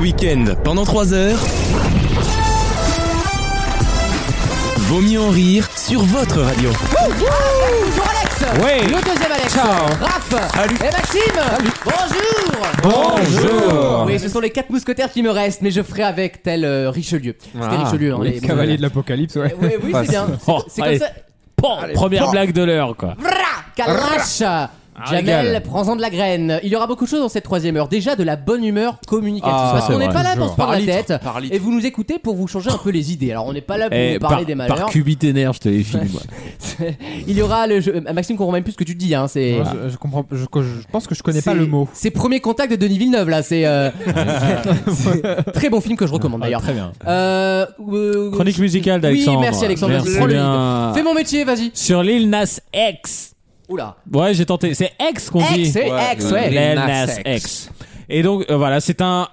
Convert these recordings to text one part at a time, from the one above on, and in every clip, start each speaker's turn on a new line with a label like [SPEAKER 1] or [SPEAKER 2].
[SPEAKER 1] week-end pendant 3 heures. Vaut mieux en rire sur votre radio.
[SPEAKER 2] Bonjour Alex
[SPEAKER 3] Ouais.
[SPEAKER 2] Le deuxième Alex
[SPEAKER 3] Ciao.
[SPEAKER 2] Raph
[SPEAKER 3] Salut.
[SPEAKER 2] Et Maxime Bonjour
[SPEAKER 3] Bonjour.
[SPEAKER 2] Oui, ce sont les quatre mousquetaires qui me restent, mais je ferai avec tel euh, Richelieu. C'était
[SPEAKER 3] Ah,
[SPEAKER 2] Richelieu, hein,
[SPEAKER 3] oui,
[SPEAKER 2] les-
[SPEAKER 3] cavalier de l'apocalypse, ouais.
[SPEAKER 2] Oui, oui, c'est bien. C'est-
[SPEAKER 4] Oh,
[SPEAKER 2] C'est comme
[SPEAKER 4] allez.
[SPEAKER 2] ça.
[SPEAKER 4] Bon, première blague de l'heure, quoi.
[SPEAKER 2] Brrra, Calache
[SPEAKER 3] Ah,
[SPEAKER 2] Jamel,
[SPEAKER 3] régale.
[SPEAKER 2] prends-en de la graine. Il y aura beaucoup de choses dans cette troisième heure. Déjà de la bonne humeur communicative.
[SPEAKER 3] Ah,
[SPEAKER 2] parce
[SPEAKER 3] c'est
[SPEAKER 2] qu'on n'est
[SPEAKER 3] vrai,
[SPEAKER 2] pas là pour
[SPEAKER 3] toujours.
[SPEAKER 2] se prendre
[SPEAKER 5] Par
[SPEAKER 2] la
[SPEAKER 5] litre,
[SPEAKER 2] tête.
[SPEAKER 5] par litre.
[SPEAKER 2] Et vous nous écoutez pour vous changer un peu les idées. Alors on n'est pas là pour
[SPEAKER 4] Eh,
[SPEAKER 2] vous parler
[SPEAKER 4] par,
[SPEAKER 2] des
[SPEAKER 4] par
[SPEAKER 2] malheurs.
[SPEAKER 4] cubitaire, je te les file, moi.
[SPEAKER 2] Il y aura le jeu. Maxime comprend même plus ce que tu dis. Hein. C'est.
[SPEAKER 3] Moi, je, je comprends, je, je pense que je connais pas
[SPEAKER 2] C'est-
[SPEAKER 3] le mot.
[SPEAKER 2] C'est Premier Contact de Denis Villeneuve, là. C'est euh, c'est- très bon film que je recommande d'ailleurs.
[SPEAKER 4] Ah, très bien.
[SPEAKER 2] Euh, euh,
[SPEAKER 4] Chronique musicale d'Alexandre.
[SPEAKER 2] Oui, merci Alexandre.
[SPEAKER 4] Merci
[SPEAKER 2] Prends le
[SPEAKER 4] bien.
[SPEAKER 2] lead. Fais mon métier, vas-y.
[SPEAKER 4] Sur l'île Nas X.
[SPEAKER 2] Oula.
[SPEAKER 4] Ouais, j'ai tenté. C'est X qu'on dit.
[SPEAKER 2] Ex, c'est ex, ouais.
[SPEAKER 4] Lil Nas X. Et donc euh, voilà, c'est un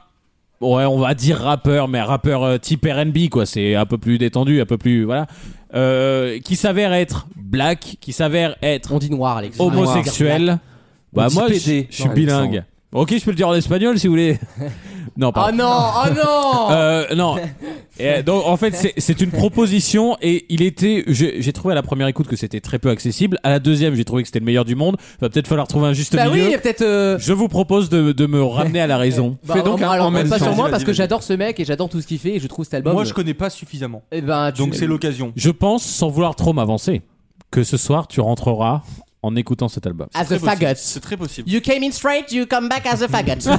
[SPEAKER 4] ouais, on va dire rappeur, mais rappeur euh, type R&B quoi. C'est un peu plus détendu, un peu plus voilà, Euh, qui s'avère être black, qui s'avère être
[SPEAKER 2] On dit noir, Alex.
[SPEAKER 4] homosexuel. Bah
[SPEAKER 5] On dit
[SPEAKER 4] moi, je
[SPEAKER 5] PD,
[SPEAKER 4] je suis
[SPEAKER 5] non,
[SPEAKER 4] bilingue. Ok, je peux le dire en espagnol si vous voulez. Non,
[SPEAKER 2] Oh
[SPEAKER 4] pas.
[SPEAKER 2] non, oh non.
[SPEAKER 4] Euh, non. Et donc en fait c'est- c'est une proposition et il était j'ai j'ai trouvé à la première écoute que c'était très peu accessible à la deuxième j'ai trouvé que c'était le meilleur du monde va peut-être falloir trouver un juste
[SPEAKER 2] bah oui,
[SPEAKER 4] milieu
[SPEAKER 2] il y a peut-être. euh,
[SPEAKER 4] je vous propose de, de me ramener à la raison.
[SPEAKER 2] bah,
[SPEAKER 5] Fais donc
[SPEAKER 2] alors,
[SPEAKER 5] un
[SPEAKER 2] alors,
[SPEAKER 5] en même
[SPEAKER 2] pas
[SPEAKER 5] temps.
[SPEAKER 2] sur moi
[SPEAKER 5] Vas-y,
[SPEAKER 2] parce que
[SPEAKER 5] vas-y.
[SPEAKER 2] j'adore ce mec et j'adore tout ce qu'il fait et je trouve cet album.
[SPEAKER 5] Moi, je connais pas suffisamment.
[SPEAKER 2] Eh ben, tu-
[SPEAKER 5] Donc, c'est l'occasion.
[SPEAKER 4] Je pense, sans vouloir trop m'avancer, que ce soir tu rentreras en écoutant cet album.
[SPEAKER 2] As a
[SPEAKER 5] Très possible.
[SPEAKER 2] faggot.
[SPEAKER 5] C'est très possible.
[SPEAKER 2] You came in straight, you come back as a faggot.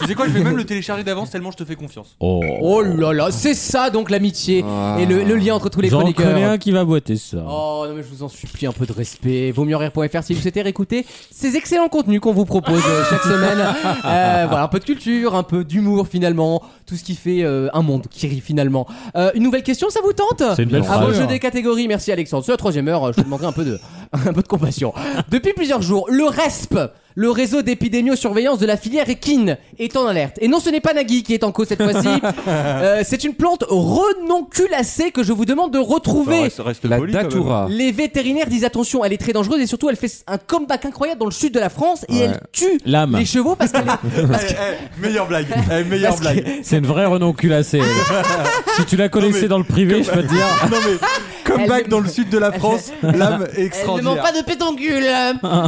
[SPEAKER 5] Tu sais quoi, je vais même le télécharger d'avance tellement je te fais confiance.
[SPEAKER 4] Oh,
[SPEAKER 2] Oh là là, c'est ça donc l'amitié
[SPEAKER 5] Ah.
[SPEAKER 2] et le, le lien entre tous les
[SPEAKER 4] J'en
[SPEAKER 2] chroniqueurs.
[SPEAKER 4] connais un qui va boiter ça.
[SPEAKER 2] Oh non mais je vous en supplie un peu de respect. Vaut mieux en rire.fr si vous souhaitez réécouter ces excellents contenus qu'on vous propose euh, chaque semaine. Euh, voilà un peu de culture, un peu d'humour finalement, tout ce qui fait euh, un monde qui rit finalement. Euh, une nouvelle question, ça vous tente
[SPEAKER 4] C'est une belle
[SPEAKER 2] Avant le
[SPEAKER 4] phrase.
[SPEAKER 2] jeu des catégories, merci Alexandre. C'est la troisième heure, euh, je vous demanderai un peu de un peu de compassion. Depuis plusieurs jours, le RESP, le réseau d'épidémiosurveillance de la filière équine, est en alerte. Et non, ce n'est pas Nagui qui est en cause cette fois-ci. Euh, c'est une plante renonculacée que je vous demande de retrouver.
[SPEAKER 5] reste
[SPEAKER 3] La
[SPEAKER 5] poli, quand même.
[SPEAKER 3] datura.
[SPEAKER 2] Les vétérinaires disent attention, elle est très dangereuse et surtout elle fait un comeback incroyable dans le sud de la France et elle tue
[SPEAKER 4] L'âme.
[SPEAKER 2] les chevaux parce qu'elle est- parce que-
[SPEAKER 5] Eh, eh, meilleure blague. Eh, meilleure
[SPEAKER 2] parce que-
[SPEAKER 5] blague.
[SPEAKER 4] C'est une vraie renonculacée. elle. si tu la connaissais
[SPEAKER 5] Non, mais-
[SPEAKER 4] dans le privé, je peux te dire.
[SPEAKER 5] non mais, comme
[SPEAKER 2] Elle
[SPEAKER 5] back
[SPEAKER 2] ne-
[SPEAKER 5] dans le sud de la France, l'âme est
[SPEAKER 2] elle ne manque
[SPEAKER 5] extraordinaire.
[SPEAKER 2] pas de pétoncule.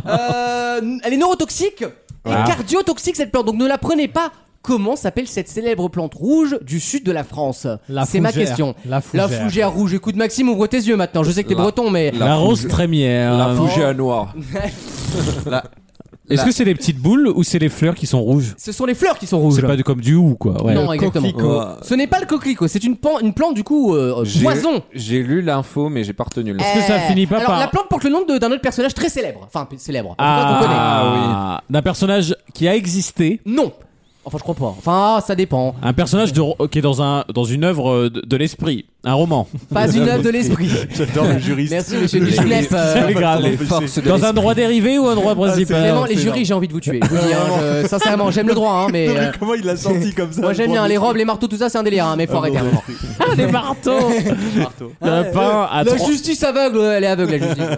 [SPEAKER 2] Euh, elle est neurotoxique et
[SPEAKER 4] Ah.
[SPEAKER 2] cardiotoxique cette plante donc ne la prenez pas. Comment s'appelle cette célèbre plante rouge du sud de la France
[SPEAKER 3] La
[SPEAKER 2] C'est ma
[SPEAKER 3] fougère.
[SPEAKER 2] question.
[SPEAKER 3] La fougère.
[SPEAKER 2] rouge. Écoute Maxime, ouvre tes yeux maintenant. Je sais que t'es
[SPEAKER 6] La-
[SPEAKER 2] breton mais
[SPEAKER 4] La,
[SPEAKER 6] La
[SPEAKER 4] rose
[SPEAKER 6] fouge-
[SPEAKER 4] trémière.
[SPEAKER 6] La fougère noire.
[SPEAKER 4] Est-ce
[SPEAKER 6] la-
[SPEAKER 4] que c'est des petites boules ou c'est les fleurs qui sont rouges
[SPEAKER 2] ce sont les fleurs qui sont rouges.
[SPEAKER 4] C'est pas du, comme du ou quoi. ouais.
[SPEAKER 2] Non, exactement.
[SPEAKER 3] coquelicot.
[SPEAKER 6] Ouais.
[SPEAKER 2] Ce n'est pas le coquelicot, c'est une, pan- une plante du coup euh,
[SPEAKER 6] J'ai-
[SPEAKER 2] poison.
[SPEAKER 6] J'ai lu l'info, mais j'ai pas retenu le.
[SPEAKER 4] Est-ce que ça
[SPEAKER 2] Eh,
[SPEAKER 4] finit pas
[SPEAKER 2] alors,
[SPEAKER 4] par-
[SPEAKER 2] La plante porte le nom de- d'un autre personnage très célèbre. Enfin, p- célèbre. En tout cas, qu'on connaît.
[SPEAKER 4] Ah oui. D'un personnage qui a existé.
[SPEAKER 2] Non. Enfin, je crois pas. Enfin, ah, ça dépend.
[SPEAKER 4] Un personnage de- qui est dans, un, dans une œuvre euh, de, de l'esprit, un roman.
[SPEAKER 2] Pas une œuvre de l'esprit.
[SPEAKER 5] J'adore le juriste.
[SPEAKER 2] Eh. Merci, monsieur Euh,
[SPEAKER 6] Les-
[SPEAKER 2] Duchnef.
[SPEAKER 4] C'est grave.
[SPEAKER 6] Les forces de
[SPEAKER 4] Dans un
[SPEAKER 6] l'esprit.
[SPEAKER 4] droit dérivé ou un droit principal
[SPEAKER 2] Vraiment, les jurys, j'ai envie de vous tuer. Je vous le dis, hein, je- sincèrement, j'aime le droit, hein, mais. euh,
[SPEAKER 5] Comment il l'a sorti comme ça
[SPEAKER 2] Moi, j'aime
[SPEAKER 5] le
[SPEAKER 2] bien les
[SPEAKER 5] droit
[SPEAKER 2] robes, les marteaux, tout ça, c'est un délire, hein, mais faut arrêter un moment.
[SPEAKER 4] Ah, des marteaux
[SPEAKER 5] de- Marteau.
[SPEAKER 4] Un pain à
[SPEAKER 2] La
[SPEAKER 4] trois-
[SPEAKER 2] justice aveugle, ouais, elle est aveugle, la justice. ouais.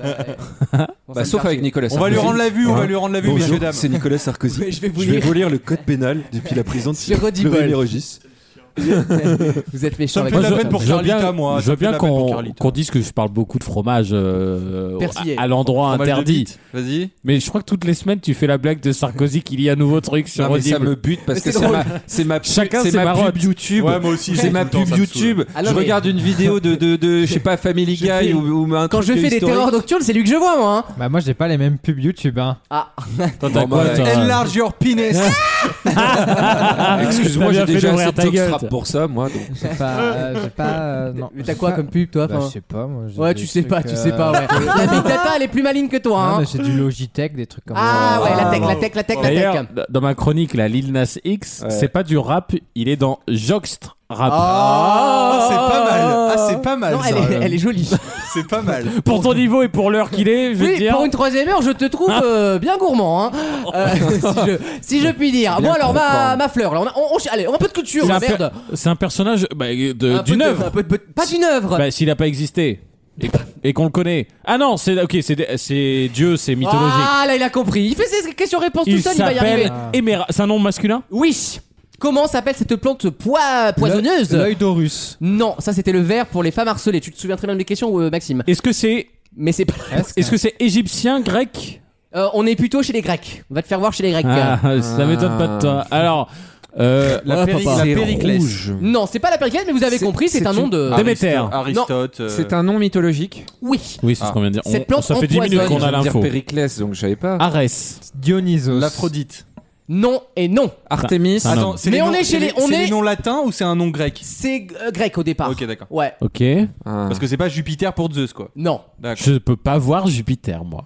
[SPEAKER 2] Bon, ça
[SPEAKER 6] Bah,
[SPEAKER 2] me
[SPEAKER 6] sauf
[SPEAKER 2] fait
[SPEAKER 6] avec
[SPEAKER 2] chier.
[SPEAKER 6] Nicolas.
[SPEAKER 5] On va lui rendre la vue, on va lui rendre la vue, messieurs, dames.
[SPEAKER 7] c'est Nicolas Sarkozy.
[SPEAKER 2] Ouais, je vais vous
[SPEAKER 7] je vais
[SPEAKER 2] lire.
[SPEAKER 7] vous lire le code pénal depuis la prison
[SPEAKER 2] Chez Roddy
[SPEAKER 7] de Régis.
[SPEAKER 2] Vous êtes méchant
[SPEAKER 5] Ça me
[SPEAKER 2] avec
[SPEAKER 5] fait de la
[SPEAKER 2] moi.
[SPEAKER 5] peine pour
[SPEAKER 4] je veux
[SPEAKER 5] Carlita,
[SPEAKER 4] bien,
[SPEAKER 5] moi.
[SPEAKER 4] je
[SPEAKER 5] Ça
[SPEAKER 4] veux
[SPEAKER 5] me fait de
[SPEAKER 4] bien
[SPEAKER 5] la peine pour
[SPEAKER 4] qu'on
[SPEAKER 5] Carlita.
[SPEAKER 4] qu'on dise que je parle beaucoup de fromage euh,
[SPEAKER 2] Persillé.
[SPEAKER 4] à, à l'endroit
[SPEAKER 5] Fromage de
[SPEAKER 4] interdit.
[SPEAKER 5] bite.
[SPEAKER 6] Vas-y.
[SPEAKER 4] Mais je crois que toutes les semaines, tu fais la blague de Sarkozy qu'il y a un nouveau truc sur
[SPEAKER 6] Non, mais ça
[SPEAKER 4] Audible.
[SPEAKER 6] me bute parce
[SPEAKER 2] Mais
[SPEAKER 6] que
[SPEAKER 2] c'est
[SPEAKER 6] c'est
[SPEAKER 2] drôle.
[SPEAKER 6] ma, c'est ma,
[SPEAKER 4] Chacun
[SPEAKER 6] c'est
[SPEAKER 4] ses
[SPEAKER 6] ma
[SPEAKER 4] marottes.
[SPEAKER 6] pub YouTube.
[SPEAKER 5] Ouais, moi aussi.
[SPEAKER 6] C'est ma
[SPEAKER 5] tout le
[SPEAKER 6] pub
[SPEAKER 5] temps, ça me saoule.
[SPEAKER 6] YouTube.
[SPEAKER 2] Ah non,
[SPEAKER 6] je
[SPEAKER 2] mais-
[SPEAKER 6] regarde une vidéo de, de, de je sais pas, Family Guy
[SPEAKER 2] fais-
[SPEAKER 6] ou, ou un
[SPEAKER 2] Quand
[SPEAKER 6] truc
[SPEAKER 2] je fais des
[SPEAKER 6] historique.
[SPEAKER 2] terreurs nocturnes, c'est lui que je vois, moi. hein.
[SPEAKER 3] Bah, moi, j'ai pas les mêmes pubs YouTube, hein.
[SPEAKER 2] Ah,
[SPEAKER 4] Attends, t'as
[SPEAKER 6] Bon,
[SPEAKER 4] quoi,
[SPEAKER 6] bah,
[SPEAKER 4] toi
[SPEAKER 5] Enlarge your penis.
[SPEAKER 6] Excuse-moi,
[SPEAKER 4] T'as
[SPEAKER 6] j'ai
[SPEAKER 4] bien fait
[SPEAKER 6] déjà
[SPEAKER 4] d'ouvrir
[SPEAKER 6] assez de
[SPEAKER 4] ta gueule,
[SPEAKER 6] jockstrap
[SPEAKER 4] toi.
[SPEAKER 6] pour ça, moi. donc.
[SPEAKER 3] J'ai pas. euh, j'ai pas euh, non.
[SPEAKER 2] mais t'as
[SPEAKER 3] j'ai
[SPEAKER 2] quoi
[SPEAKER 3] pas-
[SPEAKER 2] comme pub, toi
[SPEAKER 3] Bah,
[SPEAKER 2] enfin
[SPEAKER 3] je sais pas, moi. j'ai
[SPEAKER 2] Ouais,
[SPEAKER 3] des
[SPEAKER 2] tu sais pas,
[SPEAKER 3] trucs,
[SPEAKER 2] tu
[SPEAKER 3] euh,
[SPEAKER 2] sais pas, ouais. La big data, elle est plus maligne que toi,
[SPEAKER 3] non,
[SPEAKER 2] hein.
[SPEAKER 3] mais j'ai du Logitech, des trucs comme
[SPEAKER 2] Ah
[SPEAKER 3] ça.
[SPEAKER 2] ouais, la tech,
[SPEAKER 5] bravo.
[SPEAKER 2] la tech, la tech, la
[SPEAKER 4] D'ailleurs,
[SPEAKER 2] tech.
[SPEAKER 4] d- dans ma chronique, la Lil Nas X, c'est pas du rap, il est dans Joxtre Rap.
[SPEAKER 5] Ah, c'est pas mal. Ah, c'est pas mal.
[SPEAKER 2] Non, elle
[SPEAKER 5] ça.
[SPEAKER 2] est, elle est jolie.
[SPEAKER 5] C'est pas mal.
[SPEAKER 4] Pour ton niveau et pour l'heure qu'il est, je veux
[SPEAKER 2] Oui,
[SPEAKER 4] dire.
[SPEAKER 2] pour une troisième heure, je te trouve euh, bien gourmand, hein. Euh, si, je, si je puis dire. Bon, alors, ma, ma fleur, là, on a, on, on- allez, on a un peu euh, de culture,
[SPEAKER 4] C'est un, per-
[SPEAKER 2] merde.
[SPEAKER 4] c'est un personnage bah, de-
[SPEAKER 2] Un peu
[SPEAKER 4] d'une
[SPEAKER 2] de-
[SPEAKER 4] œuvre.
[SPEAKER 2] un peu de- Pas d'une œuvre.
[SPEAKER 4] Bah, s'il n'a pas existé et, et qu'on le connaît. Ah non, c'est ok, c'est c'est Dieu, c'est mythologique.
[SPEAKER 2] ah, là, il a compris. Il fait ses questions-réponses tout
[SPEAKER 4] il
[SPEAKER 2] seul, il va y arriver.
[SPEAKER 4] s'appelle Émera- C'est un nom masculin
[SPEAKER 2] Oui. Comment s'appelle cette plante poi- poisonneuse
[SPEAKER 3] L'œil d'Horus.
[SPEAKER 2] Non, ça c'était le verre pour les femmes harcelées. Tu te souviens très bien de mes questions, euh, Maxime
[SPEAKER 4] Est-ce que c'est
[SPEAKER 2] Mais c'est pas.
[SPEAKER 4] est-ce que c'est égyptien, grec
[SPEAKER 2] Euh, on est plutôt chez les Grecs. On va te faire voir chez les Grecs.
[SPEAKER 4] Ah, ça m'étonne pas de toi. Alors, euh,
[SPEAKER 6] La,
[SPEAKER 4] voilà,
[SPEAKER 6] péri-
[SPEAKER 4] papa.
[SPEAKER 6] la
[SPEAKER 4] C'est
[SPEAKER 6] Périclès.
[SPEAKER 4] rouge.
[SPEAKER 2] Non, c'est pas la Périclès, mais vous avez
[SPEAKER 6] C'est-
[SPEAKER 2] compris, c'est
[SPEAKER 6] c'est
[SPEAKER 2] un nom
[SPEAKER 6] une-
[SPEAKER 2] de.
[SPEAKER 4] Ah, Déméter.
[SPEAKER 5] Aristote. euh,
[SPEAKER 6] C'est un nom mythologique.
[SPEAKER 2] Oui.
[SPEAKER 4] Oui, c'est ce qu'on vient de dire.
[SPEAKER 2] Cette
[SPEAKER 4] On-
[SPEAKER 2] plante
[SPEAKER 4] ça fait 10
[SPEAKER 2] empoisonne.
[SPEAKER 4] minutes qu'on
[SPEAKER 6] Je
[SPEAKER 4] a
[SPEAKER 6] viens de dire
[SPEAKER 4] l'info.
[SPEAKER 6] Périclès, donc je savais pas.
[SPEAKER 4] Arès.
[SPEAKER 3] Dionysos.
[SPEAKER 5] L'aphrodite.
[SPEAKER 2] Non et non.
[SPEAKER 6] Artemis.
[SPEAKER 4] c'est un homme.
[SPEAKER 5] Attends, c'est
[SPEAKER 2] Mais
[SPEAKER 5] les
[SPEAKER 2] on
[SPEAKER 5] noms-
[SPEAKER 2] est chez
[SPEAKER 5] c'est
[SPEAKER 2] les- on
[SPEAKER 5] c'est
[SPEAKER 2] est-
[SPEAKER 5] les noms latins ou c'est un nom grec
[SPEAKER 2] C'est euh, grec au départ.
[SPEAKER 5] Ok, d'accord.
[SPEAKER 2] Ouais.
[SPEAKER 4] Ok.
[SPEAKER 6] Ah.
[SPEAKER 5] Parce que c'est pas Jupiter pour Zeus, quoi.
[SPEAKER 2] Non.
[SPEAKER 5] D'accord.
[SPEAKER 4] Je peux pas voir Jupiter, moi.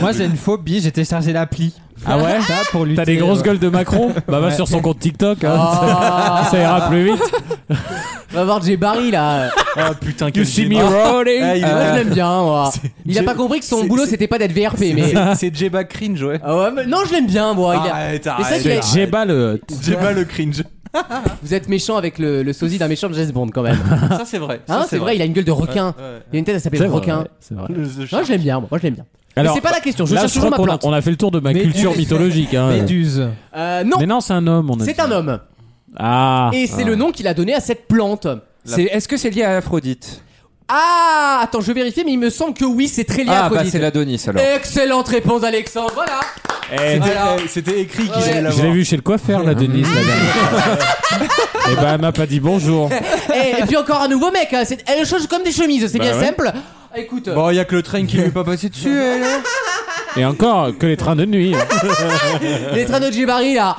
[SPEAKER 3] Moi j'ai une phobie, j'ai téléchargé l'appli.
[SPEAKER 4] Ah ouais
[SPEAKER 3] Ça pour lutter. euh,
[SPEAKER 4] T'as des grosses
[SPEAKER 3] ouais.
[SPEAKER 4] gueules de Macron Bah va
[SPEAKER 3] Ouais.
[SPEAKER 4] sur son compte TikTok, hein,
[SPEAKER 2] Ah.
[SPEAKER 4] ça ira plus vite.
[SPEAKER 2] On va voir J. Barry là.
[SPEAKER 5] Ah putain,
[SPEAKER 4] You
[SPEAKER 5] quel
[SPEAKER 4] see me
[SPEAKER 5] génie.
[SPEAKER 4] rolling.
[SPEAKER 5] Ah, il est
[SPEAKER 2] Moi,
[SPEAKER 5] là.
[SPEAKER 2] je l'aime bien. moi. Il a
[SPEAKER 5] J-
[SPEAKER 2] pas compris que son
[SPEAKER 5] c'est-
[SPEAKER 2] boulot
[SPEAKER 5] c'est-
[SPEAKER 2] c'était pas d'être VRP, mais.
[SPEAKER 5] C'est- C'est Jeba Cringe, ouais.
[SPEAKER 2] Ah ouais, mais- non, je l'aime bien, moi. Il a-
[SPEAKER 7] Ah
[SPEAKER 5] Arrête,
[SPEAKER 2] Mais ça,
[SPEAKER 5] arrête.
[SPEAKER 2] tu l'as-
[SPEAKER 4] Jeba le
[SPEAKER 5] Jeba le cringe.
[SPEAKER 2] Vous êtes méchant avec le, le sosie d'un méchant de James Bond quand même.
[SPEAKER 5] Ça, c'est vrai. Ça,
[SPEAKER 2] Hein, c'est vrai, il a une gueule de requin.
[SPEAKER 5] Ouais.
[SPEAKER 2] Il a une tête, elle s'appelle
[SPEAKER 4] C'est vrai,
[SPEAKER 2] requin.
[SPEAKER 4] ouais, c'est vrai.
[SPEAKER 5] Le- the
[SPEAKER 2] Non,
[SPEAKER 5] shark.
[SPEAKER 2] je l'aime bien, moi, moi je l'aime bien.
[SPEAKER 4] Alors,
[SPEAKER 2] mais c'est pas la question, je
[SPEAKER 4] là,
[SPEAKER 2] cherche
[SPEAKER 4] je crois
[SPEAKER 2] toujours ma
[SPEAKER 4] qu'on a,
[SPEAKER 2] plante.
[SPEAKER 4] on a fait le tour de ma
[SPEAKER 3] Mais-
[SPEAKER 4] culture mythologique. hein.
[SPEAKER 3] Méduse.
[SPEAKER 2] Euh, non,
[SPEAKER 4] Mais non, c'est un homme. on a
[SPEAKER 2] c'est
[SPEAKER 4] dit.
[SPEAKER 2] un homme.
[SPEAKER 4] Ah.
[SPEAKER 2] Et c'est le nom qu'il a donné à cette plante.
[SPEAKER 6] C'est- Est-ce que c'est lié à Aphrodite
[SPEAKER 2] Ah, attends, je vais vérifier, mais il me semble que oui, c'est très lié à
[SPEAKER 6] Ah, bah
[SPEAKER 2] Aphrodite.
[SPEAKER 6] c'est l'Adonis alors.
[SPEAKER 2] Excellente réponse, Alexandre. Voilà.
[SPEAKER 4] Eh,
[SPEAKER 5] C'était
[SPEAKER 2] Voilà.
[SPEAKER 5] eh, c'était écrit qu'il
[SPEAKER 2] Ouais.
[SPEAKER 5] allait
[SPEAKER 4] je l'ai
[SPEAKER 5] l'avoir.
[SPEAKER 4] vu chez le coiffeur, la Denise. la dernière. Et bah, elle m'a pas dit bonjour.
[SPEAKER 2] Eh, et, et puis encore un nouveau mec. hein, C'est elle change comme des chemises, c'est
[SPEAKER 4] Bah
[SPEAKER 2] bien
[SPEAKER 4] ouais.
[SPEAKER 2] simple. Ah, Écoute.
[SPEAKER 5] Bon, il y a que le train qui lui est pas passé dessus. elle.
[SPEAKER 3] hein.
[SPEAKER 2] Ah
[SPEAKER 4] Et encore, que les trains de nuit. hein.
[SPEAKER 2] Les trains de Jibari là.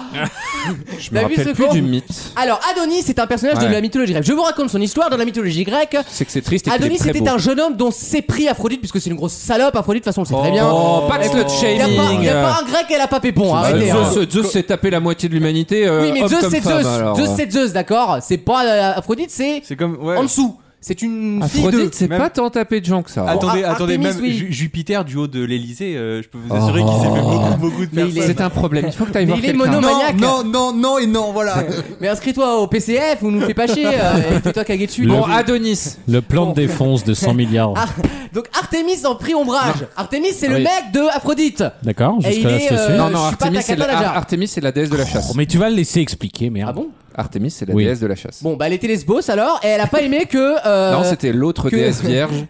[SPEAKER 6] Je me
[SPEAKER 2] T'as vu
[SPEAKER 6] rappelle
[SPEAKER 2] ce
[SPEAKER 6] plus
[SPEAKER 2] con
[SPEAKER 6] du mythe.
[SPEAKER 2] Alors Adonis c'est un personnage de
[SPEAKER 6] Ouais.
[SPEAKER 2] la mythologie grecque. Je vous raconte son histoire dans la mythologie grecque.
[SPEAKER 6] C'est que c'est triste et
[SPEAKER 4] Ah,
[SPEAKER 6] qu'il
[SPEAKER 2] Adonis
[SPEAKER 6] est très
[SPEAKER 2] était
[SPEAKER 6] beau.
[SPEAKER 2] un jeune homme dont s'est pris Aphrodite puisque c'est une grosse salope Aphrodite de toute façon on le sait très bien.
[SPEAKER 6] Oh, pas de slut
[SPEAKER 2] Il y a, pas,
[SPEAKER 6] shaming.
[SPEAKER 2] y a pas un grec et la pas pépon,
[SPEAKER 4] Ah,
[SPEAKER 6] Bah,
[SPEAKER 2] arrêtez. hein.
[SPEAKER 6] Zeus, Zeus s'est tapé la moitié de l'humanité. euh,
[SPEAKER 2] Oui, mais
[SPEAKER 6] homme
[SPEAKER 2] Zeus
[SPEAKER 6] comme
[SPEAKER 2] c'est
[SPEAKER 6] femme,
[SPEAKER 2] Zeus.
[SPEAKER 6] alors.
[SPEAKER 2] Zeus c'est Zeus, d'accord C'est pas euh, Aphrodite, c'est
[SPEAKER 5] C'est comme. Ouais.
[SPEAKER 2] en dessous. C'est une
[SPEAKER 3] Ah,
[SPEAKER 2] fille
[SPEAKER 6] Aphrodite,
[SPEAKER 2] de.
[SPEAKER 6] c'est
[SPEAKER 5] Même-
[SPEAKER 6] pas tant tapé de gens que ça.
[SPEAKER 5] Attendez,
[SPEAKER 2] Ar-
[SPEAKER 5] attendez,
[SPEAKER 2] Artemis,
[SPEAKER 5] même
[SPEAKER 2] oui.
[SPEAKER 5] Ju- Jupiter du haut de l'Elysée, je peux vous assurer qu'il s'est fait beaucoup, beaucoup de
[SPEAKER 3] Oh,
[SPEAKER 2] Mais il est-
[SPEAKER 5] personnes.
[SPEAKER 6] C'est un problème. Il faut que t'ailles
[SPEAKER 2] Mais
[SPEAKER 6] voir
[SPEAKER 2] il est
[SPEAKER 6] quelqu'un.
[SPEAKER 2] mono- maniaque.
[SPEAKER 5] non, non et non, voilà.
[SPEAKER 2] Mais inscris-toi au PCF, on nous fait pas chier. euh, et Fais-toi caguer dessus.
[SPEAKER 6] Bon,
[SPEAKER 2] Donc,
[SPEAKER 6] Adonis.
[SPEAKER 4] Le plan de défense de 100 milliards.
[SPEAKER 2] Ah, donc Artemis en pris ombrage. Artemis c'est le
[SPEAKER 4] Oui.
[SPEAKER 2] mec de Aphrodite.
[SPEAKER 4] D'accord,
[SPEAKER 2] Et il
[SPEAKER 4] jusque-là,
[SPEAKER 2] est,
[SPEAKER 4] je te
[SPEAKER 2] euh,
[SPEAKER 4] suis.
[SPEAKER 6] Ah Non, non,
[SPEAKER 2] je suis pas
[SPEAKER 6] Artemis, c'est la, Ah,
[SPEAKER 2] Takata Lajar.
[SPEAKER 6] Ar- Artemis, c'est la déesse de la
[SPEAKER 4] Oh,
[SPEAKER 6] chasse.
[SPEAKER 4] mais tu vas le laisser expliquer, merde.
[SPEAKER 2] Ah bon
[SPEAKER 6] Artemis, c'est la
[SPEAKER 4] Oui.
[SPEAKER 6] déesse de la chasse.
[SPEAKER 2] Bon bah elle était lesbos alors et elle a pas aimé que. euh,
[SPEAKER 6] non, c'était l'autre
[SPEAKER 2] que-
[SPEAKER 6] déesse vierge.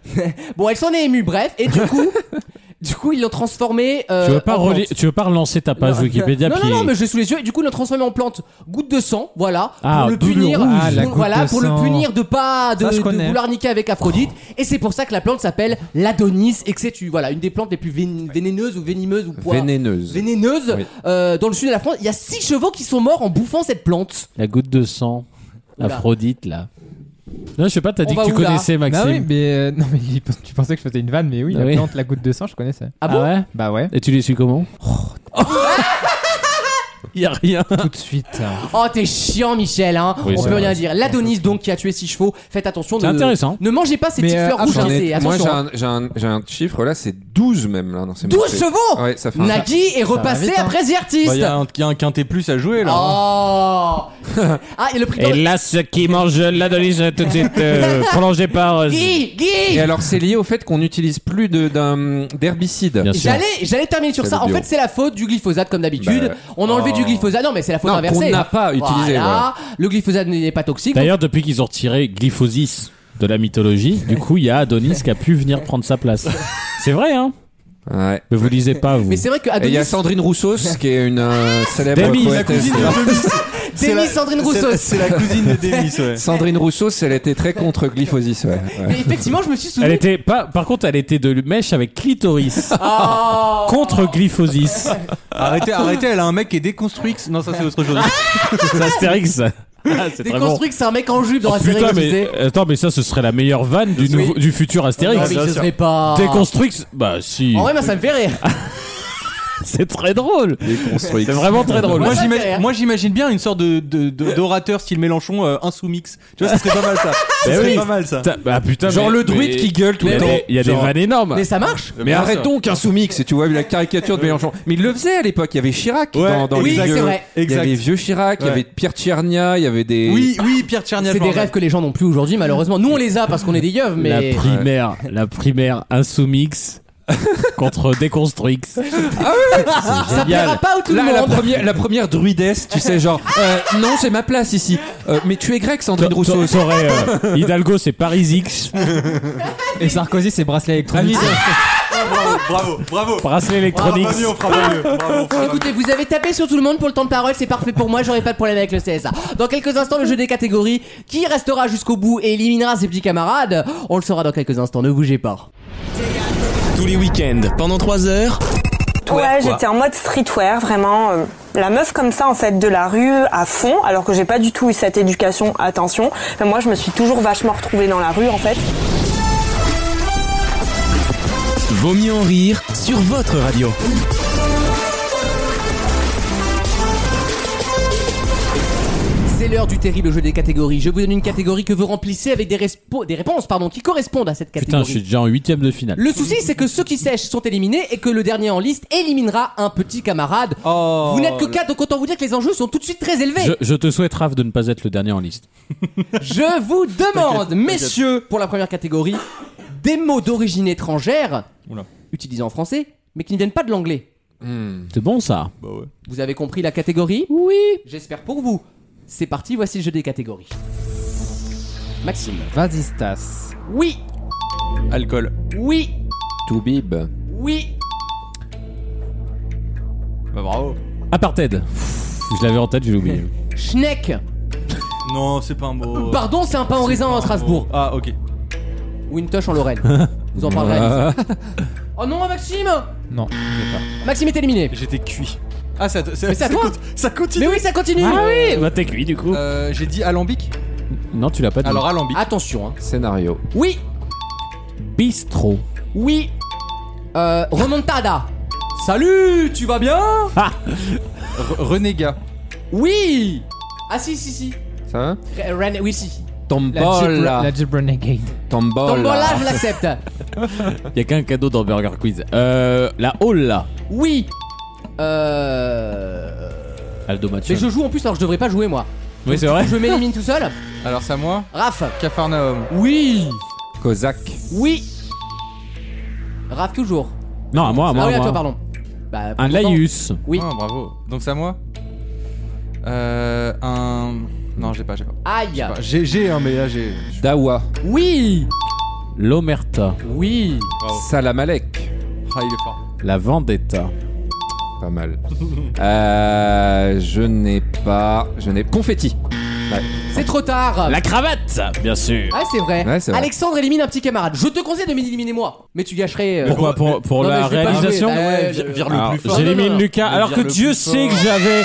[SPEAKER 2] Bon elle s'en est émue bref et du coup. Du coup, ils l'ont transformé. euh,
[SPEAKER 4] tu, veux pas
[SPEAKER 2] en plante.
[SPEAKER 4] relire- tu veux pas relancer ta page
[SPEAKER 2] Non.
[SPEAKER 4] Wikipédia
[SPEAKER 2] Non,
[SPEAKER 4] puis-
[SPEAKER 2] non, non, mais j'ai sous les yeux. Et du coup, il l'a transformé en plante. Goutte de sang, voilà.
[SPEAKER 4] Ah,
[SPEAKER 2] pour le
[SPEAKER 4] boule
[SPEAKER 2] punir.
[SPEAKER 4] rouge.
[SPEAKER 2] pour-
[SPEAKER 3] Ah, la goutte
[SPEAKER 2] voilà,
[SPEAKER 3] de
[SPEAKER 2] pour
[SPEAKER 3] sang.
[SPEAKER 2] le punir de pas de,
[SPEAKER 3] Ça, je
[SPEAKER 2] de
[SPEAKER 3] connais.
[SPEAKER 2] vouloir niquer avec Aphrodite. Et c'est pour ça que la plante s'appelle l'Adonis et que c'est tu- voilà, une des plantes les plus vén- vénéneuses ou venimeuses ou poids-
[SPEAKER 6] Vénéneuse.
[SPEAKER 2] Vénéneuses.
[SPEAKER 6] Oui.
[SPEAKER 2] Euh, dans le sud de la France, il y a six chevaux qui sont morts en bouffant cette plante.
[SPEAKER 4] La goutte de sang,
[SPEAKER 2] Oula.
[SPEAKER 4] Aphrodite là. Non, je sais pas, t'as
[SPEAKER 2] On
[SPEAKER 4] dit
[SPEAKER 2] va
[SPEAKER 4] que tu
[SPEAKER 2] où, là
[SPEAKER 4] connaissais Maxime.
[SPEAKER 3] Bah oui, mais euh, non mais il- tu pensais que je faisais une vanne, mais oui,
[SPEAKER 4] Ah
[SPEAKER 3] la
[SPEAKER 4] oui.
[SPEAKER 3] plante, la goutte de sang, je connaissais.
[SPEAKER 2] Ah bon
[SPEAKER 4] ouais
[SPEAKER 3] Bah ouais.
[SPEAKER 4] Et tu les suis comment Il y a rien.
[SPEAKER 3] Tout de suite.
[SPEAKER 2] Oh, t'es chiant, Michel, hein.
[SPEAKER 4] Oui,
[SPEAKER 2] On
[SPEAKER 4] c'est
[SPEAKER 2] peut
[SPEAKER 4] vrai.
[SPEAKER 2] rien dire. L'Adonis, donc, qui a tué six chevaux. Faites attention.
[SPEAKER 4] C'est
[SPEAKER 2] ne-
[SPEAKER 4] intéressant.
[SPEAKER 2] Ne mangez pas ces
[SPEAKER 3] Mais,
[SPEAKER 2] petites
[SPEAKER 3] euh,
[SPEAKER 2] fleurs
[SPEAKER 3] ah,
[SPEAKER 2] rouges.
[SPEAKER 6] J'en
[SPEAKER 2] hein,
[SPEAKER 6] ai-
[SPEAKER 2] c'est-
[SPEAKER 6] Moi, j'ai
[SPEAKER 2] attention. hein.
[SPEAKER 6] un, j'ai un- j'ai un chiffre là, c'est 12 même là. dans ces
[SPEAKER 2] 12
[SPEAKER 6] montées.
[SPEAKER 2] chevaux
[SPEAKER 6] Ouais, ça fait un-
[SPEAKER 2] Nagui est repassé
[SPEAKER 3] vite, hein.
[SPEAKER 2] après The Artist.
[SPEAKER 5] Il
[SPEAKER 4] Bah,
[SPEAKER 5] y, a un- y a un quintet plus à jouer là.
[SPEAKER 2] Oh Ah, et le prix
[SPEAKER 4] Et
[SPEAKER 2] d'or-
[SPEAKER 4] là, ceux qui mangent l'Adonis euh, tout de suite euh, prolongé par. euh,
[SPEAKER 2] Guy
[SPEAKER 6] Et
[SPEAKER 2] Guy
[SPEAKER 6] alors, c'est lié au fait qu'on n'utilise plus de- d'un- d'herbicide.
[SPEAKER 4] Bien sûr.
[SPEAKER 2] J'allais, j'allais terminer sur
[SPEAKER 6] C'est
[SPEAKER 2] ça.
[SPEAKER 6] le
[SPEAKER 2] En
[SPEAKER 6] bio.
[SPEAKER 2] fait, c'est la faute du glyphosate comme d'habitude.
[SPEAKER 6] Bah,
[SPEAKER 2] on a enlevé du glyphosate. Non, mais c'est la faute
[SPEAKER 6] Non,
[SPEAKER 2] inversée.
[SPEAKER 6] qu'on n'a pas utilisé,
[SPEAKER 2] Voilà.
[SPEAKER 6] voilà.
[SPEAKER 2] Le glyphosate n'est pas toxique.
[SPEAKER 4] D'ailleurs, depuis qu'ils ont retiré Glyphosis de la mythologie, du coup, il y a Adonis qui a pu venir prendre sa place. C'est vrai, hein
[SPEAKER 6] Ouais.
[SPEAKER 4] Mais vous lisez pas, vous.
[SPEAKER 2] mais c'est vrai que
[SPEAKER 6] Et il y
[SPEAKER 2] Adonis,
[SPEAKER 6] a Sandrine Rousseau, qui est une euh, célèbre
[SPEAKER 4] Demi, la
[SPEAKER 6] poétesse.
[SPEAKER 5] C'est
[SPEAKER 2] Denis
[SPEAKER 5] la-
[SPEAKER 2] Sandrine
[SPEAKER 5] c'est-
[SPEAKER 2] Rousseau.
[SPEAKER 5] C'est la cousine de Demis, ouais.
[SPEAKER 6] Sandrine Rousseau, elle était très contre glyphosis. Ouais. Ouais.
[SPEAKER 2] Mais effectivement, je me suis
[SPEAKER 4] Elle
[SPEAKER 2] souvenu.
[SPEAKER 4] était pas. Par contre, elle était de mèche avec clitoris
[SPEAKER 2] Oh.
[SPEAKER 4] contre Glyphosis.
[SPEAKER 5] Arrêtez, arrêtez, elle a un mec qui est déconstruit. que- Non, ça c'est autre chose.
[SPEAKER 4] C'est Astérix. Ah, c'est très bon.
[SPEAKER 2] Déconstruit que c'est un mec en jupe dans
[SPEAKER 4] Oh,
[SPEAKER 2] la série.
[SPEAKER 4] putain,
[SPEAKER 2] je
[SPEAKER 4] mais
[SPEAKER 2] sais.
[SPEAKER 4] attends, mais ça, ce serait la meilleure vanne du, nouveau- du futur
[SPEAKER 2] Non,
[SPEAKER 4] Astérix.
[SPEAKER 2] mais ce serait pas.
[SPEAKER 4] Déconstruix, bah si,
[SPEAKER 2] En vrai, moi, ça me fait rire.
[SPEAKER 4] c'est très drôle.
[SPEAKER 6] Déconstruite.
[SPEAKER 4] C'est vraiment très drôle.
[SPEAKER 5] Moi,
[SPEAKER 2] ça me
[SPEAKER 5] j'ima-
[SPEAKER 2] fait rire.
[SPEAKER 5] moi, j'imagine bien une sorte de- de- de- d'orateur style Mélenchon euh, insoumix. Tu vois, ça serait pas mal ça.
[SPEAKER 4] Bah
[SPEAKER 2] Ben
[SPEAKER 5] Ça serait
[SPEAKER 4] oui.
[SPEAKER 5] pas mal ça.
[SPEAKER 4] Putain, bah putain,
[SPEAKER 6] Genre
[SPEAKER 4] mais-
[SPEAKER 6] le druide
[SPEAKER 4] mais-
[SPEAKER 6] qui gueule tout
[SPEAKER 4] Il y a
[SPEAKER 6] le temps.
[SPEAKER 4] des- il y a des
[SPEAKER 6] Genre-
[SPEAKER 4] vannes énormes.
[SPEAKER 2] Mais ça marche.
[SPEAKER 6] Mais arrête
[SPEAKER 4] hein.
[SPEAKER 6] donc un soumix, et tu vois la caricature de Mélenchon. Mais il le faisait à l'époque, il y avait Chirac
[SPEAKER 5] Ouais,
[SPEAKER 6] dans, dans
[SPEAKER 2] oui,
[SPEAKER 6] les
[SPEAKER 2] c'est
[SPEAKER 6] vieux.
[SPEAKER 2] vrai.
[SPEAKER 6] Il y avait les
[SPEAKER 5] Exact.
[SPEAKER 6] vieux Chirac, il y
[SPEAKER 5] Ouais.
[SPEAKER 6] avait Pierre Tchernia, il y avait des.
[SPEAKER 5] Oui, oui, Pierre Tchernia.
[SPEAKER 2] C'est
[SPEAKER 5] je
[SPEAKER 2] des
[SPEAKER 5] m'en
[SPEAKER 2] rêves que les gens n'ont plus aujourd'hui, malheureusement. Nous, on les a parce qu'on est des yeux, mais.
[SPEAKER 4] La primaire, la primaire Insoumise contre Déconstruix.
[SPEAKER 2] Ça plaira pas à tout le
[SPEAKER 6] Là, la
[SPEAKER 2] monde.
[SPEAKER 6] première, la première druidesse, tu sais, genre, euh, non, j'ai ma place ici. Euh, mais tu es grec, Sandrine Rousseau.
[SPEAKER 4] T'a- t'aurais, euh, Hidalgo, c'est Paris X.
[SPEAKER 3] Et Sarkozy, c'est bracelet électronique.
[SPEAKER 7] Bravo, bravo.
[SPEAKER 4] Bracelet électronique.
[SPEAKER 7] on fera mieux. Bravo.
[SPEAKER 2] Écoutez, vous avez tapé sur tout le monde pour le temps de parole, c'est parfait pour moi, j'aurai pas de problème avec le CSA. Dans quelques instants, le jeu des catégories qui restera jusqu'au bout et éliminera ses petits camarades, on le saura dans quelques instants, ne bougez pas.
[SPEAKER 1] Tous les week-ends, pendant 3 heures.
[SPEAKER 8] Ouais, j'étais en mode streetwear, vraiment. euh, la meuf comme ça, en fait, de la rue à fond, alors que j'ai pas du tout eu cette éducation, attention. Mais moi, je me suis toujours vachement retrouvée dans la rue, en fait.
[SPEAKER 1] Vaut mieux en rire sur votre radio.
[SPEAKER 2] C'est l'heure du terrible jeu des catégories. Je vous donne une catégorie que vous remplissez avec des, respo- des réponses pardon, qui correspondent à cette
[SPEAKER 4] Putain,
[SPEAKER 2] catégorie.
[SPEAKER 4] je suis déjà en huitième de finale.
[SPEAKER 2] Le souci, c'est que ceux qui sèchent sont éliminés et que le dernier en liste éliminera un petit camarade. vous n'êtes que 4, donc autant vous dire que les enjeux sont tout de suite très élevés.
[SPEAKER 4] Oh Je, je te souhaite, Raph, de ne pas être le dernier en liste.
[SPEAKER 2] Je vous demande, messieurs, pour la première catégorie, des mots d'origine étrangère utilisés en français, mais qui ne viennent pas de l'anglais.
[SPEAKER 4] C'est bon, ça
[SPEAKER 2] Vous avez compris la catégorie Oui. J'espère pour vous. C'est parti, voici le jeu des catégories. Maxime.
[SPEAKER 3] Vasistas.
[SPEAKER 2] Oui,
[SPEAKER 6] Alcool.
[SPEAKER 2] oui,
[SPEAKER 6] Toubib.
[SPEAKER 2] oui.
[SPEAKER 4] Apartheid. Je l'avais en tête, je l'ai oublié.
[SPEAKER 2] Schneck.
[SPEAKER 5] Non, c'est pas un mot.
[SPEAKER 2] Pardon, c'est un pain en raisin à
[SPEAKER 7] Oh.
[SPEAKER 2] Strasbourg.
[SPEAKER 5] Ah, ok.
[SPEAKER 2] Ou une touche en Lorraine. vous en parlerez. Oh non, Maxime
[SPEAKER 3] Non,
[SPEAKER 2] Maxime est éliminé.
[SPEAKER 5] J'étais cuit. Ah, ça, ça,
[SPEAKER 2] Mais c'est
[SPEAKER 5] ça
[SPEAKER 2] à toi.
[SPEAKER 5] conti- ça continue.
[SPEAKER 2] Mais oui, ça continue.
[SPEAKER 4] oui Bah, t'es cuit, du coup.
[SPEAKER 3] Ah.
[SPEAKER 5] Euh, J'ai dit alambic.
[SPEAKER 4] Non, tu l'as pas dit.
[SPEAKER 5] Alors alambic.
[SPEAKER 2] Attention. hein.
[SPEAKER 6] Scénario.
[SPEAKER 2] Oui,
[SPEAKER 4] bistrot.
[SPEAKER 2] oui. Euh, remontada. Salut, tu vas bien
[SPEAKER 4] Ah.
[SPEAKER 5] R- renégat.
[SPEAKER 2] Oui. Ah si, si, si.
[SPEAKER 6] Ça va
[SPEAKER 2] Re- Ren- oui, si.
[SPEAKER 6] Tombola.
[SPEAKER 3] La Jeep Renegade.
[SPEAKER 4] Oh
[SPEAKER 6] Tombola.
[SPEAKER 2] Tombola, je l'accepte.
[SPEAKER 4] Y a qu'un cadeau dans Burger Quiz. Euh, la Holla.
[SPEAKER 2] Oui. Euh...
[SPEAKER 4] Aldo Macho.
[SPEAKER 2] Mais je joue en plus alors que je devrais pas jouer moi.
[SPEAKER 4] Oui, c'est vrai.
[SPEAKER 2] Je m'élimine tout seul.
[SPEAKER 5] Alors c'est à moi.
[SPEAKER 2] Raph.
[SPEAKER 5] Capharnaüm.
[SPEAKER 2] Oui.
[SPEAKER 6] Cosaque.
[SPEAKER 2] Oui. Raph toujours.
[SPEAKER 4] Non, à moi, à moi.
[SPEAKER 2] ah oui,
[SPEAKER 4] à
[SPEAKER 2] à toi
[SPEAKER 4] moi.
[SPEAKER 2] pardon. Bah,
[SPEAKER 4] Un
[SPEAKER 2] pourtant-
[SPEAKER 4] laïus.
[SPEAKER 2] Oui.
[SPEAKER 5] Ah, bravo. Donc c'est à moi. Euh, un. Non, j'ai pas, j'ai pas.
[SPEAKER 2] Aïe.
[SPEAKER 5] Bah, J'ai, j'ai, hein, mais là j'ai.
[SPEAKER 6] Dawa.
[SPEAKER 2] Oui.
[SPEAKER 4] L'Omerta.
[SPEAKER 2] Oui.
[SPEAKER 5] Bravo.
[SPEAKER 6] Salamalek.
[SPEAKER 5] Ah, il est fort.
[SPEAKER 4] La Vendetta.
[SPEAKER 6] Pas mal. Euh, je n'ai pas. Je n'ai. Confetti.
[SPEAKER 2] C'est trop tard.
[SPEAKER 4] La cravate, bien sûr.
[SPEAKER 2] Ah c'est vrai.
[SPEAKER 6] Ouais, c'est vrai.
[SPEAKER 2] Alexandre élimine un petit camarade. Je te conseille de m'éliminer moi. Mais tu gâcherais. euh,
[SPEAKER 4] Pourquoi Pour, pour
[SPEAKER 2] Non, mais
[SPEAKER 4] la
[SPEAKER 2] je l'ai pas joué.
[SPEAKER 4] réalisation
[SPEAKER 2] Bah, ouais, je-
[SPEAKER 5] Ah,
[SPEAKER 6] Alors,
[SPEAKER 2] plus fort. Non, non,
[SPEAKER 4] J'élimine
[SPEAKER 2] non.
[SPEAKER 4] Lucas alors que Dieu sait que j'avais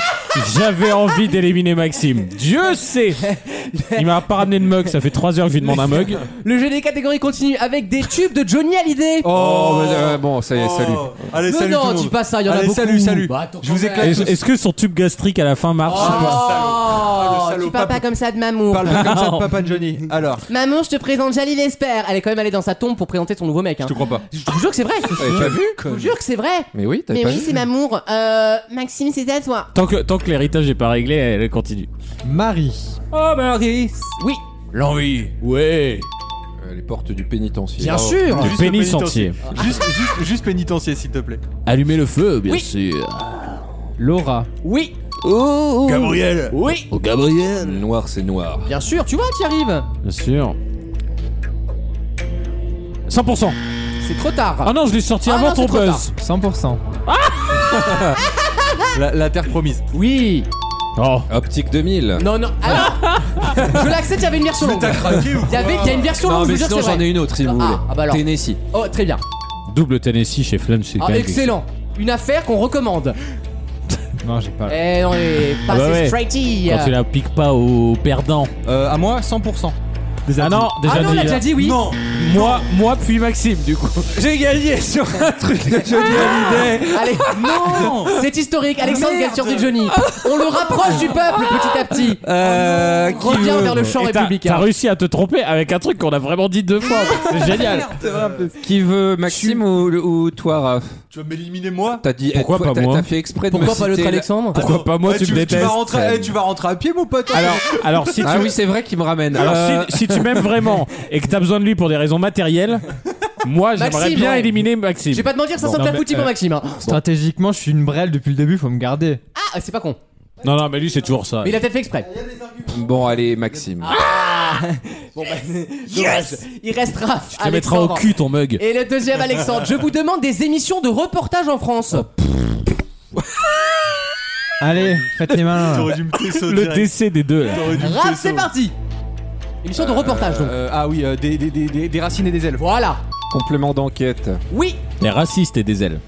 [SPEAKER 4] j'avais envie d'éliminer Maxime. Dieu sait. Il m'a pas ramené de mug, ça fait 3 heures que je lui demande un mug.
[SPEAKER 2] Le jeu des catégories continue avec des tubes de Johnny Hallyday.
[SPEAKER 6] Oh, mais, euh, bon, ça y est, salut.
[SPEAKER 5] Allez,
[SPEAKER 2] non,
[SPEAKER 5] Eh, salut. tout
[SPEAKER 2] non,
[SPEAKER 5] le
[SPEAKER 2] dis
[SPEAKER 5] monde.
[SPEAKER 2] pas ça, il y en a
[SPEAKER 5] Allez,
[SPEAKER 2] beaucoup.
[SPEAKER 5] salut, salut.
[SPEAKER 2] Bah, attends,
[SPEAKER 5] Je vous
[SPEAKER 2] quand même.
[SPEAKER 5] éclate
[SPEAKER 4] Est-ce est-ce que son tube gastrique à la fin marche ou pas
[SPEAKER 5] Ah,
[SPEAKER 2] Oh,
[SPEAKER 5] le salaud.
[SPEAKER 2] tu parles pas comme ça de Mamour.
[SPEAKER 5] Parle pas comme ça de Papa Johnny. Alors,
[SPEAKER 2] Maman, je te présente Jalil Esper. Elle est quand même allée dans sa tombe pour présenter son nouveau mec. hein.
[SPEAKER 5] je te Eh, crois pas.
[SPEAKER 2] Je te jure que c'est vrai.
[SPEAKER 6] T'avais pas vu
[SPEAKER 2] Je te jure que c'est vrai.
[SPEAKER 6] Mais oui, t'avais pas vu
[SPEAKER 2] Mamour. Euh, Maxime, c'est à toi.
[SPEAKER 4] Tant que tant que l'héritage n'est pas réglé, elle continue.
[SPEAKER 3] Marie.
[SPEAKER 2] Oh, Marie. Oui,
[SPEAKER 4] L'envie. Ouais.
[SPEAKER 6] Euh, Les portes du pénitencier.
[SPEAKER 5] Oh,
[SPEAKER 2] bien sûr.
[SPEAKER 4] Du
[SPEAKER 5] Juste le
[SPEAKER 4] pénis
[SPEAKER 5] pénitencier.
[SPEAKER 4] entier.
[SPEAKER 2] Ah.
[SPEAKER 5] Juste, juste, juste pénitencier, s'il te plaît.
[SPEAKER 4] Allumer le feu, bien
[SPEAKER 2] Oui.
[SPEAKER 4] sûr.
[SPEAKER 3] Laura.
[SPEAKER 2] Oui,
[SPEAKER 5] Gabriel.
[SPEAKER 2] oui.
[SPEAKER 4] Oh Gabriel.
[SPEAKER 6] Noir, c'est noir.
[SPEAKER 2] Bien sûr, tu vois, tu y arrives.
[SPEAKER 4] Bien sûr. 100%.
[SPEAKER 2] C'est trop tard.
[SPEAKER 4] Ah non, je l'ai sorti
[SPEAKER 2] Ah
[SPEAKER 4] avant
[SPEAKER 2] non, c'est
[SPEAKER 4] ton
[SPEAKER 2] trop tard.
[SPEAKER 4] buzz.
[SPEAKER 3] 100%.
[SPEAKER 5] La, la terre promise.
[SPEAKER 2] Oui.
[SPEAKER 4] Oh.
[SPEAKER 6] Optique 2000.
[SPEAKER 2] Non, non. Alors, je l'accepte, il y avait une version longue.
[SPEAKER 5] craqué ou
[SPEAKER 2] Il y, avait, il y a une version
[SPEAKER 6] Non,
[SPEAKER 2] longue, je
[SPEAKER 6] mais
[SPEAKER 2] vous jure,
[SPEAKER 6] sinon
[SPEAKER 2] c'est
[SPEAKER 6] j'en
[SPEAKER 2] vrai.
[SPEAKER 6] ai une autre si vous
[SPEAKER 2] Ah,
[SPEAKER 6] voulez.
[SPEAKER 2] ah bah alors.
[SPEAKER 6] Tennessee.
[SPEAKER 2] Oh, très bien.
[SPEAKER 4] Double Tennessee chez Flunch, c'est quand
[SPEAKER 2] Ah,
[SPEAKER 4] même-
[SPEAKER 2] excellent. Une affaire qu'on recommande.
[SPEAKER 3] Non, j'ai pas.
[SPEAKER 2] Eh, on est
[SPEAKER 4] Ah bah
[SPEAKER 2] passé
[SPEAKER 4] ouais.
[SPEAKER 2] straighty.
[SPEAKER 4] Quand tu la piques pas au perdant.
[SPEAKER 5] Euh, à moi, 100%.
[SPEAKER 4] ah non, déjà
[SPEAKER 2] Ah non, on l'a
[SPEAKER 4] dit.
[SPEAKER 2] déjà dit, oui.
[SPEAKER 5] Non.
[SPEAKER 4] Moi, moi puis Maxime du coup.
[SPEAKER 6] J'ai gagné sur un truc de Johnny Hallyday.
[SPEAKER 2] Allez, non C'est historique, Alexandre gagne sur du Johnny. On le rapproche du peuple petit à petit.
[SPEAKER 6] Euh, qui
[SPEAKER 2] Reviens
[SPEAKER 6] veut
[SPEAKER 2] vers le champ
[SPEAKER 4] Et t'as t'as
[SPEAKER 2] républicain. Ah,
[SPEAKER 4] réussi à te tromper avec un truc qu'on a vraiment dit deux fois. C'est génial.
[SPEAKER 6] Qui veut Maxime ou, ou toi, Raph
[SPEAKER 5] Tu vas m'éliminer moi
[SPEAKER 6] T'as dit. eh,
[SPEAKER 4] Pourquoi
[SPEAKER 6] toi,
[SPEAKER 4] pas
[SPEAKER 6] t'as-
[SPEAKER 4] moi
[SPEAKER 6] T'as fait exprès de
[SPEAKER 2] Pourquoi
[SPEAKER 6] me
[SPEAKER 2] pas l'autre
[SPEAKER 6] citer la-
[SPEAKER 2] Alexandre
[SPEAKER 4] Pourquoi pas moi
[SPEAKER 5] Ouais,
[SPEAKER 4] tu, me
[SPEAKER 5] vas
[SPEAKER 4] détestes
[SPEAKER 5] rentrer, eh, tu vas rentrer à pied, mon pote.
[SPEAKER 4] Alors, alors si tu,
[SPEAKER 6] Ah oui, c'est Ah vrai qu'il me ramène.
[SPEAKER 4] alors,
[SPEAKER 6] Euh,
[SPEAKER 4] si, si tu m'aimes vraiment et que t'as besoin de lui pour des raisons matérielles, Moi, j'aimerais
[SPEAKER 2] Maxime,
[SPEAKER 4] bien
[SPEAKER 2] ouais.
[SPEAKER 4] éliminer Maxime.
[SPEAKER 2] Je vais pas te mentir, ça
[SPEAKER 4] Bon,
[SPEAKER 2] sent
[SPEAKER 4] non,
[SPEAKER 2] la
[SPEAKER 4] mais,
[SPEAKER 2] foutie pour
[SPEAKER 4] euh,
[SPEAKER 2] Maxime. hein.
[SPEAKER 3] Stratégiquement, je suis une brêle depuis le début, faut me garder.
[SPEAKER 2] Ah, c'est pas con.
[SPEAKER 4] Non, non, mais lui, c'est toujours ça.
[SPEAKER 2] Mais il a peut-être fait exprès.
[SPEAKER 6] Bon, allez, Maxime.
[SPEAKER 5] Ah,
[SPEAKER 2] Bon, bah, dommage. Il restera.
[SPEAKER 4] Tu te mettras au cul ton mug.
[SPEAKER 2] Et le deuxième, Alexandre. Je vous demande des émissions de reportage en France.
[SPEAKER 3] Allez, faites les malins.
[SPEAKER 7] T'aurais dû me tesso
[SPEAKER 4] Le
[SPEAKER 7] direct.
[SPEAKER 4] décès des deux. là.
[SPEAKER 7] T'aurais dû me
[SPEAKER 2] Rap,
[SPEAKER 7] tesso.
[SPEAKER 2] c'est parti. Émission de reportage, donc.
[SPEAKER 5] Euh, ah oui, euh, des, des, des, des- des racines et des ailes.
[SPEAKER 2] Voilà.
[SPEAKER 6] Complément d'enquête.
[SPEAKER 2] Oui,
[SPEAKER 4] Les racistes et des ailes.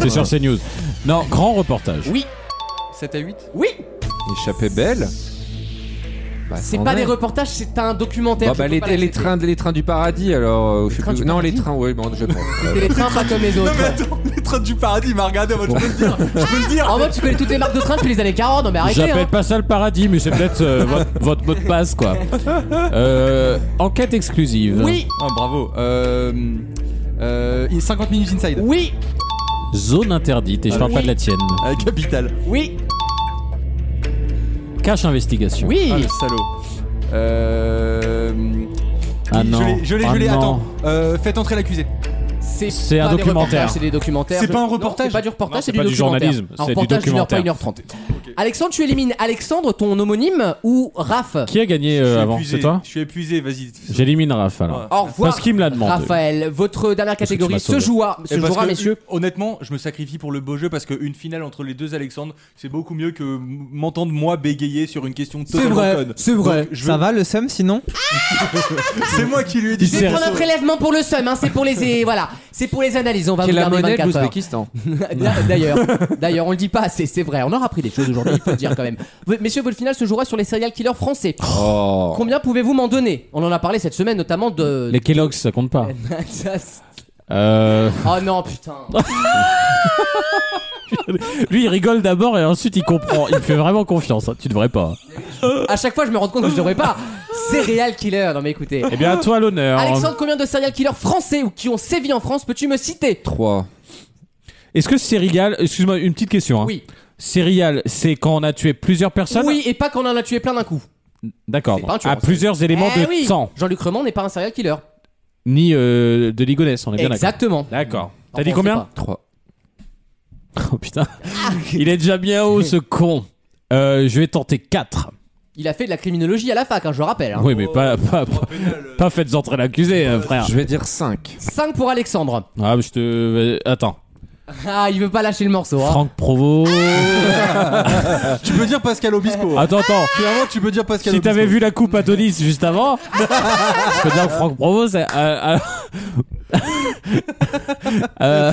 [SPEAKER 4] C'est sur CNews. Non, grand reportage.
[SPEAKER 2] oui,
[SPEAKER 5] 7 à 8
[SPEAKER 2] oui.
[SPEAKER 6] Échappée belle. Bah,
[SPEAKER 2] C'est
[SPEAKER 6] c'en
[SPEAKER 2] pas
[SPEAKER 6] est.
[SPEAKER 2] des reportages, c'est un documentaire.
[SPEAKER 6] Bah,
[SPEAKER 2] je
[SPEAKER 6] bah,
[SPEAKER 2] peux
[SPEAKER 6] les,
[SPEAKER 2] pas
[SPEAKER 6] les
[SPEAKER 2] l'accepter.
[SPEAKER 6] trains, les trains du paradis, alors. euh, je sais
[SPEAKER 2] trains
[SPEAKER 6] plus-
[SPEAKER 2] du
[SPEAKER 6] non, les
[SPEAKER 2] paradis
[SPEAKER 6] trains, oui, bon, je prends. Euh,
[SPEAKER 2] C'était les trains pas comme les autres.
[SPEAKER 7] Non mais attends, les trains du paradis, il m'a regardé en mode, je peux le dire, je peux le dire.
[SPEAKER 2] En mode, tu connais toutes les marques de trains depuis les années 40. Non, mais arrêtez.
[SPEAKER 4] J'appelle
[SPEAKER 2] hein.
[SPEAKER 4] pas ça le paradis, mais c'est peut-être euh, votre, votre mot de passe, quoi. Euh, enquête exclusive.
[SPEAKER 2] Oui,
[SPEAKER 5] Oh, bravo. Euh, euh, il- 50 minutes inside.
[SPEAKER 2] oui,
[SPEAKER 4] Zone interdite, et je parle pas de la tienne.
[SPEAKER 5] Euh, capital.
[SPEAKER 2] oui,
[SPEAKER 4] Cache investigation.
[SPEAKER 5] Ah,
[SPEAKER 2] oui.
[SPEAKER 5] le salaud. Euh,
[SPEAKER 4] Ah
[SPEAKER 5] je
[SPEAKER 4] non.
[SPEAKER 5] l'ai, je l'ai,
[SPEAKER 4] Ah
[SPEAKER 5] je l'ai.
[SPEAKER 4] non.
[SPEAKER 5] Attends, Euh, faites entrer l'accusé.
[SPEAKER 4] C'est
[SPEAKER 2] pas
[SPEAKER 4] un
[SPEAKER 2] des
[SPEAKER 4] documentaire.
[SPEAKER 2] reportages, C'est des documentaires.
[SPEAKER 5] C'est
[SPEAKER 2] Je-
[SPEAKER 5] pas un
[SPEAKER 2] Non,
[SPEAKER 5] reportage
[SPEAKER 2] C'est pas du
[SPEAKER 4] Non,
[SPEAKER 2] reportage,
[SPEAKER 4] c'est
[SPEAKER 2] c'est
[SPEAKER 4] pas du
[SPEAKER 2] documentatage.
[SPEAKER 4] journalisme,
[SPEAKER 2] Un
[SPEAKER 4] c'est du
[SPEAKER 2] reportage d'une heure, pas
[SPEAKER 4] documentaire.
[SPEAKER 2] une heure trente. Alexandre, tu élimines Alexandre, ton homonyme ou Raph
[SPEAKER 4] Qui a gagné
[SPEAKER 7] Je
[SPEAKER 4] euh,
[SPEAKER 7] suis
[SPEAKER 4] avant
[SPEAKER 7] épuisé,
[SPEAKER 4] C'est toi
[SPEAKER 7] Je suis épuisé, vas-y.
[SPEAKER 4] J'élimine Raph alors.
[SPEAKER 7] Ouais.
[SPEAKER 2] Au revoir.
[SPEAKER 4] Parce qu'il me l'a demandé.
[SPEAKER 2] Raphaël, votre dernière
[SPEAKER 4] que tu m'as
[SPEAKER 2] catégorie se
[SPEAKER 4] sauvé.
[SPEAKER 2] joua- se
[SPEAKER 7] Et Eh, parce
[SPEAKER 2] jouera,
[SPEAKER 7] que,
[SPEAKER 2] messieurs.
[SPEAKER 7] Honnêtement, je me sacrifie pour le beau jeu parce qu'une finale entre les deux Alexandre, c'est beaucoup mieux que m- m'entendre moi bégayer sur une question totalement conne.
[SPEAKER 2] c'est vrai.
[SPEAKER 7] Je
[SPEAKER 3] Ça
[SPEAKER 7] veux-
[SPEAKER 3] va le seum sinon
[SPEAKER 7] C'est moi qui lui ai dit.
[SPEAKER 4] Il
[SPEAKER 2] Je
[SPEAKER 7] ça.
[SPEAKER 2] vais
[SPEAKER 4] s'est-
[SPEAKER 2] prendre un prélèvement pour le seum, hein, c'est pour les et voilà, c'est pour les analyses, on va vous
[SPEAKER 6] Quelle est la
[SPEAKER 2] garder
[SPEAKER 6] monnaie de
[SPEAKER 2] 24 heures.
[SPEAKER 6] l'Ouzbékistan
[SPEAKER 2] D'a- D'ailleurs, d'ailleurs, on le dit pas assez, c'est vrai, on aura appris des choses aujourd'hui, il faut le dire quand même. V- Messieurs, votre finale se jouera sur les serial killers français.
[SPEAKER 6] Oh.
[SPEAKER 2] Combien pouvez-vous m'en donner On en a parlé cette semaine notamment de.
[SPEAKER 4] Les Kellogg's, ça compte pas.
[SPEAKER 2] Ça, c'est-
[SPEAKER 4] Euh,
[SPEAKER 2] oh non, putain.
[SPEAKER 4] lui, il rigole d'abord et ensuite il comprend. Il fait vraiment confiance. hein. Tu devrais pas.
[SPEAKER 2] À chaque fois, je me rends compte que je devrais pas. Serial killer, non mais écoutez.
[SPEAKER 4] Eh bien, à toi l'honneur.
[SPEAKER 2] Alexandre, combien de serial killers français ou qui ont sévi en France peux-tu me citer
[SPEAKER 6] 3.
[SPEAKER 4] Est-ce que Serial, excuse-moi, une petite question. hein.
[SPEAKER 2] Oui.
[SPEAKER 4] Serial, c'est quand on a tué plusieurs personnes
[SPEAKER 2] Oui, et pas qu'on en a tué plein d'un coup.
[SPEAKER 4] D'accord.
[SPEAKER 2] C'est
[SPEAKER 4] donc,
[SPEAKER 2] pas un tueur,
[SPEAKER 4] À
[SPEAKER 2] c'est-
[SPEAKER 4] plusieurs éléments
[SPEAKER 2] Eh
[SPEAKER 4] de
[SPEAKER 2] oui.
[SPEAKER 4] sang.
[SPEAKER 2] Jean-Luc Remond n'est pas un serial killer.
[SPEAKER 4] Ni euh, de Ligonesse, on est bien d'accord.
[SPEAKER 2] Exactement.
[SPEAKER 4] D'accord.
[SPEAKER 2] Non,
[SPEAKER 4] T'as dit
[SPEAKER 2] on
[SPEAKER 4] combien
[SPEAKER 2] sait
[SPEAKER 6] 3.
[SPEAKER 4] Oh putain. Il est déjà bien haut ce con. Euh, je vais tenter 4.
[SPEAKER 2] Il a fait de la criminologie à la fac, hein, je rappelle.
[SPEAKER 4] Oui, mais pas, pas, pas,
[SPEAKER 7] Droit pénal, euh,
[SPEAKER 4] pas faites entrer l'accusé, euh, frère.
[SPEAKER 6] Je vais dire 5.
[SPEAKER 2] 5 pour Alexandre.
[SPEAKER 4] Ah, mais je te. euh, Attends.
[SPEAKER 2] Ah, il veut pas lâcher le morceau. Hein.
[SPEAKER 4] Franck Provo.
[SPEAKER 5] Tu peux dire Pascal Obispo.
[SPEAKER 7] Ah.
[SPEAKER 5] hein.
[SPEAKER 4] Attends, attends.
[SPEAKER 5] Clairement, tu peux dire Pascal
[SPEAKER 4] Si
[SPEAKER 5] Obispo.
[SPEAKER 4] t'avais vu la coupe à Tonis juste avant, je peux dire que Franck Provo, c'est. euh, euh, euh,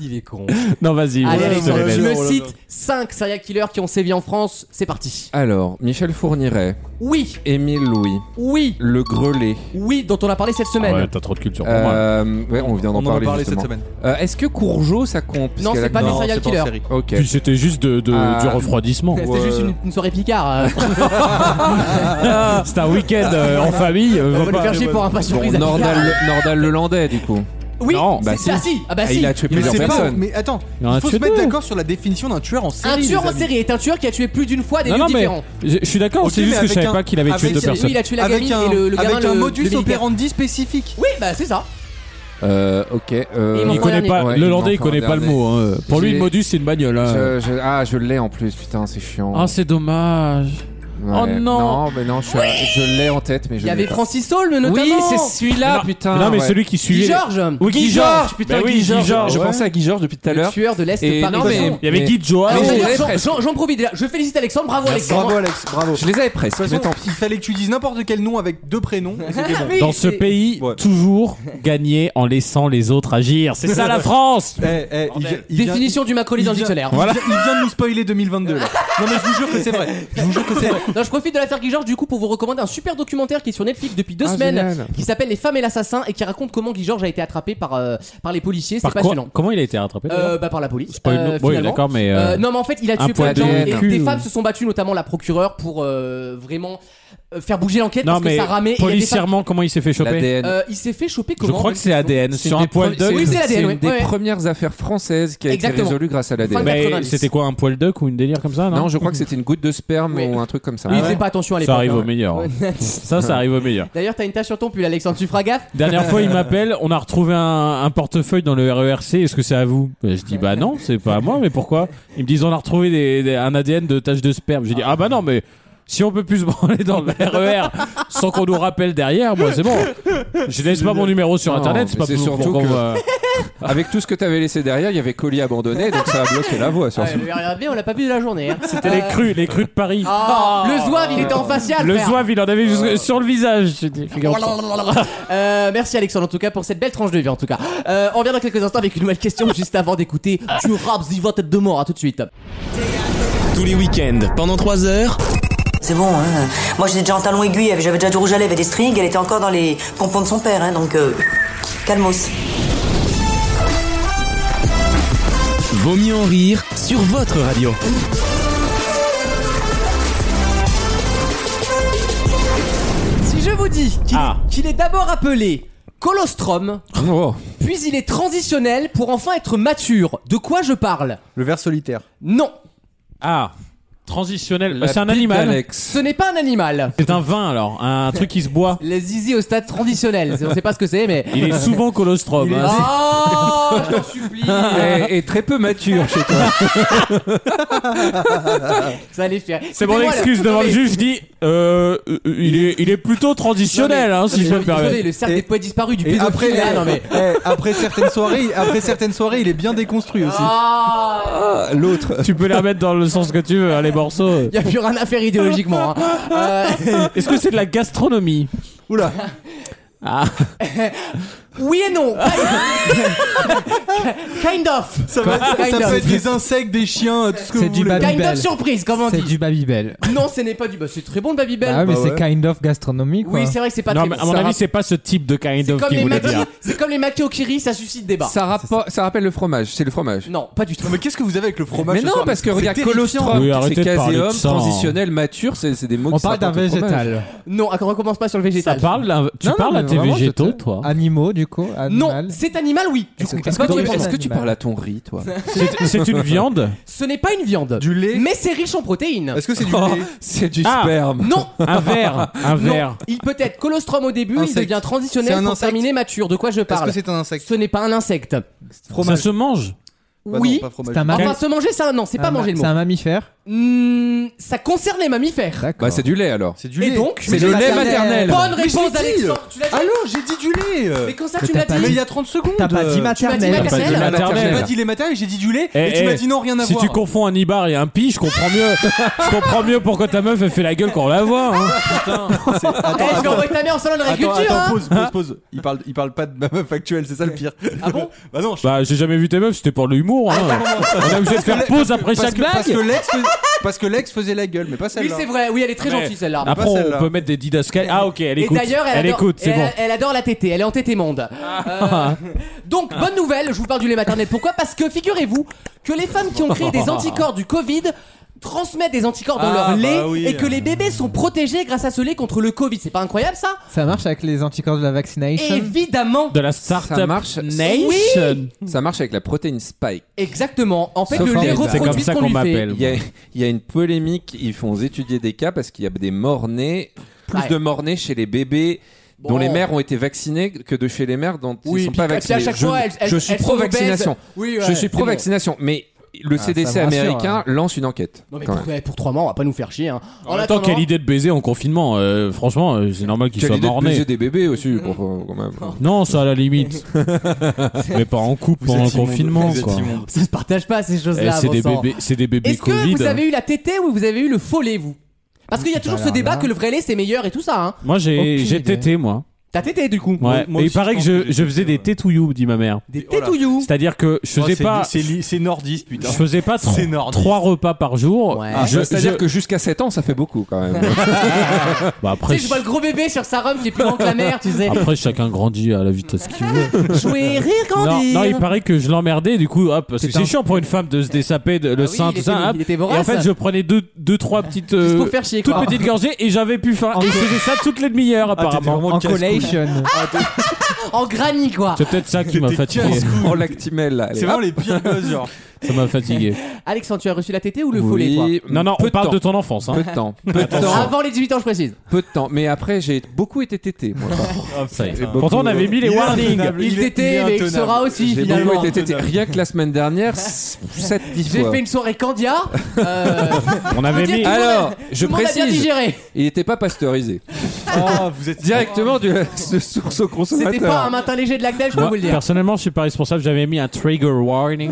[SPEAKER 2] Il est con.
[SPEAKER 4] non, vas-y.
[SPEAKER 2] Allez,
[SPEAKER 4] je te
[SPEAKER 2] Alexandre,
[SPEAKER 4] les
[SPEAKER 2] tu
[SPEAKER 4] laisse.
[SPEAKER 2] me cites 5 serial killers qui ont sévi en France. C'est parti.
[SPEAKER 6] Alors, Michel Fourniret,
[SPEAKER 2] Oui,
[SPEAKER 6] Émile Louis,
[SPEAKER 2] oui,
[SPEAKER 6] Le Grelet.
[SPEAKER 2] oui, dont on a parlé cette
[SPEAKER 4] Ah
[SPEAKER 2] semaine.
[SPEAKER 4] ouais, t'as trop de culture pour moi.
[SPEAKER 6] Euh, ouais, on vient
[SPEAKER 5] On
[SPEAKER 6] d'en
[SPEAKER 5] en a
[SPEAKER 6] parler,
[SPEAKER 5] parlé cette
[SPEAKER 6] justement.
[SPEAKER 5] semaine.
[SPEAKER 6] Euh, Est-ce que Courgeot ça compte
[SPEAKER 2] Non,
[SPEAKER 6] Puisqu'elle
[SPEAKER 2] Ah, c'est
[SPEAKER 6] a-
[SPEAKER 2] pas des
[SPEAKER 5] Non,
[SPEAKER 2] serial
[SPEAKER 5] c'est pas en
[SPEAKER 2] killers.
[SPEAKER 5] série.
[SPEAKER 6] Ok.
[SPEAKER 4] Puis c'était juste de, de-
[SPEAKER 6] Ah.
[SPEAKER 4] du refroidissement.
[SPEAKER 2] C'était juste une, une soirée Picard. hein.
[SPEAKER 4] C'était un week-end euh, en famille. euh,
[SPEAKER 2] on
[SPEAKER 4] va
[SPEAKER 2] va le
[SPEAKER 4] pas-
[SPEAKER 2] faire chier pour un pas
[SPEAKER 6] Bon,
[SPEAKER 2] surprise. à
[SPEAKER 6] Nordal,
[SPEAKER 2] Picard.
[SPEAKER 6] Nordal le Landais, du coup.
[SPEAKER 2] Oui,
[SPEAKER 4] Non,
[SPEAKER 2] c'est
[SPEAKER 6] bah si.
[SPEAKER 2] ah, si. Ah bah
[SPEAKER 6] Ah,
[SPEAKER 2] si.
[SPEAKER 6] il a tué
[SPEAKER 5] Mais
[SPEAKER 6] plusieurs
[SPEAKER 5] c'est pas-
[SPEAKER 6] personnes.
[SPEAKER 5] Mais attends,
[SPEAKER 4] Il y en a
[SPEAKER 5] il faut se
[SPEAKER 4] tué
[SPEAKER 5] mettre
[SPEAKER 4] deux.
[SPEAKER 5] d'accord sur la définition d'un tueur en série.
[SPEAKER 2] Un tueur
[SPEAKER 5] les
[SPEAKER 2] en
[SPEAKER 5] amis.
[SPEAKER 2] série est un tueur qui a tué plus d'une fois des
[SPEAKER 4] Non,
[SPEAKER 2] lieux
[SPEAKER 4] non, mais
[SPEAKER 2] différents.
[SPEAKER 4] je, je suis d'accord,
[SPEAKER 5] Ok,
[SPEAKER 4] c'est juste
[SPEAKER 5] mais
[SPEAKER 4] que
[SPEAKER 5] avec
[SPEAKER 4] je savais
[SPEAKER 5] un-
[SPEAKER 4] pas qu'il avait tué
[SPEAKER 5] avec
[SPEAKER 4] deux
[SPEAKER 5] un-
[SPEAKER 2] Lui,
[SPEAKER 4] personnes.
[SPEAKER 2] il a tué la
[SPEAKER 5] Avec
[SPEAKER 2] gamine
[SPEAKER 5] un,
[SPEAKER 2] et le, le gamin
[SPEAKER 5] avec un
[SPEAKER 2] le- le
[SPEAKER 5] modus
[SPEAKER 2] militaire.
[SPEAKER 5] operandi spécifique.
[SPEAKER 2] Oui, bah c'est ça.
[SPEAKER 6] Euh, ok. euh,
[SPEAKER 2] Et mon
[SPEAKER 4] Il connaît
[SPEAKER 2] dernier.
[SPEAKER 4] pas,
[SPEAKER 6] Ouais,
[SPEAKER 4] le
[SPEAKER 6] il
[SPEAKER 4] landais il
[SPEAKER 6] m'en
[SPEAKER 4] connaît
[SPEAKER 6] fait
[SPEAKER 4] pas le
[SPEAKER 6] regarder.
[SPEAKER 4] mot. hein. Pour lui,
[SPEAKER 6] J'ai-
[SPEAKER 4] le modus c'est une bagnole. hein.
[SPEAKER 6] Je- je- ah, je l'ai en plus, putain, c'est chiant.
[SPEAKER 4] Ah, c'est dommage.
[SPEAKER 6] Ouais.
[SPEAKER 4] oh non.
[SPEAKER 6] Non, mais non, je, suis- je l'ai en tête, mais je
[SPEAKER 2] Il y avait
[SPEAKER 6] l'ai pas.
[SPEAKER 2] Francis Saul notamment.
[SPEAKER 6] Oui, c'est
[SPEAKER 4] Mais
[SPEAKER 6] celui-là,
[SPEAKER 4] non,
[SPEAKER 6] putain.
[SPEAKER 4] mais non, mais
[SPEAKER 6] ouais.
[SPEAKER 4] celui qui suivait.
[SPEAKER 2] Guy Georges.
[SPEAKER 4] Oui, Guy Georges,
[SPEAKER 6] putain,
[SPEAKER 4] Bah oui,
[SPEAKER 6] Guy Georges. Je
[SPEAKER 4] ouais.
[SPEAKER 6] pensais à Guy Georges depuis tout à
[SPEAKER 2] Le
[SPEAKER 6] l'heure.
[SPEAKER 2] tueur de l'Est
[SPEAKER 6] Et
[SPEAKER 2] parisonnier.
[SPEAKER 6] non, mais-
[SPEAKER 4] Il y avait
[SPEAKER 6] Mais-
[SPEAKER 4] Guy Joao.
[SPEAKER 2] Alors,
[SPEAKER 6] Ah,
[SPEAKER 2] d'ailleurs,
[SPEAKER 6] je l'ai
[SPEAKER 2] j'en-
[SPEAKER 6] presque.
[SPEAKER 2] j'en- J'en profite déjà. Je félicite Alexandre. Bravo Alexandre.
[SPEAKER 5] Bravo Alex, bravo.
[SPEAKER 6] Je les avais presque,
[SPEAKER 5] De
[SPEAKER 6] mais
[SPEAKER 5] toute façon,
[SPEAKER 6] tant
[SPEAKER 5] il fallait que tu dises n'importe quel nom avec deux prénoms. et c'était bon.
[SPEAKER 2] Oui,
[SPEAKER 4] Dans ce
[SPEAKER 2] c'est-
[SPEAKER 4] pays,
[SPEAKER 5] Ouais.
[SPEAKER 4] toujours gagner en laissant les autres agir. C'est ça la France
[SPEAKER 5] Eh, eh, il vient- il vient-
[SPEAKER 2] Définition du
[SPEAKER 5] il
[SPEAKER 2] Macronie
[SPEAKER 5] vient-
[SPEAKER 2] dans le dictionnaire.
[SPEAKER 5] Il vient, il vient de nous spoiler 2022. Là. Non mais je vous jure que c'est vrai. Je vous jure que c'est vrai.
[SPEAKER 2] Non, je profite de l'affaire Guy Georges du coup pour vous recommander un super documentaire qui est sur Netflix depuis deux
[SPEAKER 6] Ah,
[SPEAKER 2] semaines
[SPEAKER 6] génial.
[SPEAKER 2] qui s'appelle Les femmes et l'assassin et qui raconte comment Guy Georges a été attrapé par, euh, par les policiers. C'est
[SPEAKER 4] Par quoi
[SPEAKER 2] passionnant.
[SPEAKER 4] Comment il a été rattrapé d'ailleurs
[SPEAKER 2] Euh, bah, par la police.
[SPEAKER 4] Spoil-
[SPEAKER 2] euh,
[SPEAKER 4] Oui,
[SPEAKER 2] finalement.
[SPEAKER 4] d'accord, mais.
[SPEAKER 2] Euh,
[SPEAKER 4] euh,
[SPEAKER 2] non mais en fait il a
[SPEAKER 4] un
[SPEAKER 2] tué plein
[SPEAKER 4] point
[SPEAKER 2] de gens
[SPEAKER 6] de
[SPEAKER 2] et
[SPEAKER 4] cul,
[SPEAKER 2] des
[SPEAKER 4] ou-
[SPEAKER 2] femmes se sont battues notamment la procureure pour euh, vraiment euh, faire bouger l'enquête
[SPEAKER 4] Non,
[SPEAKER 2] parce que
[SPEAKER 4] mais
[SPEAKER 2] ça ramait. et il y avait ça-
[SPEAKER 4] policièrement, comment il s'est fait choper
[SPEAKER 6] L'ADN.
[SPEAKER 2] Euh, il s'est fait choper
[SPEAKER 4] Je
[SPEAKER 2] comment
[SPEAKER 4] crois que c'est ADN. Sur
[SPEAKER 6] une
[SPEAKER 4] un
[SPEAKER 6] des
[SPEAKER 4] poil
[SPEAKER 6] pre-
[SPEAKER 4] d'œuf.
[SPEAKER 2] Oui, c'est l'ADN,
[SPEAKER 6] une
[SPEAKER 2] ouais,
[SPEAKER 6] des
[SPEAKER 2] ouais.
[SPEAKER 6] premières affaires françaises qui a été
[SPEAKER 2] Exactement.
[SPEAKER 6] résolue grâce à l'ADN.
[SPEAKER 2] Fin de-
[SPEAKER 4] Mais
[SPEAKER 2] 90.
[SPEAKER 4] c'était quoi un poil d'œuf ou une délire comme ça Non,
[SPEAKER 6] Non, je crois que c'était une goutte de sperme
[SPEAKER 2] Oui.
[SPEAKER 6] ou un truc comme ça.
[SPEAKER 2] Oui, il faisait pas attention à l'époque.
[SPEAKER 4] Ah ça arrive
[SPEAKER 2] hein.
[SPEAKER 4] au meilleur. hein. Ça, ça arrive au meilleur.
[SPEAKER 2] D'ailleurs, t'as une tache sur ton pull, Alexandre, tu feras gaffe.
[SPEAKER 4] Dernière fois, il m'appelle. On a retrouvé un, un portefeuille dans le RERC. Est-ce que c'est à vous Je dis bah non, c'est pas à moi. Mais pourquoi Ils me disent on a retrouvé des- des- un ADN de taches de sperme. J'ai dit ah bah non, mais si on peut plus se branler dans le RER sans qu'on nous rappelle derrière, moi c'est bon. Je laisse pas mon numéro sur
[SPEAKER 6] Non,
[SPEAKER 4] internet. C'est
[SPEAKER 6] mais
[SPEAKER 4] pas
[SPEAKER 6] c'est
[SPEAKER 4] pour,
[SPEAKER 6] surtout
[SPEAKER 4] pour qu'on
[SPEAKER 6] que-
[SPEAKER 4] va-
[SPEAKER 6] Avec tout ce que t'avais laissé derrière, il y avait colis abandonné, donc ça a bloqué la voie.
[SPEAKER 2] Ah,
[SPEAKER 6] surtout.
[SPEAKER 2] le RRB, on l'a pas vu de la journée. hein.
[SPEAKER 4] C'était les crues, les crues de Paris.
[SPEAKER 2] Ah, le zouave, il était en facial.
[SPEAKER 4] le
[SPEAKER 2] frère.
[SPEAKER 4] zouave, il en avait jusque- sur le visage. J'ai dit, regarde ça.
[SPEAKER 2] Euh, merci Alexandre en tout cas pour cette belle tranche de vie en tout cas. Euh, on revient dans quelques instants avec une nouvelle question juste avant d'écouter du rap Ziva tête de mort à tout de suite.
[SPEAKER 1] Tous les week-ends, pendant 3 heures,
[SPEAKER 9] C'est bon, hein. Moi, j'étais déjà en talon aiguille, j'avais déjà du rouge à lèvres et des strings, elle était encore dans les pompons de son père, hein, donc euh, calmos.
[SPEAKER 1] Vaut mieux en rire sur votre radio.
[SPEAKER 2] Si je vous dis qu'il
[SPEAKER 4] Ah.
[SPEAKER 2] qu'il est d'abord appelé colostrum,
[SPEAKER 6] Oh.
[SPEAKER 2] puis il est transitionnel pour enfin être mature, de quoi je parle
[SPEAKER 5] Le ver solitaire.
[SPEAKER 2] Non,
[SPEAKER 4] Ah, transitionnel.
[SPEAKER 6] La
[SPEAKER 4] C'est un
[SPEAKER 6] bite
[SPEAKER 4] animal.
[SPEAKER 6] d'Alex.
[SPEAKER 2] ce n'est pas un animal.
[SPEAKER 4] C'est un vin alors, un truc qui se boit.
[SPEAKER 2] Les zizi au stade traditionnel, on sait pas ce que c'est mais...
[SPEAKER 4] Il est souvent colostrum. hein.
[SPEAKER 2] Oh, je t'en supplie
[SPEAKER 6] Et, et très peu mature chez toi.
[SPEAKER 2] Ça allait faire.
[SPEAKER 4] C'est mon
[SPEAKER 2] Écoutez-moi, là.
[SPEAKER 4] excuse devant
[SPEAKER 2] Non,
[SPEAKER 4] le
[SPEAKER 2] mais-
[SPEAKER 4] juge. Je dis, euh, euh, il est, il est plutôt transitionnel, hein, si
[SPEAKER 2] Non,
[SPEAKER 4] je
[SPEAKER 2] mais
[SPEAKER 4] peux me
[SPEAKER 2] désolé,
[SPEAKER 4] permettre.
[SPEAKER 2] Le cercle des poètes disparus du
[SPEAKER 5] Et
[SPEAKER 2] pédophile,
[SPEAKER 5] après,
[SPEAKER 2] là, Ah, non mais...
[SPEAKER 5] eh, après certaines soirées, après certaines soirées, il est bien déconstruit aussi.
[SPEAKER 2] Ah.
[SPEAKER 5] L'autre.
[SPEAKER 4] Tu peux les remettre dans le sens que tu veux, hein, les morceaux.
[SPEAKER 2] Il n'y a plus rien à faire idéologiquement. hein. Euh,
[SPEAKER 4] Est-ce que c'est de la gastronomie
[SPEAKER 5] Oula.
[SPEAKER 4] Ah,
[SPEAKER 2] oui et non. kind of.
[SPEAKER 5] Ça, va, ça
[SPEAKER 2] Kind of.
[SPEAKER 5] peut être des insectes, des chiens, tout ce que
[SPEAKER 3] C'est
[SPEAKER 5] vous
[SPEAKER 3] du
[SPEAKER 5] voulez.
[SPEAKER 3] bad-
[SPEAKER 2] Kind of
[SPEAKER 3] Babybel.
[SPEAKER 2] surprise, comment on
[SPEAKER 3] C'est
[SPEAKER 2] dit
[SPEAKER 3] du Babybel.
[SPEAKER 2] Non, ce n'est pas du. Bah, c'est très bon le Babybel.
[SPEAKER 3] Ah, mais
[SPEAKER 5] Bah
[SPEAKER 3] c'est hein.
[SPEAKER 5] ouais.
[SPEAKER 3] kind of gastronomie, quoi.
[SPEAKER 2] oui, c'est vrai que c'est pas
[SPEAKER 4] non,
[SPEAKER 2] très
[SPEAKER 4] mais à
[SPEAKER 2] bon.
[SPEAKER 4] mon
[SPEAKER 2] Ça
[SPEAKER 4] avis,
[SPEAKER 2] rappe-
[SPEAKER 4] c'est pas ce type de kind
[SPEAKER 2] c'est
[SPEAKER 4] of
[SPEAKER 2] comme
[SPEAKER 4] qu'il
[SPEAKER 2] les
[SPEAKER 4] voulait
[SPEAKER 2] maki-
[SPEAKER 4] dire.
[SPEAKER 2] C'est comme les maki au kiri, Ah. ça suscite débat.
[SPEAKER 6] ça, rappo- ça rappelle le fromage. C'est le fromage.
[SPEAKER 2] Non, pas du tout.
[SPEAKER 5] Mais qu'est-ce que vous avez avec le fromage
[SPEAKER 6] Mais
[SPEAKER 5] ce
[SPEAKER 6] non,
[SPEAKER 5] soir
[SPEAKER 6] parce que
[SPEAKER 5] C'est
[SPEAKER 6] regarde,
[SPEAKER 5] terrifiant.
[SPEAKER 6] colostrum,
[SPEAKER 4] Oui, arrêtez
[SPEAKER 6] c'est
[SPEAKER 4] de parler de
[SPEAKER 6] caséum,
[SPEAKER 4] ça.
[SPEAKER 6] transitionnel, mature, c'est c'est des mots
[SPEAKER 3] On
[SPEAKER 6] qui se
[SPEAKER 3] parle d'un
[SPEAKER 6] rapportent au fromage.
[SPEAKER 3] végétal.
[SPEAKER 2] Non, on recommence pas sur le
[SPEAKER 4] Ça
[SPEAKER 2] végétal.
[SPEAKER 4] parle, là- tu
[SPEAKER 3] Non, non,
[SPEAKER 4] parles à
[SPEAKER 3] mais
[SPEAKER 4] tes
[SPEAKER 3] vraiment,
[SPEAKER 4] végétaux,
[SPEAKER 3] je te- Ah,
[SPEAKER 4] toi
[SPEAKER 3] Animaux, du coup animal.
[SPEAKER 2] Non, c'est animal, oui. Du coup,
[SPEAKER 3] Est-ce
[SPEAKER 2] c'est pas
[SPEAKER 3] que-
[SPEAKER 2] du
[SPEAKER 3] est-ce
[SPEAKER 2] répondre.
[SPEAKER 6] Est-ce que tu
[SPEAKER 3] Animal.
[SPEAKER 6] parles à ton riz, toi
[SPEAKER 4] C'est- C'est une viande
[SPEAKER 2] Ce n'est pas une viande.
[SPEAKER 5] Du lait.
[SPEAKER 2] Mais c'est riche en protéines.
[SPEAKER 5] Est-ce que c'est du
[SPEAKER 4] Oh.
[SPEAKER 5] lait
[SPEAKER 6] C'est du
[SPEAKER 4] Ah.
[SPEAKER 6] sperme.
[SPEAKER 2] Non.
[SPEAKER 4] Un verre Un
[SPEAKER 2] Non,
[SPEAKER 4] verre
[SPEAKER 2] il peut être colostrum au début, il
[SPEAKER 5] Insecte.
[SPEAKER 2] devient
[SPEAKER 5] C'est
[SPEAKER 2] transitionnel
[SPEAKER 5] un
[SPEAKER 2] pour
[SPEAKER 5] insecte.
[SPEAKER 2] terminer mature. De quoi je
[SPEAKER 5] Est-ce
[SPEAKER 2] parle
[SPEAKER 5] que c'est un insecte
[SPEAKER 2] Ce n'est pas un insecte.
[SPEAKER 3] Bah,
[SPEAKER 4] Ça se mange
[SPEAKER 5] Bah non,
[SPEAKER 2] oui.
[SPEAKER 5] pas fromage.
[SPEAKER 3] C'est un ma-
[SPEAKER 2] Enfin, se manger, ça, non, c'est pas
[SPEAKER 3] un ma-
[SPEAKER 2] manger le mot.
[SPEAKER 3] Ah, C'est un mammifère.
[SPEAKER 2] Hmm, ça concerne les mammifères.
[SPEAKER 3] D'accord.
[SPEAKER 6] Bah, c'est du lait alors.
[SPEAKER 5] C'est du
[SPEAKER 2] Et
[SPEAKER 5] lait.
[SPEAKER 2] donc,
[SPEAKER 6] C'est le lait maternel.
[SPEAKER 2] bonne
[SPEAKER 5] Mais je l'ai
[SPEAKER 2] réponse
[SPEAKER 5] dit. Ah,
[SPEAKER 2] d'Alexandre. Tu l'as dit.
[SPEAKER 5] Allô, j'ai dit du lait
[SPEAKER 2] Mais
[SPEAKER 5] Mais
[SPEAKER 2] quand ça,
[SPEAKER 3] Mais
[SPEAKER 2] tu
[SPEAKER 3] t'as
[SPEAKER 2] l'as
[SPEAKER 3] pas
[SPEAKER 2] dit. Eh,
[SPEAKER 5] il y a 30 secondes Euh,
[SPEAKER 3] T'as pas dit
[SPEAKER 2] maternelle.
[SPEAKER 3] maternelle.
[SPEAKER 4] Pas
[SPEAKER 2] Maternelle.
[SPEAKER 4] du
[SPEAKER 5] J'ai pas
[SPEAKER 4] maternel.
[SPEAKER 5] dit les matins, j'ai dit du lait,
[SPEAKER 4] Eh,
[SPEAKER 5] et tu
[SPEAKER 4] eh,
[SPEAKER 5] m'as dit non, rien à
[SPEAKER 4] Si
[SPEAKER 5] voir.
[SPEAKER 4] tu confonds un Ibar et un Pi, je comprends mieux. je comprends mieux pourquoi ta meuf elle fait la gueule quand on la voit. hein.
[SPEAKER 2] Eh, je vais envoyer ta mère en salon de
[SPEAKER 5] Attends,
[SPEAKER 2] l'agriculture.
[SPEAKER 5] attends,
[SPEAKER 2] hein.
[SPEAKER 5] pause, pause, pause. Il parle, il parle pas de ma meuf actuelle, c'est ça le pire.
[SPEAKER 2] Ah bon
[SPEAKER 5] Bah non, je...
[SPEAKER 4] Bah, j'ai jamais vu tes meufs, c'était pour l'humour. Hein. on est obligé de faire pause après
[SPEAKER 5] parce,
[SPEAKER 4] chaque
[SPEAKER 5] que, parce,
[SPEAKER 4] blague.
[SPEAKER 5] que l'ex fais- parce que l'ex faisait la gueule, mais pas
[SPEAKER 2] Oui,
[SPEAKER 5] celle-là.
[SPEAKER 2] c'est vrai. Oui, elle est très
[SPEAKER 4] Mais-
[SPEAKER 2] gentille celle-là.
[SPEAKER 4] Après,
[SPEAKER 5] pas
[SPEAKER 4] on
[SPEAKER 5] celle-là.
[SPEAKER 4] peut mettre des didascales. Ah, ok, elle
[SPEAKER 2] Et
[SPEAKER 4] écoute.
[SPEAKER 2] d'ailleurs, elle, adore,
[SPEAKER 4] écoute, c'est
[SPEAKER 2] elle-
[SPEAKER 4] bon.
[SPEAKER 2] elle adore la tétée, elle est en tété monde. Euh, donc, bonne nouvelle, je vous parle du lait maternel. Pourquoi Parce que figurez-vous que les femmes qui ont créé des anticorps du Covid transmettent des anticorps dans
[SPEAKER 5] Ah,
[SPEAKER 2] leur lait
[SPEAKER 5] bah oui.
[SPEAKER 2] et que les bébés sont protégés grâce à ce lait contre le Covid. C'est pas incroyable ça
[SPEAKER 3] Ça marche avec les anticorps de la vaccination.
[SPEAKER 2] Évidemment
[SPEAKER 4] De la start-up
[SPEAKER 6] Ça marche-
[SPEAKER 4] nation.
[SPEAKER 2] Oui.
[SPEAKER 6] Ça marche avec la protéine Spike.
[SPEAKER 2] Exactement. En fait,
[SPEAKER 6] Sauf
[SPEAKER 2] le
[SPEAKER 6] en
[SPEAKER 2] lait
[SPEAKER 6] Belgique.
[SPEAKER 4] C'est comme
[SPEAKER 2] reproduit ce
[SPEAKER 4] ça
[SPEAKER 2] qu'on
[SPEAKER 4] qu'on
[SPEAKER 2] lui fait.
[SPEAKER 4] m'appelle.
[SPEAKER 6] Il y, a, il y a une polémique, ils font étudier des cas parce qu'il y a des morts-nés, plus
[SPEAKER 2] Ouais.
[SPEAKER 6] de morts-nés chez les bébés
[SPEAKER 2] Bon.
[SPEAKER 6] dont les mères ont été vaccinées que de chez les mères dont ils
[SPEAKER 2] Oui,
[SPEAKER 6] ne sont
[SPEAKER 2] puis-
[SPEAKER 6] pas
[SPEAKER 2] puis à
[SPEAKER 6] vaccinées.
[SPEAKER 2] chaque
[SPEAKER 6] je,
[SPEAKER 2] fois, elles- elles-
[SPEAKER 6] je suis
[SPEAKER 2] elles sont
[SPEAKER 6] pro-vaccination.
[SPEAKER 2] obèses. Oui, ouais,
[SPEAKER 6] je suis
[SPEAKER 2] c'est bon.
[SPEAKER 6] pro-vaccination, mais le
[SPEAKER 3] Ah,
[SPEAKER 6] CDC
[SPEAKER 3] ça me rassure,
[SPEAKER 4] hein.
[SPEAKER 6] américain lance une enquête.
[SPEAKER 2] Non mais
[SPEAKER 6] quand
[SPEAKER 2] pour,
[SPEAKER 6] même.
[SPEAKER 2] ouais, pour trois mois, on va pas nous faire chier. Hein. En
[SPEAKER 4] En même temps,
[SPEAKER 2] attendant-
[SPEAKER 4] quelle idée de baiser en confinement euh, Franchement, euh, c'est normal qu'ils
[SPEAKER 6] Quelle
[SPEAKER 4] soient
[SPEAKER 6] idée de
[SPEAKER 4] mornés.
[SPEAKER 6] baiser des bébés aussi, pour- pour- quand même.
[SPEAKER 2] Ah,
[SPEAKER 4] Non, ça à la limite. Mais pas en couple pendant le confinement, quoi.
[SPEAKER 2] Ça se partage pas ces
[SPEAKER 4] Eh,
[SPEAKER 2] choses-là.
[SPEAKER 4] c'est
[SPEAKER 2] bon
[SPEAKER 4] des
[SPEAKER 2] sang.
[SPEAKER 4] bébés, c'est des bébés
[SPEAKER 2] Est-ce que
[SPEAKER 4] Covid. Ah,
[SPEAKER 2] vous avez eu la tétée ou vous avez eu le faux lait, vous Parce qu'il y a toujours ce
[SPEAKER 4] bah
[SPEAKER 3] alors
[SPEAKER 2] débat
[SPEAKER 3] là.
[SPEAKER 2] que le vrai lait c'est meilleur et tout ça. Hein.
[SPEAKER 4] Moi, j'ai
[SPEAKER 3] Aucune
[SPEAKER 4] j'ai
[SPEAKER 3] idée.
[SPEAKER 4] tété, moi.
[SPEAKER 2] T'as tété du coup
[SPEAKER 4] Ouais.
[SPEAKER 7] moi
[SPEAKER 4] Et il
[SPEAKER 7] aussi,
[SPEAKER 4] paraît que
[SPEAKER 7] je pense
[SPEAKER 4] je,
[SPEAKER 7] que j'ai
[SPEAKER 4] je faisais
[SPEAKER 7] fait,
[SPEAKER 4] des
[SPEAKER 7] ouais.
[SPEAKER 4] tétouilloux, dit ma mère.
[SPEAKER 2] Des
[SPEAKER 7] Oh là.
[SPEAKER 2] tétouillous
[SPEAKER 4] C'est à dire que je
[SPEAKER 7] Oh,
[SPEAKER 4] faisais
[SPEAKER 7] c'est-
[SPEAKER 4] pas,
[SPEAKER 7] C'est li- c'est nordiste,
[SPEAKER 4] je
[SPEAKER 7] putain.
[SPEAKER 4] faisais pas
[SPEAKER 7] C'est
[SPEAKER 4] tro-
[SPEAKER 7] nordiste.
[SPEAKER 4] trois repas par jour.
[SPEAKER 2] Ouais. bah,
[SPEAKER 6] Ah,
[SPEAKER 4] Je-
[SPEAKER 6] C'est-à-dire
[SPEAKER 4] je-
[SPEAKER 6] que jusqu'à 7 ans, ça fait beaucoup quand même.
[SPEAKER 4] bah,
[SPEAKER 2] Tu
[SPEAKER 4] après,
[SPEAKER 2] sais, je vois le gros bébé sur sa robe qui est plus grand que la mère, tu sais.
[SPEAKER 4] après chacun grandit à la vitesse qu'il veut.
[SPEAKER 2] Jouer, rire,
[SPEAKER 4] bah, Non,
[SPEAKER 2] grandir.
[SPEAKER 4] non, il paraît que je l'emmerdais, du coup, hop, parce que
[SPEAKER 3] Putain.
[SPEAKER 4] c'est chiant pour une femme de se dessaper de, le
[SPEAKER 2] Ah oui,
[SPEAKER 4] sein,
[SPEAKER 2] il
[SPEAKER 4] tout
[SPEAKER 2] était-
[SPEAKER 4] ça. hop.
[SPEAKER 2] il était
[SPEAKER 4] et en
[SPEAKER 2] vorace.
[SPEAKER 4] fait, je prenais deux, deux trois petites,
[SPEAKER 2] Juste
[SPEAKER 4] euh,
[SPEAKER 2] pour faire chier
[SPEAKER 4] toutes
[SPEAKER 2] quoi.
[SPEAKER 4] petites gorgées et j'avais pu faim. Et je faisais ça toutes les demi-heures,
[SPEAKER 6] Ah,
[SPEAKER 4] apparemment.
[SPEAKER 3] En collation.
[SPEAKER 2] En granny quoi.
[SPEAKER 4] C'est peut-être ça qui m'a fatigué.
[SPEAKER 6] en lactimel, là.
[SPEAKER 7] C'est vraiment les pires gosses, genre.
[SPEAKER 4] Ça m'a fatigué.
[SPEAKER 2] Alexandre, tu as reçu la tétée ou le follet toi
[SPEAKER 4] Non, non,
[SPEAKER 6] peu
[SPEAKER 4] on parle
[SPEAKER 6] de
[SPEAKER 4] de
[SPEAKER 6] temps.
[SPEAKER 4] ton enfance. Hein.
[SPEAKER 6] Peu de temps. Peu de temps.
[SPEAKER 2] Avant les 18 ans, je précise.
[SPEAKER 6] Peu de temps. Mais après, j'ai beaucoup été tété. moi.
[SPEAKER 5] Oh,
[SPEAKER 4] Ça y est.
[SPEAKER 6] J'ai beaucoup- euh,
[SPEAKER 4] Pourtant, on avait mis les
[SPEAKER 7] Il est
[SPEAKER 4] warnings.
[SPEAKER 7] intenable.
[SPEAKER 2] Il
[SPEAKER 7] Il est-
[SPEAKER 2] t'était,
[SPEAKER 7] il est
[SPEAKER 2] mais il
[SPEAKER 7] intenable.
[SPEAKER 2] sera aussi
[SPEAKER 6] J'ai
[SPEAKER 2] finalement.
[SPEAKER 6] beaucoup été tété. Rien que la semaine dernière, 7-10
[SPEAKER 2] J'ai
[SPEAKER 6] fois.
[SPEAKER 2] fait une soirée Candia. euh,
[SPEAKER 4] On
[SPEAKER 2] je veux
[SPEAKER 4] avait
[SPEAKER 2] dire,
[SPEAKER 4] mis.
[SPEAKER 2] tout le monde a-
[SPEAKER 6] Alors, je
[SPEAKER 2] tout le monde a bien
[SPEAKER 6] précise,
[SPEAKER 2] digéré.
[SPEAKER 6] il n'était pas pasteurisé.
[SPEAKER 7] Oh, vous êtes Oh.
[SPEAKER 6] Directement du de source au consommateur.
[SPEAKER 2] C'était pas un matin léger de l'actel, je peux
[SPEAKER 4] Moi,
[SPEAKER 2] vous le dire.
[SPEAKER 4] personnellement, je suis pas responsable. J'avais mis un trigger warning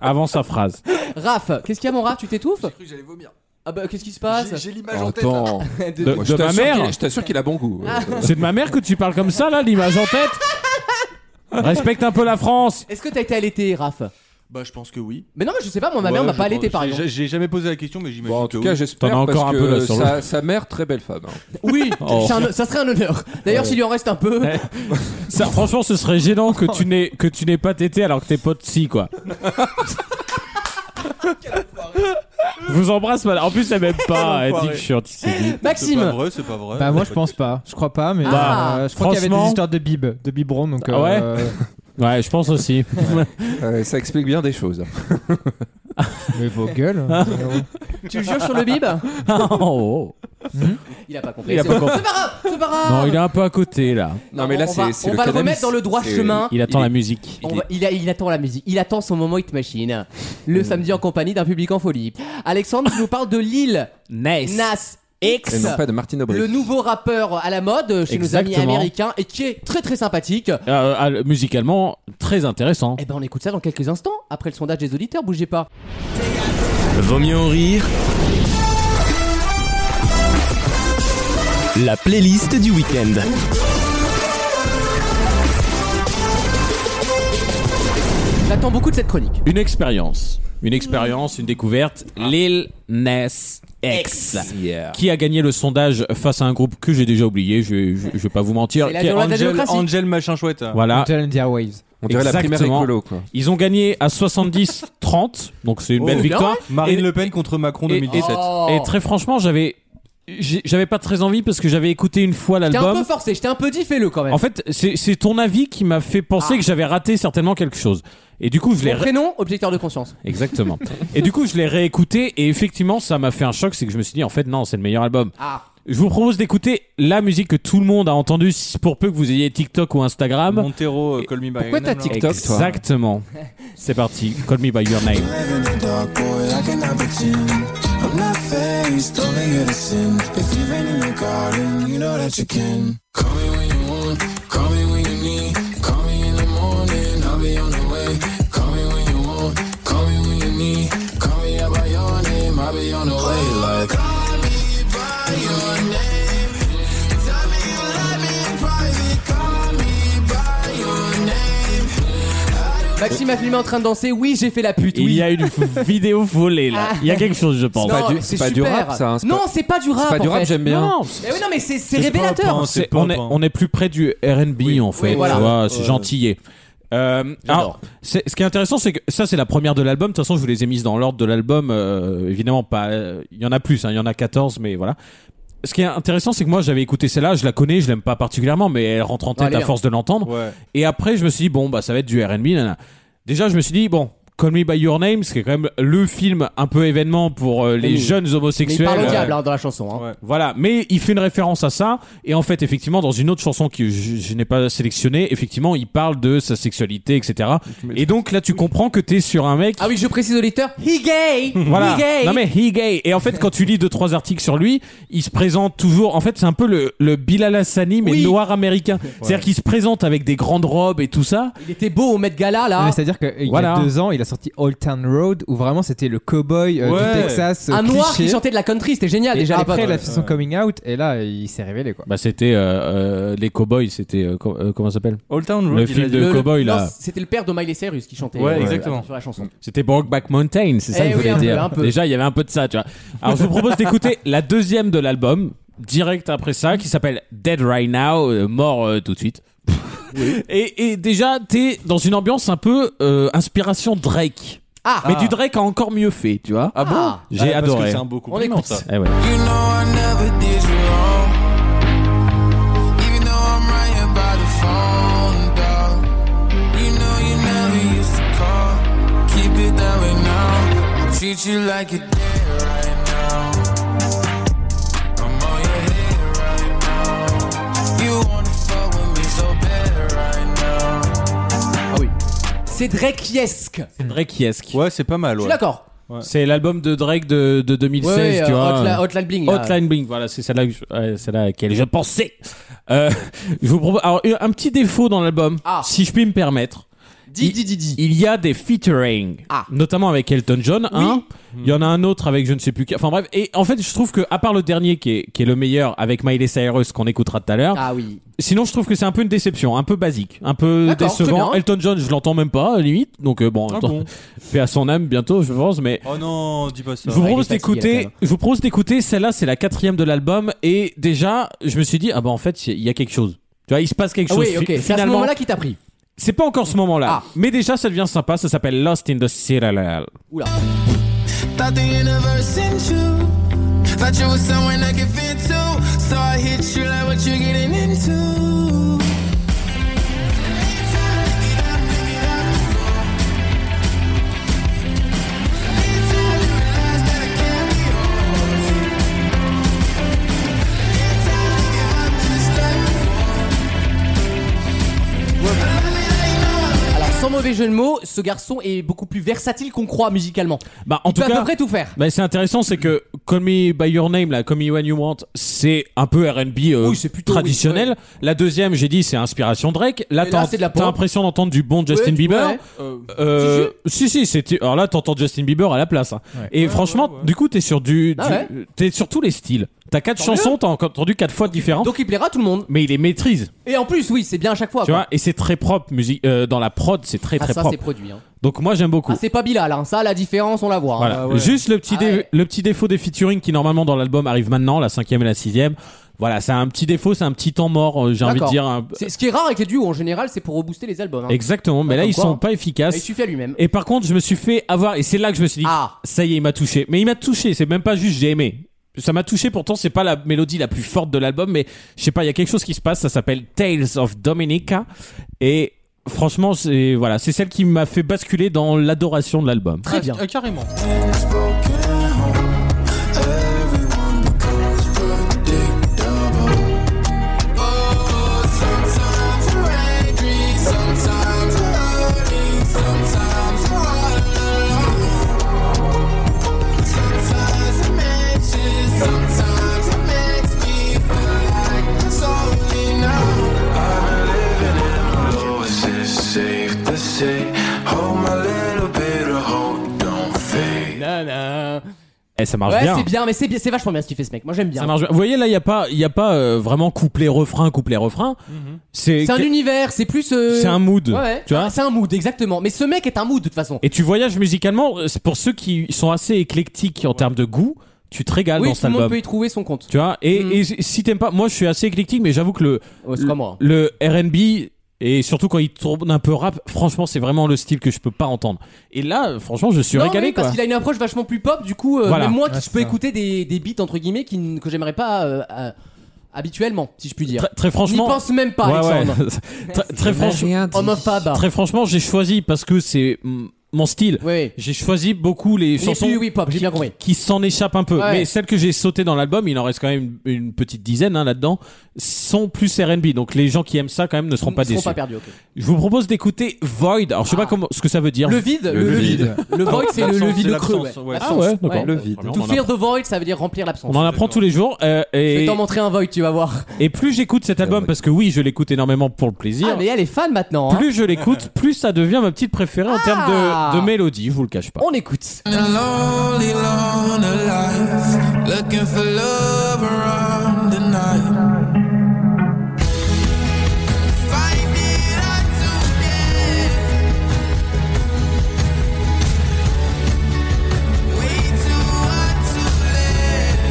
[SPEAKER 4] avant sa phrase.
[SPEAKER 2] Raph, qu'est-ce qu'il y a mon Raph Tu t'étouffes J'ai cru que j'allais vomir. Ah bah qu'est-ce qui se passe
[SPEAKER 7] J'ai l'image en tête.
[SPEAKER 6] Attends.
[SPEAKER 2] De-
[SPEAKER 4] De,
[SPEAKER 6] Moi,
[SPEAKER 4] de
[SPEAKER 6] je
[SPEAKER 4] ma
[SPEAKER 6] t'assure
[SPEAKER 4] mère.
[SPEAKER 6] qu'il- Je t'assure qu'il a bon goût.
[SPEAKER 4] C'est de ma mère que tu parles comme ça, là, l'image en tête. Respecte un peu la France.
[SPEAKER 2] Est-ce que t'as été allaité, Raph
[SPEAKER 7] Bah, je pense que oui.
[SPEAKER 2] Mais non, mais je sais pas, moi ma mère
[SPEAKER 7] Ouais,
[SPEAKER 2] m'a
[SPEAKER 7] je
[SPEAKER 2] pas
[SPEAKER 7] pense-
[SPEAKER 2] allaité par
[SPEAKER 7] j'ai-
[SPEAKER 2] exemple.
[SPEAKER 7] J'ai jamais posé la question, mais j'imagine
[SPEAKER 6] Bon, en
[SPEAKER 7] que
[SPEAKER 6] tout
[SPEAKER 7] oui.
[SPEAKER 6] cas, j'espère
[SPEAKER 4] T'en as
[SPEAKER 6] parce
[SPEAKER 4] encore un peu,
[SPEAKER 6] que
[SPEAKER 4] là, sur le-
[SPEAKER 6] sa, sa mère, très belle femme. hein.
[SPEAKER 2] Oui,
[SPEAKER 4] Oh.
[SPEAKER 2] c'est un- ça serait un honneur. D'ailleurs, s'il lui en reste un peu,
[SPEAKER 4] Ouais. Ça, franchement, ce serait gênant que tu n'aies que tu n'aies pas tété alors que tes potes si quoi. Je vous embrasse, madame. En plus, elle m'aime pas. Elle dit que je suis antisémite.
[SPEAKER 7] C'est pas
[SPEAKER 2] Maxime.
[SPEAKER 7] vrai, c'est pas vrai.
[SPEAKER 3] Bah moi je pense pas, je crois pas, mais
[SPEAKER 2] Bah,
[SPEAKER 3] euh, je crois qu'il y avait des
[SPEAKER 4] franchement-
[SPEAKER 3] histoires de bib, de biberon, donc
[SPEAKER 4] Ah ouais
[SPEAKER 3] euh,
[SPEAKER 4] Ouais, je pense aussi.
[SPEAKER 6] Euh, ça explique bien des choses.
[SPEAKER 3] mais vos gueules. hein,
[SPEAKER 2] tu jures sur le bib
[SPEAKER 4] Oh.
[SPEAKER 2] Il a pas compris.
[SPEAKER 4] Il a
[SPEAKER 2] c'est
[SPEAKER 4] pas
[SPEAKER 2] bon.
[SPEAKER 4] compris.
[SPEAKER 2] C'est pas grave, c'est pas grave.
[SPEAKER 4] Non, il est un peu à côté là.
[SPEAKER 6] Non, mais là,
[SPEAKER 2] on
[SPEAKER 6] c'est-
[SPEAKER 2] va-
[SPEAKER 6] c'est
[SPEAKER 2] On
[SPEAKER 6] le
[SPEAKER 2] va le
[SPEAKER 6] cannabis.
[SPEAKER 2] remettre dans le droit
[SPEAKER 6] C'est-
[SPEAKER 2] chemin.
[SPEAKER 4] Il attend
[SPEAKER 6] est-
[SPEAKER 4] la musique.
[SPEAKER 2] On
[SPEAKER 6] il
[SPEAKER 2] va- il, a- il attend la musique, il attend son moment hit machine.
[SPEAKER 4] Mm.
[SPEAKER 2] Le samedi en compagnie d'un public en folie. Alexandre, tu nous parles de Lille,
[SPEAKER 4] Nice.
[SPEAKER 2] Nas
[SPEAKER 6] Et
[SPEAKER 2] X.
[SPEAKER 6] non pas de Martine Aubry.
[SPEAKER 2] Le nouveau rappeur à la mode chez nos amis
[SPEAKER 4] Exactement.
[SPEAKER 2] américains et qui est très très sympathique.
[SPEAKER 4] Euh, ah, musicalement, très intéressant.
[SPEAKER 2] Eh ben on écoute ça dans quelques instants après le sondage des auditeurs, bougez pas.
[SPEAKER 1] Vaut mieux en rire. La playlist du week-end.
[SPEAKER 2] J'attends beaucoup de cette chronique.
[SPEAKER 4] Une expérience. Une expérience, une découverte.
[SPEAKER 2] Ah.
[SPEAKER 4] Lil Nas X.
[SPEAKER 6] Yeah.
[SPEAKER 4] Qui a gagné le sondage face à un groupe que j'ai déjà oublié, je, vais- je, je vais pas vous mentir.
[SPEAKER 2] C'est la
[SPEAKER 4] Qui a-
[SPEAKER 2] violence de la
[SPEAKER 7] Angel,
[SPEAKER 2] démocratie.
[SPEAKER 7] Angel machin chouette.
[SPEAKER 4] Voilà.
[SPEAKER 3] Challenge Airwaves.
[SPEAKER 6] On dirait la primaire
[SPEAKER 4] Exactement.
[SPEAKER 6] écolo, quoi.
[SPEAKER 4] Ils ont gagné à 70-30, donc c'est une
[SPEAKER 7] Oh,
[SPEAKER 4] belle
[SPEAKER 7] bien,
[SPEAKER 4] victoire.
[SPEAKER 7] Marine
[SPEAKER 4] Et-
[SPEAKER 7] Le Pen contre Macron
[SPEAKER 4] et-
[SPEAKER 7] 2017.
[SPEAKER 2] Oh.
[SPEAKER 4] Et très franchement, j'avais j'ai- j'avais pas très envie parce que j'avais écouté une fois
[SPEAKER 2] J'étais un peu
[SPEAKER 4] l'album.
[SPEAKER 2] forcé, j'étais un peu dit fais-le quand même.
[SPEAKER 4] En fait, c'est c'est ton avis qui m'a fait penser
[SPEAKER 2] Ah.
[SPEAKER 4] que j'avais raté certainement quelque chose. Et du coup, je l'ai
[SPEAKER 2] Mon prénom, objecteur de conscience.
[SPEAKER 4] Exactement. et du coup, je l'ai réécouté et effectivement, ça m'a fait un choc, c'est que je me suis dit en fait non, c'est le meilleur album.
[SPEAKER 2] Ah,
[SPEAKER 4] Je vous propose d'écouter la musique que tout le monde a entendue si- pour peu que vous ayez TikTok ou Instagram.
[SPEAKER 7] Montero, euh, Call Me By Your
[SPEAKER 6] Pourquoi t'as
[SPEAKER 7] Name, là.
[SPEAKER 6] TikTok, toi
[SPEAKER 4] Exactement. C'est parti. Call me by your name.
[SPEAKER 10] dark boy, I cannot pretend. I'm not faced, only here to sin. If you rain in your garden, you know that you can. Call me when you want, call me when you need. Call me in the morning, I'll be on the way. Call me when you want, call me when you need. Call me out by your name, I'll be on the way. Like, call me by your name. Tell me you love me in private. Call me by your name.
[SPEAKER 2] Maxime a filmé en train de danser. Oui, j'ai fait la pute.
[SPEAKER 4] Il
[SPEAKER 2] oui.
[SPEAKER 4] y a une f- vidéo folée
[SPEAKER 6] Ah.
[SPEAKER 4] là. Il y a quelque chose, je pense.
[SPEAKER 2] Non,
[SPEAKER 6] pas du-
[SPEAKER 2] c'est
[SPEAKER 6] c'est pas du
[SPEAKER 2] super.
[SPEAKER 6] rap, ça, hein, c'est
[SPEAKER 2] non,
[SPEAKER 6] pas-
[SPEAKER 2] c'est pas du rap.
[SPEAKER 6] C'est pas
[SPEAKER 2] en
[SPEAKER 6] du rap,
[SPEAKER 2] fait.
[SPEAKER 6] j'aime bien.
[SPEAKER 4] Non,
[SPEAKER 2] Eh oui, non, mais c'est c'est
[SPEAKER 7] C'est pas un
[SPEAKER 2] révélateur.
[SPEAKER 7] pain,
[SPEAKER 4] C'est-
[SPEAKER 7] c'est pas
[SPEAKER 4] on, est,
[SPEAKER 7] un pain.
[SPEAKER 4] on est plus près du R&B en fait,
[SPEAKER 2] Oui,
[SPEAKER 4] tu
[SPEAKER 2] voilà.
[SPEAKER 4] vois, c'est gentillet. Euh, alors, c'est- ce qui est intéressant, c'est que ça, c'est la première de l'album. De toute façon, je vous les ai mises dans l'ordre de l'album. euh, évidemment, pas. euh, Il y en a plus, hein, il y en a 14, mais voilà. Ce qui est intéressant, c'est que moi, j'avais écouté celle-là, je la connais, je l'aime pas particulièrement, mais elle rentre en
[SPEAKER 2] Ah, elle
[SPEAKER 4] tête
[SPEAKER 2] est
[SPEAKER 4] à
[SPEAKER 2] bien.
[SPEAKER 4] force de l'entendre.
[SPEAKER 7] Ouais.
[SPEAKER 4] Et après, je me suis dit, bon, bah, ça va être du RB. nanana. Déjà, je me suis dit, bon, Call Me By Your Name, ce qui est quand même le film un peu événement pour euh, les
[SPEAKER 2] Oui.
[SPEAKER 4] jeunes
[SPEAKER 2] Mais il
[SPEAKER 4] homosexuels.
[SPEAKER 2] parle au
[SPEAKER 4] euh,
[SPEAKER 2] diable hein, dans la chanson. hein.
[SPEAKER 7] Ouais.
[SPEAKER 4] voilà, mais il fait une référence à ça, et en fait, effectivement, dans une autre chanson que je, je n'ai pas sélectionnée, effectivement, il parle de sa sexualité, etc. Et donc là, tu comprends que t'es sur un mec.
[SPEAKER 2] Ah oui, je précise au lecteur, he gay,
[SPEAKER 4] Voilà.
[SPEAKER 2] he gay.
[SPEAKER 4] Non mais he gay. Et en fait, quand tu lis deux trois articles sur lui, il se présente toujours. En fait, c'est un peu le, le Bilal Hassani mais
[SPEAKER 2] Oui.
[SPEAKER 4] noir américain. C'est-à-dire qu'il se présente avec des grandes robes et tout ça.
[SPEAKER 2] Il était beau au Met Gala là.
[SPEAKER 3] Mais c'est à dire qu'il
[SPEAKER 4] Voilà.
[SPEAKER 3] y a deux ans, il a sorti Old Town Road où vraiment c'était le cowboy euh,
[SPEAKER 2] Ouais.
[SPEAKER 3] du Texas. euh,
[SPEAKER 2] Un noir
[SPEAKER 3] cliché.
[SPEAKER 2] qui chantait de la country, c'était génial
[SPEAKER 3] Et
[SPEAKER 2] déjà à
[SPEAKER 3] Après,
[SPEAKER 2] l'époque.
[SPEAKER 3] il a fait son
[SPEAKER 2] Ouais.
[SPEAKER 3] coming out et là, il s'est révélé quoi.
[SPEAKER 4] Bah, c'était euh, euh, les cowboys, c'était euh, co- euh, comment ça s'appelle
[SPEAKER 5] Old Town
[SPEAKER 4] Le film de cowboy
[SPEAKER 2] non,
[SPEAKER 4] là.
[SPEAKER 2] C'était le père de Miley Cyrus qui chantait
[SPEAKER 4] Ouais,
[SPEAKER 2] euh,
[SPEAKER 4] exactement.
[SPEAKER 2] sur la chanson.
[SPEAKER 4] C'était Brokeback Mountain, c'est ça
[SPEAKER 2] Eh oui,
[SPEAKER 4] que je voulais
[SPEAKER 2] un peu,
[SPEAKER 4] dire.
[SPEAKER 2] un peu.
[SPEAKER 4] Déjà, il y avait un peu de ça, tu vois. Alors, je vous propose d'écouter la deuxième de l'album, direct après ça, qui s'appelle Dead Right Now, euh, mort euh, tout de suite. Et, et déjà, t'es dans une ambiance un peu euh, inspiration Drake.
[SPEAKER 2] Ah.
[SPEAKER 4] Mais
[SPEAKER 2] Ah.
[SPEAKER 4] du Drake a encore mieux fait, tu vois.
[SPEAKER 2] Ah bon Ah.
[SPEAKER 4] J'ai
[SPEAKER 2] Ouais, parce
[SPEAKER 4] adoré.
[SPEAKER 2] que c'est un beau compliment, On écoute. ça.
[SPEAKER 4] Eh ouais.
[SPEAKER 10] You know I never did you wrong. Even though I'm right by the phone, dog. You know you never used to call. Keep it that way now. I treat you like you did right now. I'm on your head right now. You wanna fuck with me so bad right now.
[SPEAKER 2] Ah oui. C'est Drake-esque.
[SPEAKER 4] Drake-esque.
[SPEAKER 5] Ouais, c'est pas mal.
[SPEAKER 2] Je suis d'accord.
[SPEAKER 4] C'est l'album de Drake de, de 2016,
[SPEAKER 2] Ouais,
[SPEAKER 4] tu
[SPEAKER 2] euh,
[SPEAKER 4] vois.
[SPEAKER 2] Hotla- Hotline Bling, là.
[SPEAKER 4] Hotline Bling, voilà, c'est celle-là que je- ouais, celle-là à laquelle je pensais. Euh, je vous propose alors, un petit défaut dans l'album,
[SPEAKER 2] Ah.
[SPEAKER 4] si je puis me permettre.
[SPEAKER 2] Dis,
[SPEAKER 4] dis, Il y a des featuring,
[SPEAKER 2] Ah.
[SPEAKER 4] notamment avec Elton John, un. Il y en a un autre avec je ne sais plus qui. Enfin bref, et en fait, je trouve que à part le dernier qui est, qui est le meilleur avec Miley Cyrus qu'on écoutera tout à l'heure.
[SPEAKER 2] Ah oui.
[SPEAKER 4] Sinon, je trouve que c'est un peu une déception, un peu basique, un peu
[SPEAKER 2] D'accord, très
[SPEAKER 4] décevant.
[SPEAKER 2] bien.
[SPEAKER 4] Elton John, je l'entends même pas, limite. Donc euh, bon,
[SPEAKER 5] Ah
[SPEAKER 4] attends,
[SPEAKER 5] bon.
[SPEAKER 4] fait à son âme bientôt, je pense, mais
[SPEAKER 5] Oh non, dis pas ça.
[SPEAKER 4] je vous propose d'écouter. Je vous propose d'écouter. Celle-là, c'est la quatrième de l'album, et déjà, je me suis dit, ah bah en fait, il y a quelque chose. Tu vois, il se passe quelque
[SPEAKER 2] Ah
[SPEAKER 4] chose.
[SPEAKER 2] oui, ok.
[SPEAKER 4] Fi-
[SPEAKER 2] C'est à ce
[SPEAKER 4] finalement-
[SPEAKER 2] moment-là Ah. qui t'a pris.
[SPEAKER 4] C'est pas encore ce moment-là, mais déjà, ça devient sympa. Ça s'appelle Lost in the Serial.
[SPEAKER 2] Oula.
[SPEAKER 10] Thought the universe sent you. Thought you were someone I could fit to. So I hit you like what you getting into.
[SPEAKER 2] Alors sans mauvais jeu de mots, ce garçon est beaucoup plus versatile qu'on croit musicalement.
[SPEAKER 4] Bah en
[SPEAKER 2] il
[SPEAKER 4] tout
[SPEAKER 2] peut à
[SPEAKER 4] cas,
[SPEAKER 2] peu près tout faire.
[SPEAKER 4] Bah, c'est intéressant, c'est que Call Me By Your Name, là, Call Me When You Want, c'est un peu R&B euh, traditionnel. La deuxième, j'ai dit, c'est inspiration Drake. Là,
[SPEAKER 2] Et là,
[SPEAKER 4] t'as
[SPEAKER 2] c'est de la
[SPEAKER 4] t'as
[SPEAKER 2] pop.
[SPEAKER 4] l'impression d'entendre du bon Justin
[SPEAKER 2] Ouais,
[SPEAKER 4] Bieber.
[SPEAKER 2] ouais.
[SPEAKER 4] Euh, si, si, c'était. Alors là, t'entends Justin Bieber à la place. hein. Et franchement, du coup, t'es sur du,
[SPEAKER 2] Ah
[SPEAKER 4] du-
[SPEAKER 2] ouais.
[SPEAKER 4] t'es sur tous les styles. T'as quatre
[SPEAKER 2] Tant mieux.
[SPEAKER 4] chansons, t'as entendu quatre fois différentes.
[SPEAKER 2] Donc il plaira à tout le monde.
[SPEAKER 4] Mais il les maîtrise.
[SPEAKER 2] Et en plus, oui, c'est bien à chaque fois.
[SPEAKER 4] Tu
[SPEAKER 2] quoi.
[SPEAKER 4] vois, et c'est très propre musique euh, dans la prod, c'est très
[SPEAKER 2] bah. Ah,
[SPEAKER 4] très
[SPEAKER 2] ça,
[SPEAKER 4] propre.
[SPEAKER 2] c'est produit, hein.
[SPEAKER 4] Donc moi j'aime beaucoup.
[SPEAKER 2] Ah, c'est pas Bilal, hein. ça la différence on la voit. hein.
[SPEAKER 4] Voilà. Juste le petit, dé- le petit défaut des featuring qui normalement dans l'album arrive maintenant, la cinquième et la sixième. Voilà, c'est un petit défaut, c'est un petit temps mort, euh, j'ai envie de
[SPEAKER 2] D'accord.
[SPEAKER 4] dire. un-
[SPEAKER 2] C'est- Ce qui est rare avec les duos en général, c'est pour rebooster les albums. hein.
[SPEAKER 4] Exactement, mais
[SPEAKER 2] Ah,
[SPEAKER 4] là
[SPEAKER 2] comme
[SPEAKER 4] ils
[SPEAKER 2] quoi,
[SPEAKER 4] sont
[SPEAKER 2] hein.
[SPEAKER 4] pas efficaces.
[SPEAKER 2] Ah, il suffit à lui-même.
[SPEAKER 4] Et par contre, je me suis fait avoir, et c'est là que je me suis dit,
[SPEAKER 2] Ah,
[SPEAKER 4] ça y est, il m'a touché. Mais il m'a touché, c'est même pas juste j'ai aimé. Ça m'a touché, pourtant c'est pas la mélodie la plus forte de l'album, mais je sais pas, il y a quelque chose qui se passe, ça s'appelle Tales of Dominica, et franchement, c'est voilà, c'est celle qui m'a fait basculer dans l'adoration de l'album.
[SPEAKER 2] Très bien.
[SPEAKER 5] carrément.
[SPEAKER 10] Oh, sometimes we're angry, sometimes we're hurting, sometimes we're all alone. Sometimes I'm anxious, sometimes it makes me feel like it's only now. I've been living in my lowest, it's safe to say. Hold my little bit of hope, don't fade.
[SPEAKER 2] Nana.
[SPEAKER 4] Et Eh, ça marche
[SPEAKER 2] Ouais,
[SPEAKER 4] bien.
[SPEAKER 2] c'est bien, mais c'est bien- c'est vachement bien ce qu'il fait ce mec. Moi j'aime bien.
[SPEAKER 4] Ça marche bien. Vous voyez, là, il n'y a pas, il y a pas euh, vraiment couplet-refrain, couplet-refrain. C'est
[SPEAKER 2] Mm-hmm. C'est un univers, c'est plus. euh,
[SPEAKER 4] C'est un mood,
[SPEAKER 2] Ouais, ouais.
[SPEAKER 4] tu vois.
[SPEAKER 2] Ah, C'est un mood, exactement. Mais ce mec est un mood de toute façon.
[SPEAKER 4] Et tu voyages musicalement, euh, c'est pour ceux qui sont assez éclectiques en termes de goût, tu te régales
[SPEAKER 2] oui,
[SPEAKER 4] dans
[SPEAKER 2] tout
[SPEAKER 4] cet
[SPEAKER 2] le monde
[SPEAKER 4] album.
[SPEAKER 2] peut y trouver son compte.
[SPEAKER 4] Tu vois, et, et si t'aimes pas, moi je suis assez éclectique, mais j'avoue que le,
[SPEAKER 2] Mm. c'est pas moi.
[SPEAKER 4] le, RB, et surtout quand il tourne un peu rap, franchement, c'est vraiment le style que je peux pas entendre. Et là, franchement, je suis
[SPEAKER 2] Non,
[SPEAKER 4] régalé
[SPEAKER 2] oui, parce
[SPEAKER 4] quoi.
[SPEAKER 2] qu'il a une approche vachement plus pop, du coup, euh,
[SPEAKER 4] Voilà.
[SPEAKER 2] même moi
[SPEAKER 4] Ouais,
[SPEAKER 2] qui je
[SPEAKER 4] c'est
[SPEAKER 2] peux
[SPEAKER 4] ça.
[SPEAKER 2] écouter des, des beats entre guillemets qui, n- que j'aimerais pas euh, euh, habituellement, si je puis dire.
[SPEAKER 4] Très, très franchement.
[SPEAKER 2] N'y pense même pas,
[SPEAKER 4] Ouais, ouais.
[SPEAKER 2] Alexandre.
[SPEAKER 4] très, très franchement.
[SPEAKER 2] Homophobe.
[SPEAKER 4] Très franchement, j'ai choisi parce que c'est mm, mon style. J'ai choisi beaucoup les, chansons
[SPEAKER 2] plus, oui, pop, j'ai bien compris.
[SPEAKER 4] qui s'en échappent un peu.
[SPEAKER 2] Ouais.
[SPEAKER 4] Mais celles que j'ai sautées dans l'album, il en reste quand même une, une petite dizaine hein, là-dedans, sont plus R&B. Donc les gens qui aiment ça quand même ne seront pas
[SPEAKER 2] Ils seront
[SPEAKER 4] déçus.
[SPEAKER 2] pas perdus, ok.
[SPEAKER 4] Je vous propose d'écouter Void. Alors je sais pas comment, ce que ça veut dire.
[SPEAKER 2] Ah. Le vide, le, le vide. Le void, c'est le, le vide creux. ouais.
[SPEAKER 4] Ah
[SPEAKER 2] L'absence,
[SPEAKER 4] ouais, d'accord.
[SPEAKER 2] To
[SPEAKER 4] On en
[SPEAKER 2] fear the void, ça veut dire remplir l'absence.
[SPEAKER 4] On en apprend tous les jours. euh,
[SPEAKER 2] Je vais
[SPEAKER 4] et,
[SPEAKER 2] t'en montrer Eh un void, tu vas voir.
[SPEAKER 4] et plus j'écoute cet album, parce que oui, je l'écoute énormément pour le plaisir.
[SPEAKER 2] Ah, mais elle est fan maintenant. hein.
[SPEAKER 4] Plus je l'écoute, plus ça devient ma petite préférée en termes
[SPEAKER 2] Ah.
[SPEAKER 4] de mélodie, je vous le cache pas.
[SPEAKER 2] On écoute.
[SPEAKER 10] A lonely, lonely life, looking for love around the night. Find it hard to get. Way too hard to let.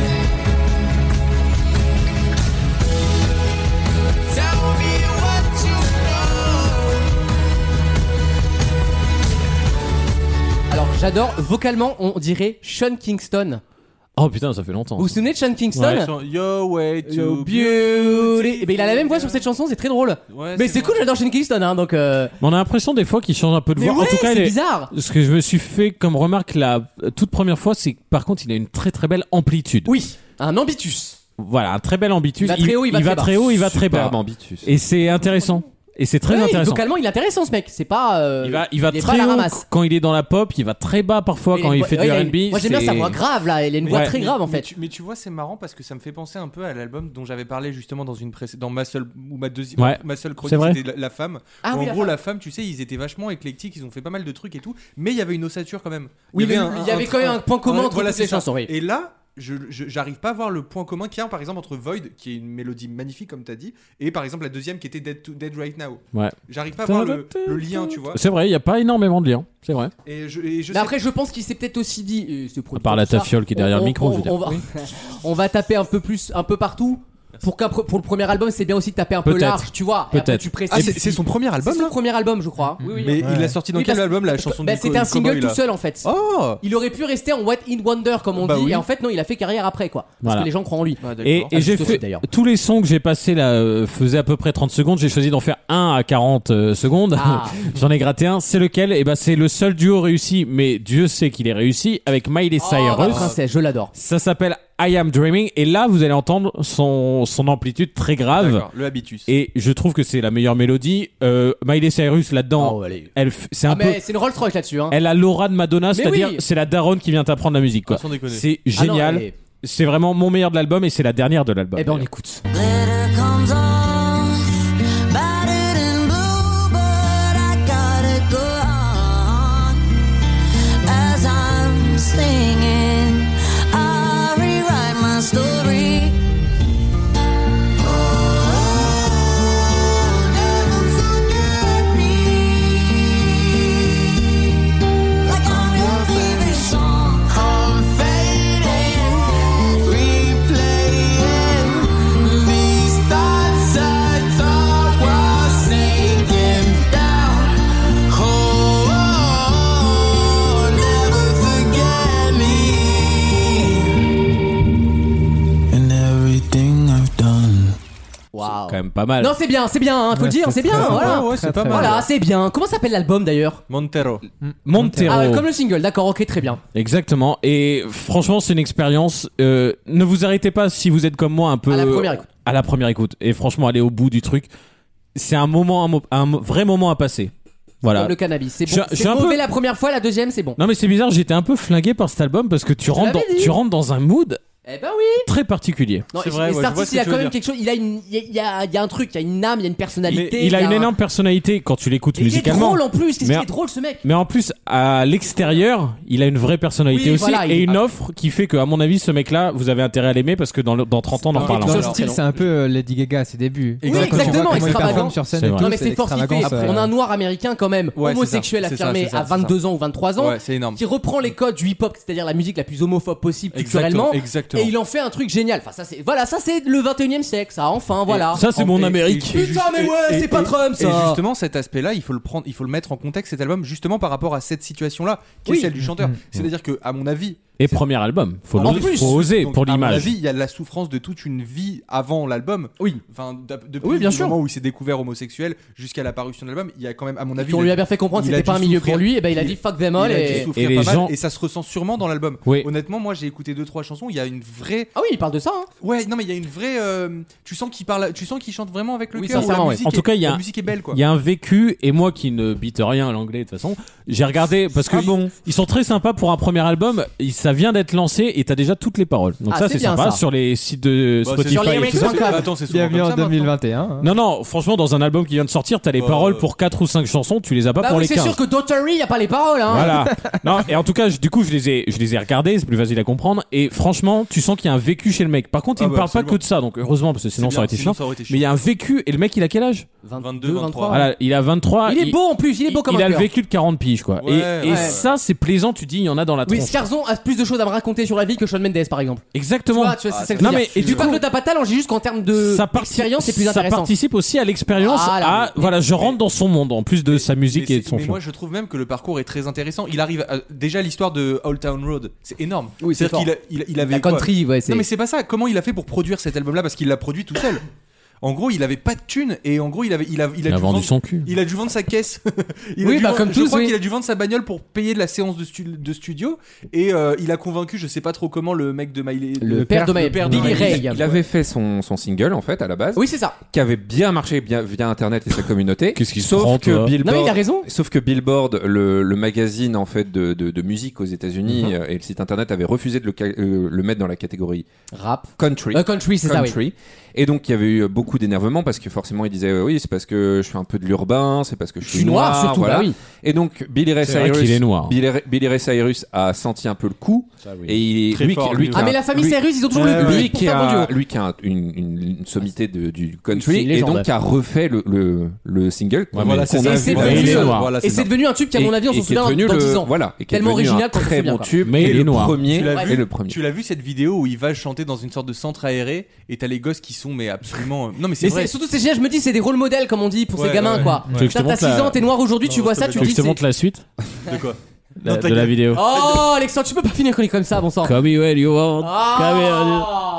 [SPEAKER 10] Tell me what you know.
[SPEAKER 2] Alors j'adore, vocalement on dirait Sean Kingston.
[SPEAKER 4] Oh putain, ça fait longtemps.
[SPEAKER 2] Vous vous souvenez de Sean Kingston
[SPEAKER 7] Son- Yo way to
[SPEAKER 2] Yo, beauty. Eh ben, il a la même voix sur cette chanson, c'est très drôle.
[SPEAKER 7] Ouais,
[SPEAKER 2] mais c'est cool, j'adore Sean Kingston, hein, donc. euh,
[SPEAKER 4] Mais on a l'impression des fois qu'il change un peu de
[SPEAKER 2] Mais
[SPEAKER 4] voix. en
[SPEAKER 2] ouais,
[SPEAKER 4] tout cas, il
[SPEAKER 2] c'est
[SPEAKER 4] est-
[SPEAKER 2] bizarre.
[SPEAKER 4] ce que je me suis fait comme remarque la toute première fois, c'est que par contre, il a une très très belle amplitude.
[SPEAKER 2] Oui, un ambitus.
[SPEAKER 4] Voilà, un très bel ambitus.
[SPEAKER 2] Il va très haut, il va très bas.
[SPEAKER 4] haut, il va très bas.
[SPEAKER 6] Superbe ambitus.
[SPEAKER 4] Et c'est intéressant. Et c'est très
[SPEAKER 2] Ouais,
[SPEAKER 4] intéressant.
[SPEAKER 2] Vocalement, il est intéressant ce mec. C'est pas. euh,
[SPEAKER 4] Il va, il va
[SPEAKER 2] est pas à
[SPEAKER 4] très
[SPEAKER 2] la
[SPEAKER 4] haut
[SPEAKER 2] ramasse.
[SPEAKER 4] quand il est dans la pop, il va très bas parfois
[SPEAKER 2] Mais
[SPEAKER 4] quand
[SPEAKER 2] a
[SPEAKER 4] il
[SPEAKER 2] une
[SPEAKER 4] fait
[SPEAKER 2] voix-
[SPEAKER 4] du
[SPEAKER 2] ouais, il a une-
[SPEAKER 4] R&B.
[SPEAKER 2] Moi j'aime bien
[SPEAKER 4] c'est-
[SPEAKER 2] sa voix grave là, elle a une voix
[SPEAKER 4] Ouais.
[SPEAKER 2] très grave en
[SPEAKER 7] Mais
[SPEAKER 2] fait.
[SPEAKER 7] tu, mais tu vois, c'est marrant parce que ça me fait penser un peu à l'album dont j'avais parlé justement dans une précé- dans ma seule ou ma deuxième
[SPEAKER 4] Ouais.
[SPEAKER 7] ma seule
[SPEAKER 4] C'est
[SPEAKER 7] chronique
[SPEAKER 4] vrai.
[SPEAKER 7] c'était la, la femme.
[SPEAKER 2] Ah
[SPEAKER 7] en
[SPEAKER 2] oui, la
[SPEAKER 7] gros la femme. tu sais, ils étaient vachement éclectiques, ils ont fait pas mal de trucs et tout, mais il y avait une ossature quand même.
[SPEAKER 2] Oui, mais il y avait quand même un point commun entre
[SPEAKER 7] voilà,
[SPEAKER 2] toutes
[SPEAKER 7] c'est
[SPEAKER 2] les
[SPEAKER 7] ça.
[SPEAKER 2] chansons, oui.
[SPEAKER 7] Et là, je je- j'arrive pas à voir le point commun qu'il y a par exemple entre Void qui est une mélodie magnifique comme t'as dit et par exemple la deuxième qui était Dead to Dead Right Now.
[SPEAKER 4] Ouais.
[SPEAKER 7] J'arrive pas à voir le, le lien, tu vois.
[SPEAKER 4] C'est vrai, il n'y a pas énormément de liens. C'est vrai.
[SPEAKER 7] Et je, et je
[SPEAKER 2] Mais
[SPEAKER 7] sais-
[SPEAKER 2] après, je pense qu'il s'est peut-être aussi dit. euh, ce
[SPEAKER 4] À
[SPEAKER 2] producteur,
[SPEAKER 4] part la
[SPEAKER 2] tout ça,
[SPEAKER 4] tafiole qui est derrière
[SPEAKER 2] on-
[SPEAKER 4] le micro,
[SPEAKER 2] on-
[SPEAKER 4] je veux dire.
[SPEAKER 2] On va, on va taper un peu plus, un peu partout. Pour, qu'un pre- pour le premier album, c'est bien aussi de taper un peu
[SPEAKER 4] Peut-être.
[SPEAKER 2] large, tu vois. et après,
[SPEAKER 4] Peut-être.
[SPEAKER 2] tu précises.
[SPEAKER 7] Ah, c'est c'est son premier
[SPEAKER 2] C'est
[SPEAKER 7] album
[SPEAKER 2] son
[SPEAKER 7] là
[SPEAKER 2] premier album, je crois.
[SPEAKER 4] Mm-hmm.
[SPEAKER 2] Oui, oui.
[SPEAKER 7] Mais il a sorti dans
[SPEAKER 2] Oui,
[SPEAKER 7] quel
[SPEAKER 2] parce-
[SPEAKER 7] album la chanson
[SPEAKER 2] Bah,
[SPEAKER 7] du
[SPEAKER 2] c'était un
[SPEAKER 7] co-
[SPEAKER 2] single
[SPEAKER 7] cowboy, là
[SPEAKER 2] tout seul en fait.
[SPEAKER 7] Oh
[SPEAKER 2] Il aurait pu rester en What in Wonder comme on
[SPEAKER 7] Bah
[SPEAKER 2] dit,
[SPEAKER 7] oui.
[SPEAKER 2] et en fait non, il a fait carrière après quoi, parce
[SPEAKER 4] Voilà.
[SPEAKER 2] que les gens croient en lui.
[SPEAKER 4] Et, et
[SPEAKER 2] Ah,
[SPEAKER 4] j'ai
[SPEAKER 2] juste aussi,
[SPEAKER 4] fait Oh,
[SPEAKER 2] d'ailleurs.
[SPEAKER 4] tous les sons que j'ai passés là euh, faisaient à peu près 30 secondes. J'ai choisi d'en faire un à 40 euh, secondes.
[SPEAKER 2] Ah.
[SPEAKER 4] J'en ai gratté un. C'est lequel Et ben c'est le seul duo réussi. Mais Dieu sait qu'il est réussi avec Miley
[SPEAKER 2] Oh, ma
[SPEAKER 4] Cyrus.
[SPEAKER 2] princesse, je l'adore.
[SPEAKER 4] ça s'appelle I Am Dreaming. Et là vous allez entendre son son amplitude très grave.
[SPEAKER 7] D'accord, le habitus.
[SPEAKER 4] Et je trouve que c'est la meilleure mélodie. Euh, Miley Cyrus là-dedans,
[SPEAKER 2] Oh, allez.
[SPEAKER 4] elle f- c'est un
[SPEAKER 2] Ah,
[SPEAKER 4] peu.
[SPEAKER 2] mais c'est une Rolls Royce là-dessus. Hein.
[SPEAKER 4] Elle a l'aura de Madonna, c'est-à-dire
[SPEAKER 2] oui.
[SPEAKER 4] c'est la daronne qui vient t'apprendre la musique. quoi.
[SPEAKER 7] Sans déconner.
[SPEAKER 4] C'est
[SPEAKER 2] Ah, non,
[SPEAKER 4] génial.
[SPEAKER 2] elle est-
[SPEAKER 4] C'est vraiment mon meilleur de l'album et c'est la dernière de l'album.
[SPEAKER 2] Eh ben on écoute.
[SPEAKER 10] Glitter comes off, battered and blue, but I gotta go on. As I'm singing, I rewrite my story. Oh, never forget me. Like I'm your favorite song. I'm fading, replaying these thoughts I thought were sinking down. Oh, never forget me. And everything I've done.
[SPEAKER 2] Waouh.
[SPEAKER 4] quand même pas mal.
[SPEAKER 2] Non, c'est bien, c'est bien, hein, faut le dire, c'est bien, voilà.
[SPEAKER 7] ouais, c'est pas mal.
[SPEAKER 2] Voilà, c'est bien. Comment s'appelle l'album d'ailleurs
[SPEAKER 7] Montero.
[SPEAKER 4] Montero.
[SPEAKER 2] Ah, comme le single, d'accord, ok, très bien.
[SPEAKER 4] Exactement. Et franchement, c'est une expérience. euh, ne vous arrêtez pas si vous êtes comme moi un peu.
[SPEAKER 2] À la première écoute.
[SPEAKER 4] À la première écoute. Et franchement, allez au bout du truc. C'est un moment, un, mo- un mo- vrai moment à passer. Voilà.
[SPEAKER 2] Comme le cannabis, c'est
[SPEAKER 4] Je
[SPEAKER 2] bon.
[SPEAKER 4] suis- je suis
[SPEAKER 2] C'est
[SPEAKER 4] un
[SPEAKER 2] mauvais
[SPEAKER 4] peu-
[SPEAKER 2] la première fois, la deuxième, c'est bon.
[SPEAKER 4] Non mais c'est bizarre, j'étais un peu flingué par cet album parce que tu rentres, dans,
[SPEAKER 2] l'avais dit.
[SPEAKER 4] tu rentres dans un mood
[SPEAKER 2] Eh ben oui.
[SPEAKER 4] très particulier.
[SPEAKER 2] Non,
[SPEAKER 7] C'est
[SPEAKER 2] et- et
[SPEAKER 7] vrai, ouais, je
[SPEAKER 2] Sartis,
[SPEAKER 7] vois ce que
[SPEAKER 2] il a
[SPEAKER 7] tu
[SPEAKER 2] quand
[SPEAKER 7] veux
[SPEAKER 2] même quelque chose. Il a une, il y a- il y a, il y a un truc, il y a une âme, il y a une
[SPEAKER 4] Mais
[SPEAKER 2] personnalité.
[SPEAKER 4] il a une
[SPEAKER 2] un-
[SPEAKER 4] énorme personnalité quand tu l'écoutes
[SPEAKER 2] Et Il est
[SPEAKER 4] musicalement.
[SPEAKER 2] drôle en plus. Qu'est-ce
[SPEAKER 4] Mais
[SPEAKER 2] qu'il
[SPEAKER 4] un-
[SPEAKER 2] est drôle ce mec
[SPEAKER 4] Mais en plus, à l'extérieur, il a une vraie personnalité
[SPEAKER 2] Oui,
[SPEAKER 4] aussi
[SPEAKER 2] voilà,
[SPEAKER 4] et
[SPEAKER 2] il-
[SPEAKER 4] une offre qui fait que, à mon avis, ce mec-là, vous avez intérêt à l'aimer parce que dans, le- dans 30 ans, on en parle
[SPEAKER 3] Dans le
[SPEAKER 4] encore.
[SPEAKER 2] Alors,
[SPEAKER 3] style,
[SPEAKER 2] alors,
[SPEAKER 3] c'est un peu euh, Lady Gaga à ses débuts.
[SPEAKER 7] Oui, exactement,
[SPEAKER 3] Tu vois comment il
[SPEAKER 2] extravagant.
[SPEAKER 3] performe sur scène
[SPEAKER 4] C'est
[SPEAKER 3] et
[SPEAKER 4] vrai.
[SPEAKER 3] tout,
[SPEAKER 2] Non mais c'est fort qu'il fait.
[SPEAKER 3] l'extravagance, euh,
[SPEAKER 2] On a un noir américain quand même,
[SPEAKER 7] Ouais, c'est
[SPEAKER 2] homosexuel
[SPEAKER 7] ça, c'est ça,
[SPEAKER 2] affirmé
[SPEAKER 7] c'est ça,
[SPEAKER 2] à
[SPEAKER 7] c'est ça.
[SPEAKER 2] 22 ans ou 23 ans,
[SPEAKER 7] Ouais, c'est énorme.
[SPEAKER 2] qui reprend les codes du hip-hop, c'est-à-dire la musique la plus homophobe possible culturellement,
[SPEAKER 7] exactement.
[SPEAKER 2] et il en fait un truc génial. Enfin ça c'est voilà ça c'est le 21e siècle ça enfin voilà.
[SPEAKER 4] Ça, c'est mon Amérique.
[SPEAKER 7] et- et-
[SPEAKER 2] Putain, mais
[SPEAKER 7] et-
[SPEAKER 2] ouais,
[SPEAKER 7] et-
[SPEAKER 2] c'est pas
[SPEAKER 7] et-
[SPEAKER 2] Trump, ça.
[SPEAKER 7] Et justement, cet aspect-là, il faut le prendre, il faut le mettre en contexte cet album justement par rapport à cette situation-là, qui
[SPEAKER 2] Oui. Mm-hmm.
[SPEAKER 7] est celle du chanteur. C'est-à-dire que, à mon avis,
[SPEAKER 4] Et premier album. Faut,
[SPEAKER 7] en
[SPEAKER 4] l'oser-
[SPEAKER 7] plus,
[SPEAKER 4] faut oser
[SPEAKER 7] donc,
[SPEAKER 4] pour
[SPEAKER 7] À mon
[SPEAKER 4] l'image.
[SPEAKER 7] avis, il y a de la souffrance de toute une vie avant l'album.
[SPEAKER 2] Oui.
[SPEAKER 7] Enfin, d'ap- depuis
[SPEAKER 2] Oui, bien
[SPEAKER 7] le
[SPEAKER 2] sûr.
[SPEAKER 7] moment où il s'est découvert homosexuel jusqu'à la parution de l'album, il y a quand même, à mon avis,
[SPEAKER 2] on
[SPEAKER 7] il
[SPEAKER 2] lui
[SPEAKER 7] a-
[SPEAKER 2] a bien fait comprendre que
[SPEAKER 7] il a
[SPEAKER 2] c'était pas
[SPEAKER 7] dû
[SPEAKER 2] un milieu pour
[SPEAKER 7] souffrir.
[SPEAKER 2] lui, et ben il a
[SPEAKER 7] Il-
[SPEAKER 2] dit fuck them all
[SPEAKER 7] il a dû
[SPEAKER 2] et
[SPEAKER 7] souffrir
[SPEAKER 4] et les
[SPEAKER 7] pas mal,
[SPEAKER 4] gens-
[SPEAKER 7] et ça se ressent sûrement dans l'album.
[SPEAKER 4] Oui.
[SPEAKER 7] Honnêtement, moi j'ai écouté deux trois chansons, il y a une vraie
[SPEAKER 2] ah oui il parle de ça. hein.
[SPEAKER 7] Ouais, non mais il y a une vraie. euh, tu sens qu'il parle, tu sens qu'il chante vraiment avec le
[SPEAKER 2] Oui,
[SPEAKER 7] cœur. ou
[SPEAKER 2] sincèrement,
[SPEAKER 7] la
[SPEAKER 2] ouais.
[SPEAKER 7] musique
[SPEAKER 4] En tout
[SPEAKER 7] est-
[SPEAKER 4] cas, il y a-
[SPEAKER 7] la musique est belle quoi.
[SPEAKER 4] Il y a un vécu, et moi qui ne bite rien à l'anglais de toute façon, j'ai regardé parce que
[SPEAKER 7] Ah bon
[SPEAKER 4] ils sont très sympas pour un premier album. Ils, ça vient d'être lancé et t'as déjà toutes les paroles. Donc
[SPEAKER 2] Ah,
[SPEAKER 4] ça
[SPEAKER 2] c'est
[SPEAKER 4] c'est
[SPEAKER 2] bien,
[SPEAKER 4] sympa
[SPEAKER 2] ça.
[SPEAKER 4] sur les sites de
[SPEAKER 2] Bah, c'est
[SPEAKER 4] Spotify.
[SPEAKER 2] sur les
[SPEAKER 4] et tout
[SPEAKER 2] lyrics.
[SPEAKER 4] ça.
[SPEAKER 2] Comme ça.
[SPEAKER 7] Attends, c'est souvent
[SPEAKER 3] Bienvenue
[SPEAKER 7] comme
[SPEAKER 3] en
[SPEAKER 7] ça, maintenant.
[SPEAKER 3] 2021. hein.
[SPEAKER 4] Non non, franchement dans un album qui vient de sortir, t'as les
[SPEAKER 7] Bah,
[SPEAKER 4] paroles
[SPEAKER 7] euh.
[SPEAKER 4] pour 4 ou 5 chansons, tu les as pas
[SPEAKER 2] Bah
[SPEAKER 4] pour
[SPEAKER 2] oui,
[SPEAKER 4] les
[SPEAKER 2] c'est
[SPEAKER 4] 15.
[SPEAKER 2] sûr que Dottery, y a pas les paroles, hein.
[SPEAKER 4] Voilà. non, et en tout cas, je- du coup, je les ai, je les ai regardés, c'est plus facile à comprendre. Et franchement, tu sens qu'il y a un vécu chez le mec. Par contre, il
[SPEAKER 7] Ah
[SPEAKER 4] ne
[SPEAKER 7] bah,
[SPEAKER 4] parle pas
[SPEAKER 7] absolument.
[SPEAKER 4] que de ça, donc heureusement, parce que sinon,
[SPEAKER 7] C'est
[SPEAKER 4] ça aurait
[SPEAKER 7] bien,
[SPEAKER 4] été
[SPEAKER 7] sinon,
[SPEAKER 4] chiant.
[SPEAKER 7] ça aurait été chiant.
[SPEAKER 4] Mais il y a un vécu, et le mec, il a quel âge
[SPEAKER 7] 22, 23.
[SPEAKER 4] Voilà, il a 23.
[SPEAKER 2] Il est beau en plus, il est beau comme
[SPEAKER 4] il
[SPEAKER 2] un
[SPEAKER 4] a le
[SPEAKER 2] cœur.
[SPEAKER 4] vécu de 40 piges, quoi.
[SPEAKER 7] Ouais,
[SPEAKER 4] et et
[SPEAKER 7] ouais.
[SPEAKER 4] ça, c'est plaisant, tu dis, il y en a dans la
[SPEAKER 2] Oui,
[SPEAKER 4] tronche.
[SPEAKER 2] Scarzon a plus de choses à me raconter sur la vie que Sean Mendes, par exemple. Tu
[SPEAKER 4] Exactement.
[SPEAKER 2] vois, tu vois, c'est ça que
[SPEAKER 4] non,
[SPEAKER 2] je veux
[SPEAKER 4] mais
[SPEAKER 2] dire.
[SPEAKER 4] et du
[SPEAKER 2] Je parle
[SPEAKER 4] coup,
[SPEAKER 2] de ta patate, j'ai juste qu'en termes de
[SPEAKER 4] ça, part-
[SPEAKER 2] expérience, c'est plus
[SPEAKER 4] ça
[SPEAKER 2] intéressant.
[SPEAKER 4] participe aussi à l'expérience.
[SPEAKER 2] Voilà.
[SPEAKER 4] à, voilà, je rentre dans son monde, en plus de sa musique
[SPEAKER 7] mais
[SPEAKER 4] et de
[SPEAKER 7] c'est-
[SPEAKER 4] son
[SPEAKER 7] mais
[SPEAKER 4] film.
[SPEAKER 7] moi je trouve même que le parcours est très intéressant. Il arrive à- déjà l'histoire de Old Town Road, c'est énorme.
[SPEAKER 2] Oui, c'est
[SPEAKER 7] C'est-à-dire qu'il a- il, il avait
[SPEAKER 2] La
[SPEAKER 7] quoi
[SPEAKER 2] country, ouais, c'est.
[SPEAKER 7] Non mais c'est pas ça. Comment il a fait pour produire cet album-là Parce qu'il l'a produit tout seul. En gros, il avait pas de thunes et en gros, il avait, il a, il a
[SPEAKER 4] Il a
[SPEAKER 7] dû
[SPEAKER 4] vendu
[SPEAKER 7] vendre-
[SPEAKER 4] son cul.
[SPEAKER 7] Il a dû vendre sa caisse. Il a
[SPEAKER 2] Oui,
[SPEAKER 7] dû
[SPEAKER 2] bah,
[SPEAKER 7] vendre-
[SPEAKER 2] comme
[SPEAKER 7] je
[SPEAKER 2] tous,
[SPEAKER 7] crois
[SPEAKER 2] oui.
[SPEAKER 7] qu'il a dû vendre sa bagnole pour payer la séance de, stu- de studio et euh, il a convaincu, je sais pas trop comment, le mec de Miley.
[SPEAKER 2] Le père de Miley,
[SPEAKER 7] père
[SPEAKER 2] Billy Ray.
[SPEAKER 6] Il avait fait son, son single en fait à la base,
[SPEAKER 2] Oui, c'est ça.
[SPEAKER 6] qui avait bien marché bien, via internet et sa communauté.
[SPEAKER 4] Qu'est-ce qu'il se
[SPEAKER 6] sauf
[SPEAKER 4] prend, toi
[SPEAKER 6] que Billboard,
[SPEAKER 2] Non, mais il a raison.
[SPEAKER 6] Sauf que Billboard, le, le magazine en fait de, de- de musique aux États-Unis
[SPEAKER 2] Mhm.
[SPEAKER 6] euh, et le site internet avait refusé de le, ca- euh, le mettre dans la catégorie
[SPEAKER 2] Rap.
[SPEAKER 6] country.
[SPEAKER 2] Euh, country, c'est ça, oui.
[SPEAKER 6] country. Et donc il y avait eu beaucoup d'énervement parce que forcément il disait euh, oui c'est parce que je fais un peu de l'urbain, c'est parce que je suis, noir,
[SPEAKER 2] surtout,
[SPEAKER 6] voilà.
[SPEAKER 2] bah oui.
[SPEAKER 6] Et donc Billy Ray
[SPEAKER 4] C'est vrai
[SPEAKER 6] Cyrus,
[SPEAKER 4] qu'il est noir.
[SPEAKER 6] Billy, Ray- Billy Ray Cyrus a senti un peu le coup et il est
[SPEAKER 7] Très
[SPEAKER 6] lui, qui-
[SPEAKER 7] fort,
[SPEAKER 6] lui
[SPEAKER 7] lui.
[SPEAKER 6] qui
[SPEAKER 2] Ah,
[SPEAKER 6] a-
[SPEAKER 2] mais la famille
[SPEAKER 6] lui-
[SPEAKER 2] Cyrus, ils ont toujours le
[SPEAKER 6] lui
[SPEAKER 2] public pour
[SPEAKER 6] qui
[SPEAKER 2] faire
[SPEAKER 6] a,
[SPEAKER 2] bon Dieu.
[SPEAKER 6] lui qui a une, une- une sommité de- du
[SPEAKER 2] C'est
[SPEAKER 6] country
[SPEAKER 2] une
[SPEAKER 6] et
[SPEAKER 2] légende.
[SPEAKER 6] donc qui a refait le, le, le single qu'on-
[SPEAKER 4] voilà,
[SPEAKER 6] qu'on
[SPEAKER 2] Et
[SPEAKER 6] a
[SPEAKER 2] c'est
[SPEAKER 6] vu.
[SPEAKER 4] Ouais, il
[SPEAKER 2] devenu,
[SPEAKER 4] est noir.
[SPEAKER 2] euh, et c'est devenu un tube qui, à mon avis, on
[SPEAKER 6] Et-
[SPEAKER 2] s'en
[SPEAKER 6] et qui est
[SPEAKER 2] souvient dans
[SPEAKER 6] devenu le-
[SPEAKER 2] 10 ans.
[SPEAKER 6] Voilà, et qui est
[SPEAKER 2] Tellement
[SPEAKER 6] devenu
[SPEAKER 2] original
[SPEAKER 6] un
[SPEAKER 2] qu'on s'en
[SPEAKER 6] très
[SPEAKER 2] souvient,
[SPEAKER 6] bon
[SPEAKER 2] quoi.
[SPEAKER 6] tube.
[SPEAKER 4] Mais il
[SPEAKER 6] et
[SPEAKER 4] est
[SPEAKER 6] le
[SPEAKER 4] noir.
[SPEAKER 6] premier,
[SPEAKER 7] Tu l'as
[SPEAKER 6] et
[SPEAKER 7] vu
[SPEAKER 6] le premier.
[SPEAKER 7] Tu l'as vu cette vidéo où il va chanter dans une sorte de centre aéré et t'as les gosses qui sont mais absolument. euh, Non mais c'est
[SPEAKER 2] Mais
[SPEAKER 7] vrai.
[SPEAKER 2] c'est- surtout, ces gens, je me dis, c'est des rôles modèles, comme on dit, pour ces
[SPEAKER 7] Ouais,
[SPEAKER 2] gamins,
[SPEAKER 7] ouais,
[SPEAKER 2] quoi.
[SPEAKER 4] Tu veux que je te
[SPEAKER 2] Putain, T'as
[SPEAKER 4] montre
[SPEAKER 2] 6
[SPEAKER 4] la-
[SPEAKER 2] ans, t'es noir aujourd'hui, tu vois ça, tu
[SPEAKER 4] Tu veux que
[SPEAKER 2] dis.
[SPEAKER 4] je te
[SPEAKER 2] c'est-
[SPEAKER 4] montre la suite
[SPEAKER 7] De quoi
[SPEAKER 2] Euh,
[SPEAKER 4] la-
[SPEAKER 7] Dans ta
[SPEAKER 4] de la
[SPEAKER 7] gueule.
[SPEAKER 4] vidéo
[SPEAKER 2] Oh, Alexandre, tu peux pas finir chronique comme ça, bon sang.
[SPEAKER 4] Come here, you want.
[SPEAKER 2] Oh.
[SPEAKER 4] Come here, you-
[SPEAKER 2] Ah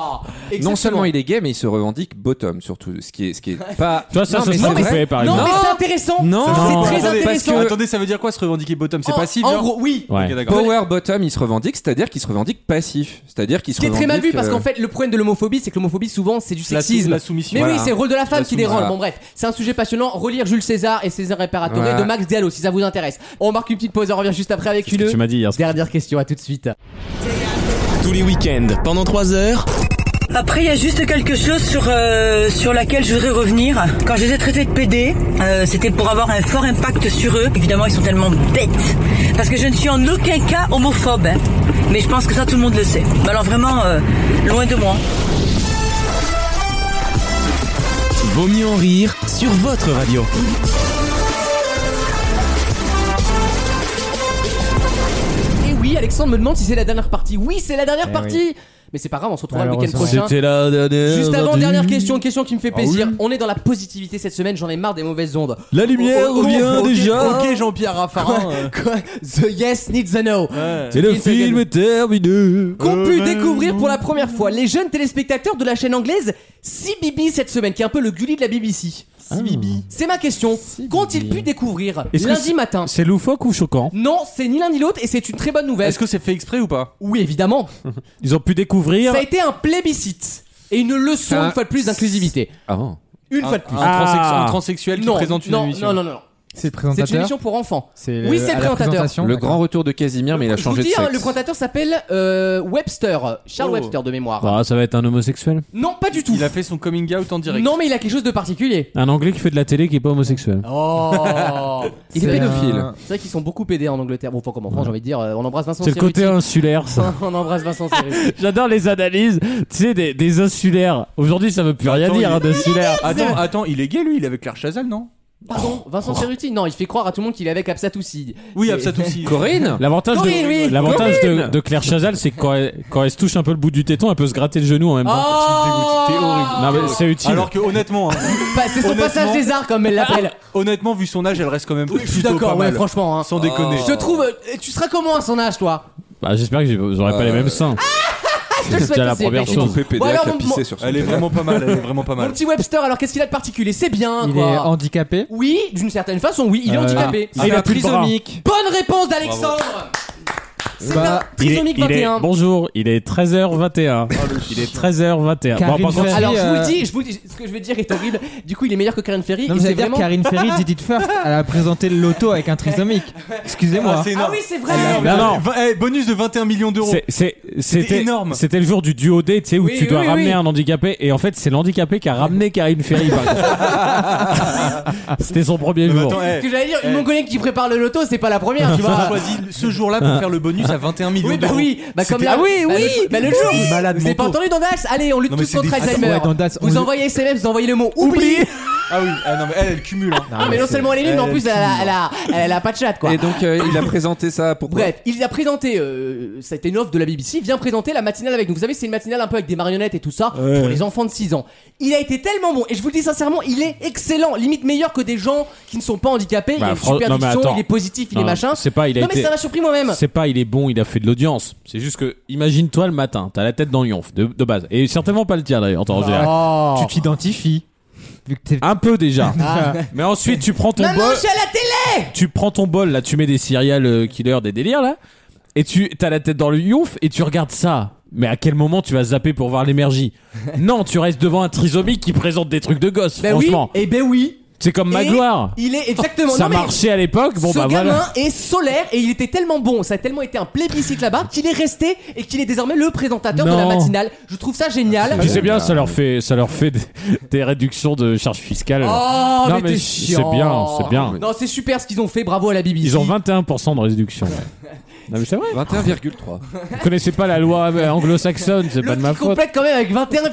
[SPEAKER 6] Non
[SPEAKER 2] Exactement.
[SPEAKER 6] seulement il est gay, mais il se revendique bottom surtout, ce qui est, ce qui est pas.
[SPEAKER 4] Tu vois, ça,
[SPEAKER 6] Non,
[SPEAKER 4] ça
[SPEAKER 6] mais
[SPEAKER 4] se
[SPEAKER 6] c'est
[SPEAKER 4] bouffait,
[SPEAKER 6] vrai.
[SPEAKER 4] par
[SPEAKER 2] Non,
[SPEAKER 4] exemple.
[SPEAKER 2] mais c'est intéressant.
[SPEAKER 6] Non,
[SPEAKER 2] c'est
[SPEAKER 4] non,
[SPEAKER 2] très
[SPEAKER 6] attendez, parce
[SPEAKER 2] intéressant.
[SPEAKER 6] que-
[SPEAKER 7] Ah, Attendez, ça veut dire quoi se revendiquer bottom C'est
[SPEAKER 2] En-
[SPEAKER 7] pas si
[SPEAKER 2] En
[SPEAKER 7] bien.
[SPEAKER 2] gros, oui.
[SPEAKER 4] Ouais.
[SPEAKER 7] Ok, d'accord.
[SPEAKER 6] Power bottom, il se revendique, c'est-à-dire qu'il se revendique passif, c'est-à-dire qu'il se
[SPEAKER 2] Ce qui est très mal vu
[SPEAKER 6] revendique,
[SPEAKER 2] parce
[SPEAKER 6] euh,
[SPEAKER 2] qu'en fait, le problème de l'homophobie, c'est que l'homophobie, souvent, c'est du
[SPEAKER 7] La sou-
[SPEAKER 2] sexisme.
[SPEAKER 7] la soumission.
[SPEAKER 2] Mais oui,
[SPEAKER 6] Voilà.
[SPEAKER 2] c'est le rôle de la femme qui
[SPEAKER 6] soumission.
[SPEAKER 2] dérange.
[SPEAKER 6] Voilà.
[SPEAKER 2] Bon, bref, c'est un sujet passionnant. Relire Jules César et César Réparatore
[SPEAKER 6] Voilà.
[SPEAKER 2] de Max Diallo si ça vous intéresse. On marque une petite pause, on revient juste après avec
[SPEAKER 4] C'est ce que
[SPEAKER 2] une
[SPEAKER 4] tu m'as dit hier.
[SPEAKER 2] dernière question. À tout de suite.
[SPEAKER 1] Tous les week-ends, pendant 3 heures.
[SPEAKER 9] Après, il y a juste quelque chose sur euh, sur laquelle je voudrais revenir. Quand je les ai traités de PD, euh, c'était pour avoir un fort impact sur eux. Évidemment, ils sont tellement bêtes. Parce que je ne suis en aucun cas homophobe. hein. Mais je pense que ça, tout le monde le sait. Mais alors vraiment, euh, loin de moi.
[SPEAKER 1] Vaut mieux en rire sur votre radio.
[SPEAKER 2] Et Eh oui, Alexandre me demande si c'est la dernière partie. Oui, c'est la dernière partie. Mais c'est pas grave, on se retrouvera le week-end prochain.
[SPEAKER 4] la dernière.
[SPEAKER 2] Juste avant,
[SPEAKER 4] partie.
[SPEAKER 2] dernière question, une question qui me fait plaisir. On est dans la positivité cette semaine, j'en ai marre des mauvaises ondes.
[SPEAKER 4] La
[SPEAKER 2] lumière Oh, oh, revient oh, ok, déjà.
[SPEAKER 7] Ok Jean-Pierre Raffarin. euh,
[SPEAKER 2] Quoi The yes needs a no.
[SPEAKER 4] Et
[SPEAKER 2] le film
[SPEAKER 4] est terminé.
[SPEAKER 2] Qu'ont pu découvrir pour la première fois les jeunes téléspectateurs de la chaîne anglaise CBB cette semaine, qui est un peu le gulli de la BBC. CBB. C'est ma question. Qu'ont-ils pu découvrir
[SPEAKER 4] Est-ce que
[SPEAKER 2] lundi
[SPEAKER 4] c'est-
[SPEAKER 2] matin
[SPEAKER 4] C'est loufoque ou choquant
[SPEAKER 2] Non, c'est ni l'un ni l'autre et c'est une très bonne nouvelle.
[SPEAKER 7] Est-ce que c'est fait exprès ou pas
[SPEAKER 2] Oui, évidemment.
[SPEAKER 4] Ils ont pu découvrir.
[SPEAKER 2] Ça a été un plébiscite et une leçon,
[SPEAKER 6] Ça-
[SPEAKER 2] une fois de plus, d'inclusivité.
[SPEAKER 6] Ah bon.
[SPEAKER 2] Une fois de plus.
[SPEAKER 7] Un,
[SPEAKER 4] Ah.
[SPEAKER 7] transex- un transsexuel qui
[SPEAKER 2] non,
[SPEAKER 7] présente une
[SPEAKER 2] non,
[SPEAKER 7] émission.
[SPEAKER 2] non, non, non, non.
[SPEAKER 3] C'est le
[SPEAKER 2] C'est une
[SPEAKER 3] présentateur.
[SPEAKER 2] émission pour enfants.
[SPEAKER 3] C'est
[SPEAKER 2] Oui, c'est le
[SPEAKER 3] à la
[SPEAKER 2] présentateur.
[SPEAKER 3] présentation,
[SPEAKER 6] Le
[SPEAKER 3] d'accord.
[SPEAKER 6] grand retour de Casimir, mais il a
[SPEAKER 2] Je vous
[SPEAKER 6] changé de
[SPEAKER 2] dis, hein,
[SPEAKER 6] sexe.
[SPEAKER 2] le présentateur s'appelle euh, Webster, Charles
[SPEAKER 7] Oh.
[SPEAKER 2] Webster de mémoire.
[SPEAKER 4] Ah, ça va être un homosexuel.
[SPEAKER 2] Non, pas du tout.
[SPEAKER 7] Il a fait son coming out en direct.
[SPEAKER 2] Non, mais il a quelque chose de particulier.
[SPEAKER 4] Un anglais qui fait de la télé qui est pas homosexuel.
[SPEAKER 2] Oh Il est
[SPEAKER 3] C'est un-
[SPEAKER 2] pédophile. C'est vrai qu'ils sont beaucoup pédés en Angleterre. Bon, enfin, comme en France, j'ai envie de dire, euh, on embrasse Vincent
[SPEAKER 4] C'est le côté
[SPEAKER 2] Cerruti.
[SPEAKER 4] insulaire, ça.
[SPEAKER 2] On embrasse Vincent Cerruti.
[SPEAKER 4] J'adore les analyses, tu sais, des, des insulaires. Aujourd'hui, ça veut plus rien
[SPEAKER 7] Attends,
[SPEAKER 4] dire,
[SPEAKER 7] il-
[SPEAKER 4] hein, d'insulaire.
[SPEAKER 7] Attends, attends, il est gay lui, il est avec Claire Chazal, non
[SPEAKER 2] Pardon, Vincent Cerruti Non, il fait croire à tout le monde qu'il est avec Absatoussi.
[SPEAKER 7] Oui,
[SPEAKER 2] C'est-
[SPEAKER 7] Absatoussi.
[SPEAKER 6] Corinne
[SPEAKER 4] L'avantage
[SPEAKER 2] Corinne, oui.
[SPEAKER 4] de, l'avantage de, de Claire Chazal, c'est que quand elle, quand elle se touche un peu le bout du téton, elle peut se gratter le genou en même temps.
[SPEAKER 2] Oh
[SPEAKER 7] T'es horrible.
[SPEAKER 4] Non, mais c'est utile.
[SPEAKER 7] Alors que honnêtement, hein,
[SPEAKER 2] Bah, C'est son
[SPEAKER 7] Honnêtement-
[SPEAKER 2] passage des arts, comme elle l'appelle.
[SPEAKER 7] honnêtement vu son âge, elle reste quand même
[SPEAKER 2] Oui, je suis
[SPEAKER 7] plutôt pas
[SPEAKER 2] d'accord, ouais,
[SPEAKER 7] mal.
[SPEAKER 2] franchement. hein.
[SPEAKER 7] Sans déconner.
[SPEAKER 2] Je te trouve. euh, Tu seras comment à son âge, toi
[SPEAKER 4] Bah, j'espère que j'ai- j'aurai pas les mêmes seins.
[SPEAKER 2] Ah, Je te le
[SPEAKER 4] C'est
[SPEAKER 2] souhaite
[SPEAKER 4] déjà la
[SPEAKER 2] aussi,
[SPEAKER 4] première
[SPEAKER 2] effectivement.
[SPEAKER 4] chose.
[SPEAKER 6] PPD
[SPEAKER 2] Bon, alors,
[SPEAKER 6] qui a
[SPEAKER 2] mon-
[SPEAKER 6] pissé
[SPEAKER 2] mon-
[SPEAKER 6] sur son
[SPEAKER 7] Elle est
[SPEAKER 6] téléphone.
[SPEAKER 7] vraiment pas mal, elle est vraiment pas
[SPEAKER 2] Mon
[SPEAKER 7] mal.
[SPEAKER 2] petit Webster, alors qu'est-ce qu'il a de particulier C'est bien,
[SPEAKER 3] Il
[SPEAKER 2] Hein, quoi.
[SPEAKER 3] est handicapé.
[SPEAKER 2] Oui, d'une certaine façon, oui, il est
[SPEAKER 3] Euh,
[SPEAKER 2] handicapé.
[SPEAKER 4] Ah, il a plus de bras.
[SPEAKER 2] Bonne réponse d'Alexandre C'est un trisomique
[SPEAKER 4] il est-
[SPEAKER 2] 21.
[SPEAKER 4] bonjour, il est 13h21. il est 13h21.
[SPEAKER 3] Karine
[SPEAKER 4] par contre,
[SPEAKER 3] Ferry,
[SPEAKER 2] Alors, je vous
[SPEAKER 3] euh,
[SPEAKER 2] le dis, je vous le dis, ce que je vais dire est horrible. Du coup, il est meilleur que Karen Ferry.
[SPEAKER 3] Non,
[SPEAKER 2] et
[SPEAKER 3] mais
[SPEAKER 2] c'est
[SPEAKER 3] j'allais dire
[SPEAKER 2] vraiment.
[SPEAKER 3] Karine Ferry, did it first. Elle a présenté le loto avec un trisomique. Excusez-moi.
[SPEAKER 2] Ah oui, c'est vrai.
[SPEAKER 4] non, non.
[SPEAKER 7] Vingt- eh, bonus de 21 millions d'euros.
[SPEAKER 4] c'est- c'est- C'était
[SPEAKER 7] énorme.
[SPEAKER 4] C'était le jour du duo D, tu sais, où
[SPEAKER 2] Oui,
[SPEAKER 4] tu dois
[SPEAKER 2] oui,
[SPEAKER 4] ramener
[SPEAKER 2] oui.
[SPEAKER 4] un handicapé. Et en fait, c'est l'handicapé qui a ramené Karine Ferry. par contre. C'était son premier
[SPEAKER 7] Mais
[SPEAKER 4] jour.
[SPEAKER 7] attends, eh,
[SPEAKER 2] Ce que j'allais dire, une
[SPEAKER 7] Eh.
[SPEAKER 2] mongolienne qui prépare le loto, c'est pas la première, Euh, tu
[SPEAKER 7] tu m'as
[SPEAKER 2] vois.
[SPEAKER 7] choisi ce jour-là pour faire le bonus à 21 millions
[SPEAKER 2] Oui, bah
[SPEAKER 7] d'euros.
[SPEAKER 2] oui, bah comme
[SPEAKER 7] C'était-
[SPEAKER 2] là.
[SPEAKER 7] Ah oui,
[SPEAKER 2] bah,
[SPEAKER 7] oui.
[SPEAKER 2] Le, bah le jour,
[SPEAKER 7] Malade
[SPEAKER 2] vous avez pas
[SPEAKER 7] mentaux.
[SPEAKER 2] entendu dans Dax Allez, on lutte
[SPEAKER 7] Non, mais
[SPEAKER 2] tous
[SPEAKER 7] c'est
[SPEAKER 2] contre
[SPEAKER 7] des- Attends,
[SPEAKER 2] Alzheimer.
[SPEAKER 3] ouais, dans Dax, on
[SPEAKER 2] vous
[SPEAKER 3] le-
[SPEAKER 2] envoyez SMS, vous envoyez le mot oubli.
[SPEAKER 7] Ah oui, ah non, mais elle, elle cumule. hein.
[SPEAKER 2] Ah, mais non seulement elle est nulle, mais en plus elle a, elle a, elle a pas de chat quoi.
[SPEAKER 6] Et donc, euh, il a présenté ça pour
[SPEAKER 2] Bref, il a présenté, euh, ça a été une offre de la BBC, vient présenter la matinale avec nous. Vous savez, c'est une matinale un peu avec des marionnettes et tout ça, pour les enfants de 6 ans. Il a été tellement bon, et je vous le dis sincèrement, il est excellent, limite meilleur que des gens qui ne sont pas handicapés. il
[SPEAKER 4] Bah,
[SPEAKER 2] a une
[SPEAKER 4] fran-
[SPEAKER 2] super
[SPEAKER 4] non, mais
[SPEAKER 2] diction,
[SPEAKER 4] attends.
[SPEAKER 2] il est positif, il
[SPEAKER 4] Non,
[SPEAKER 2] est machin.
[SPEAKER 4] C'est pas, il a
[SPEAKER 2] non, mais
[SPEAKER 4] été.
[SPEAKER 2] ça m'a surpris moi-même.
[SPEAKER 4] C'est pas, il est bon, il a fait de l'audience. C'est juste que, imagine-toi le matin, t'as la tête dans Lyon, de, de base. Et certainement pas le tien d'ailleurs, en temps général.
[SPEAKER 2] Oh.
[SPEAKER 3] Tu t'identifies. Vu que t'es.
[SPEAKER 4] Un peu déjà. Mais ensuite, tu prends ton
[SPEAKER 2] Maman,
[SPEAKER 4] bol.
[SPEAKER 2] je suis à la télé
[SPEAKER 4] tu prends ton bol là, tu mets des serial euh, killers, des délires là, et tu t'as la tête dans le yonf et tu regardes ça. Mais à quel moment tu vas zapper pour voir l'émergie Non, tu restes devant un trisomique qui présente des trucs de gosse.
[SPEAKER 2] Ben oui,
[SPEAKER 4] franchement,
[SPEAKER 2] et ben oui.
[SPEAKER 4] c'est comme
[SPEAKER 2] Et
[SPEAKER 4] Magloire.
[SPEAKER 2] Il est exactement.
[SPEAKER 4] Ça
[SPEAKER 2] non, mais
[SPEAKER 4] marchait à l'époque. Bon
[SPEAKER 2] ce
[SPEAKER 4] bah
[SPEAKER 2] gamin
[SPEAKER 4] voilà.
[SPEAKER 2] est solaire et il était tellement bon, ça a tellement été un plébiscite là-bas qu'il est resté et qu'il est désormais le présentateur de la
[SPEAKER 4] Non.
[SPEAKER 2] matinale. Je trouve ça génial.
[SPEAKER 4] Tu sais bien, ça leur fait, ça leur fait des, des réductions de charges fiscales.
[SPEAKER 2] Oh,
[SPEAKER 4] Non,
[SPEAKER 2] mais,
[SPEAKER 4] mais
[SPEAKER 2] t'es
[SPEAKER 4] c'est
[SPEAKER 2] chiant.
[SPEAKER 4] bien, c'est bien.
[SPEAKER 2] Non, c'est super ce qu'ils ont fait, bravo à la BBC.
[SPEAKER 4] Ils ont 21% de réduction. ouais. Non mais c'est vrai.
[SPEAKER 6] 21,3.
[SPEAKER 4] Vous connaissez pas la loi euh, anglo-saxonne, c'est pas
[SPEAKER 2] L'autre
[SPEAKER 4] de ma
[SPEAKER 2] qui
[SPEAKER 4] faute.
[SPEAKER 2] complète quand même avec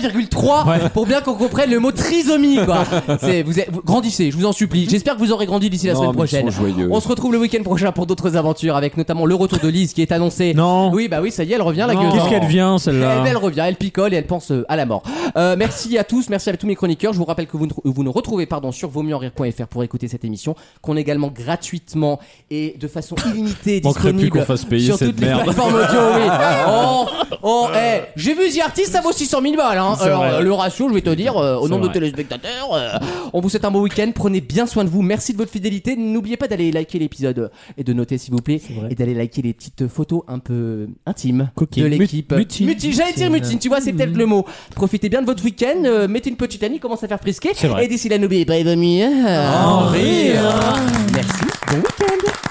[SPEAKER 2] 21,3
[SPEAKER 4] Ouais.
[SPEAKER 2] pour bien qu'on comprenne le mot trisomie quoi. C'est- vous, êtes- vous- grandissez, je vous en supplie. J'espère que vous aurez grandi d'ici la
[SPEAKER 6] Non,
[SPEAKER 2] semaine
[SPEAKER 6] mais ils sont
[SPEAKER 2] prochaine.
[SPEAKER 6] joyeux.
[SPEAKER 2] On se retrouve le week-end prochain pour d'autres aventures avec notamment le retour de Lise qui est annoncé.
[SPEAKER 4] Non.
[SPEAKER 2] Oui bah oui ça y est elle revient la gueule. Eh ben,
[SPEAKER 4] Non. Qu'est-ce qu'elle devient celle-là
[SPEAKER 2] Elle, elle revient, elle picole et elle pense euh, à la mort. Euh, merci à tous, merci à tous mes chroniqueurs. Je vous rappelle que vous, nous- vous nous retrouvez pardon, sur vaumieuxenrire.fr pour écouter cette émission, qu'on est également gratuitement et de façon illimitée
[SPEAKER 4] Manquerait plus
[SPEAKER 2] disponible
[SPEAKER 4] qu'on fasse payer
[SPEAKER 2] sur
[SPEAKER 4] cette
[SPEAKER 2] toutes les
[SPEAKER 4] merde.
[SPEAKER 2] plateformes audio. Oui. Oh, oh, eh, j'ai vu The Artist, ça vaut 600 000 balles. hein.
[SPEAKER 4] C'est
[SPEAKER 2] Alors,
[SPEAKER 4] vrai.
[SPEAKER 2] euh, le ratio, je vais te dire, euh, au
[SPEAKER 4] C'est
[SPEAKER 2] nombre de
[SPEAKER 4] vrai.
[SPEAKER 2] téléspectateurs, euh, on vous souhaite un beau week-end. Prenez bien soin de vous. Merci de votre fidélité. N'oubliez pas d'aller liker l'épisode euh, et de noter, s'il vous plaît, et d'aller liker les petites photos un peu intimes
[SPEAKER 4] Coquines.
[SPEAKER 2] de l'équipe.
[SPEAKER 4] Mut- mutines.
[SPEAKER 2] Mutines, j'allais dire mutine, tu vois, c'est peut-être le mot. Profitez bien de votre week-end, euh, mettez une petite amie, commencez à faire frisquer.
[SPEAKER 4] C'est vrai.
[SPEAKER 2] Et d'ici là, n'oubliez pas, les amis. euh,
[SPEAKER 4] En rire.
[SPEAKER 2] Merci. Bon week-end.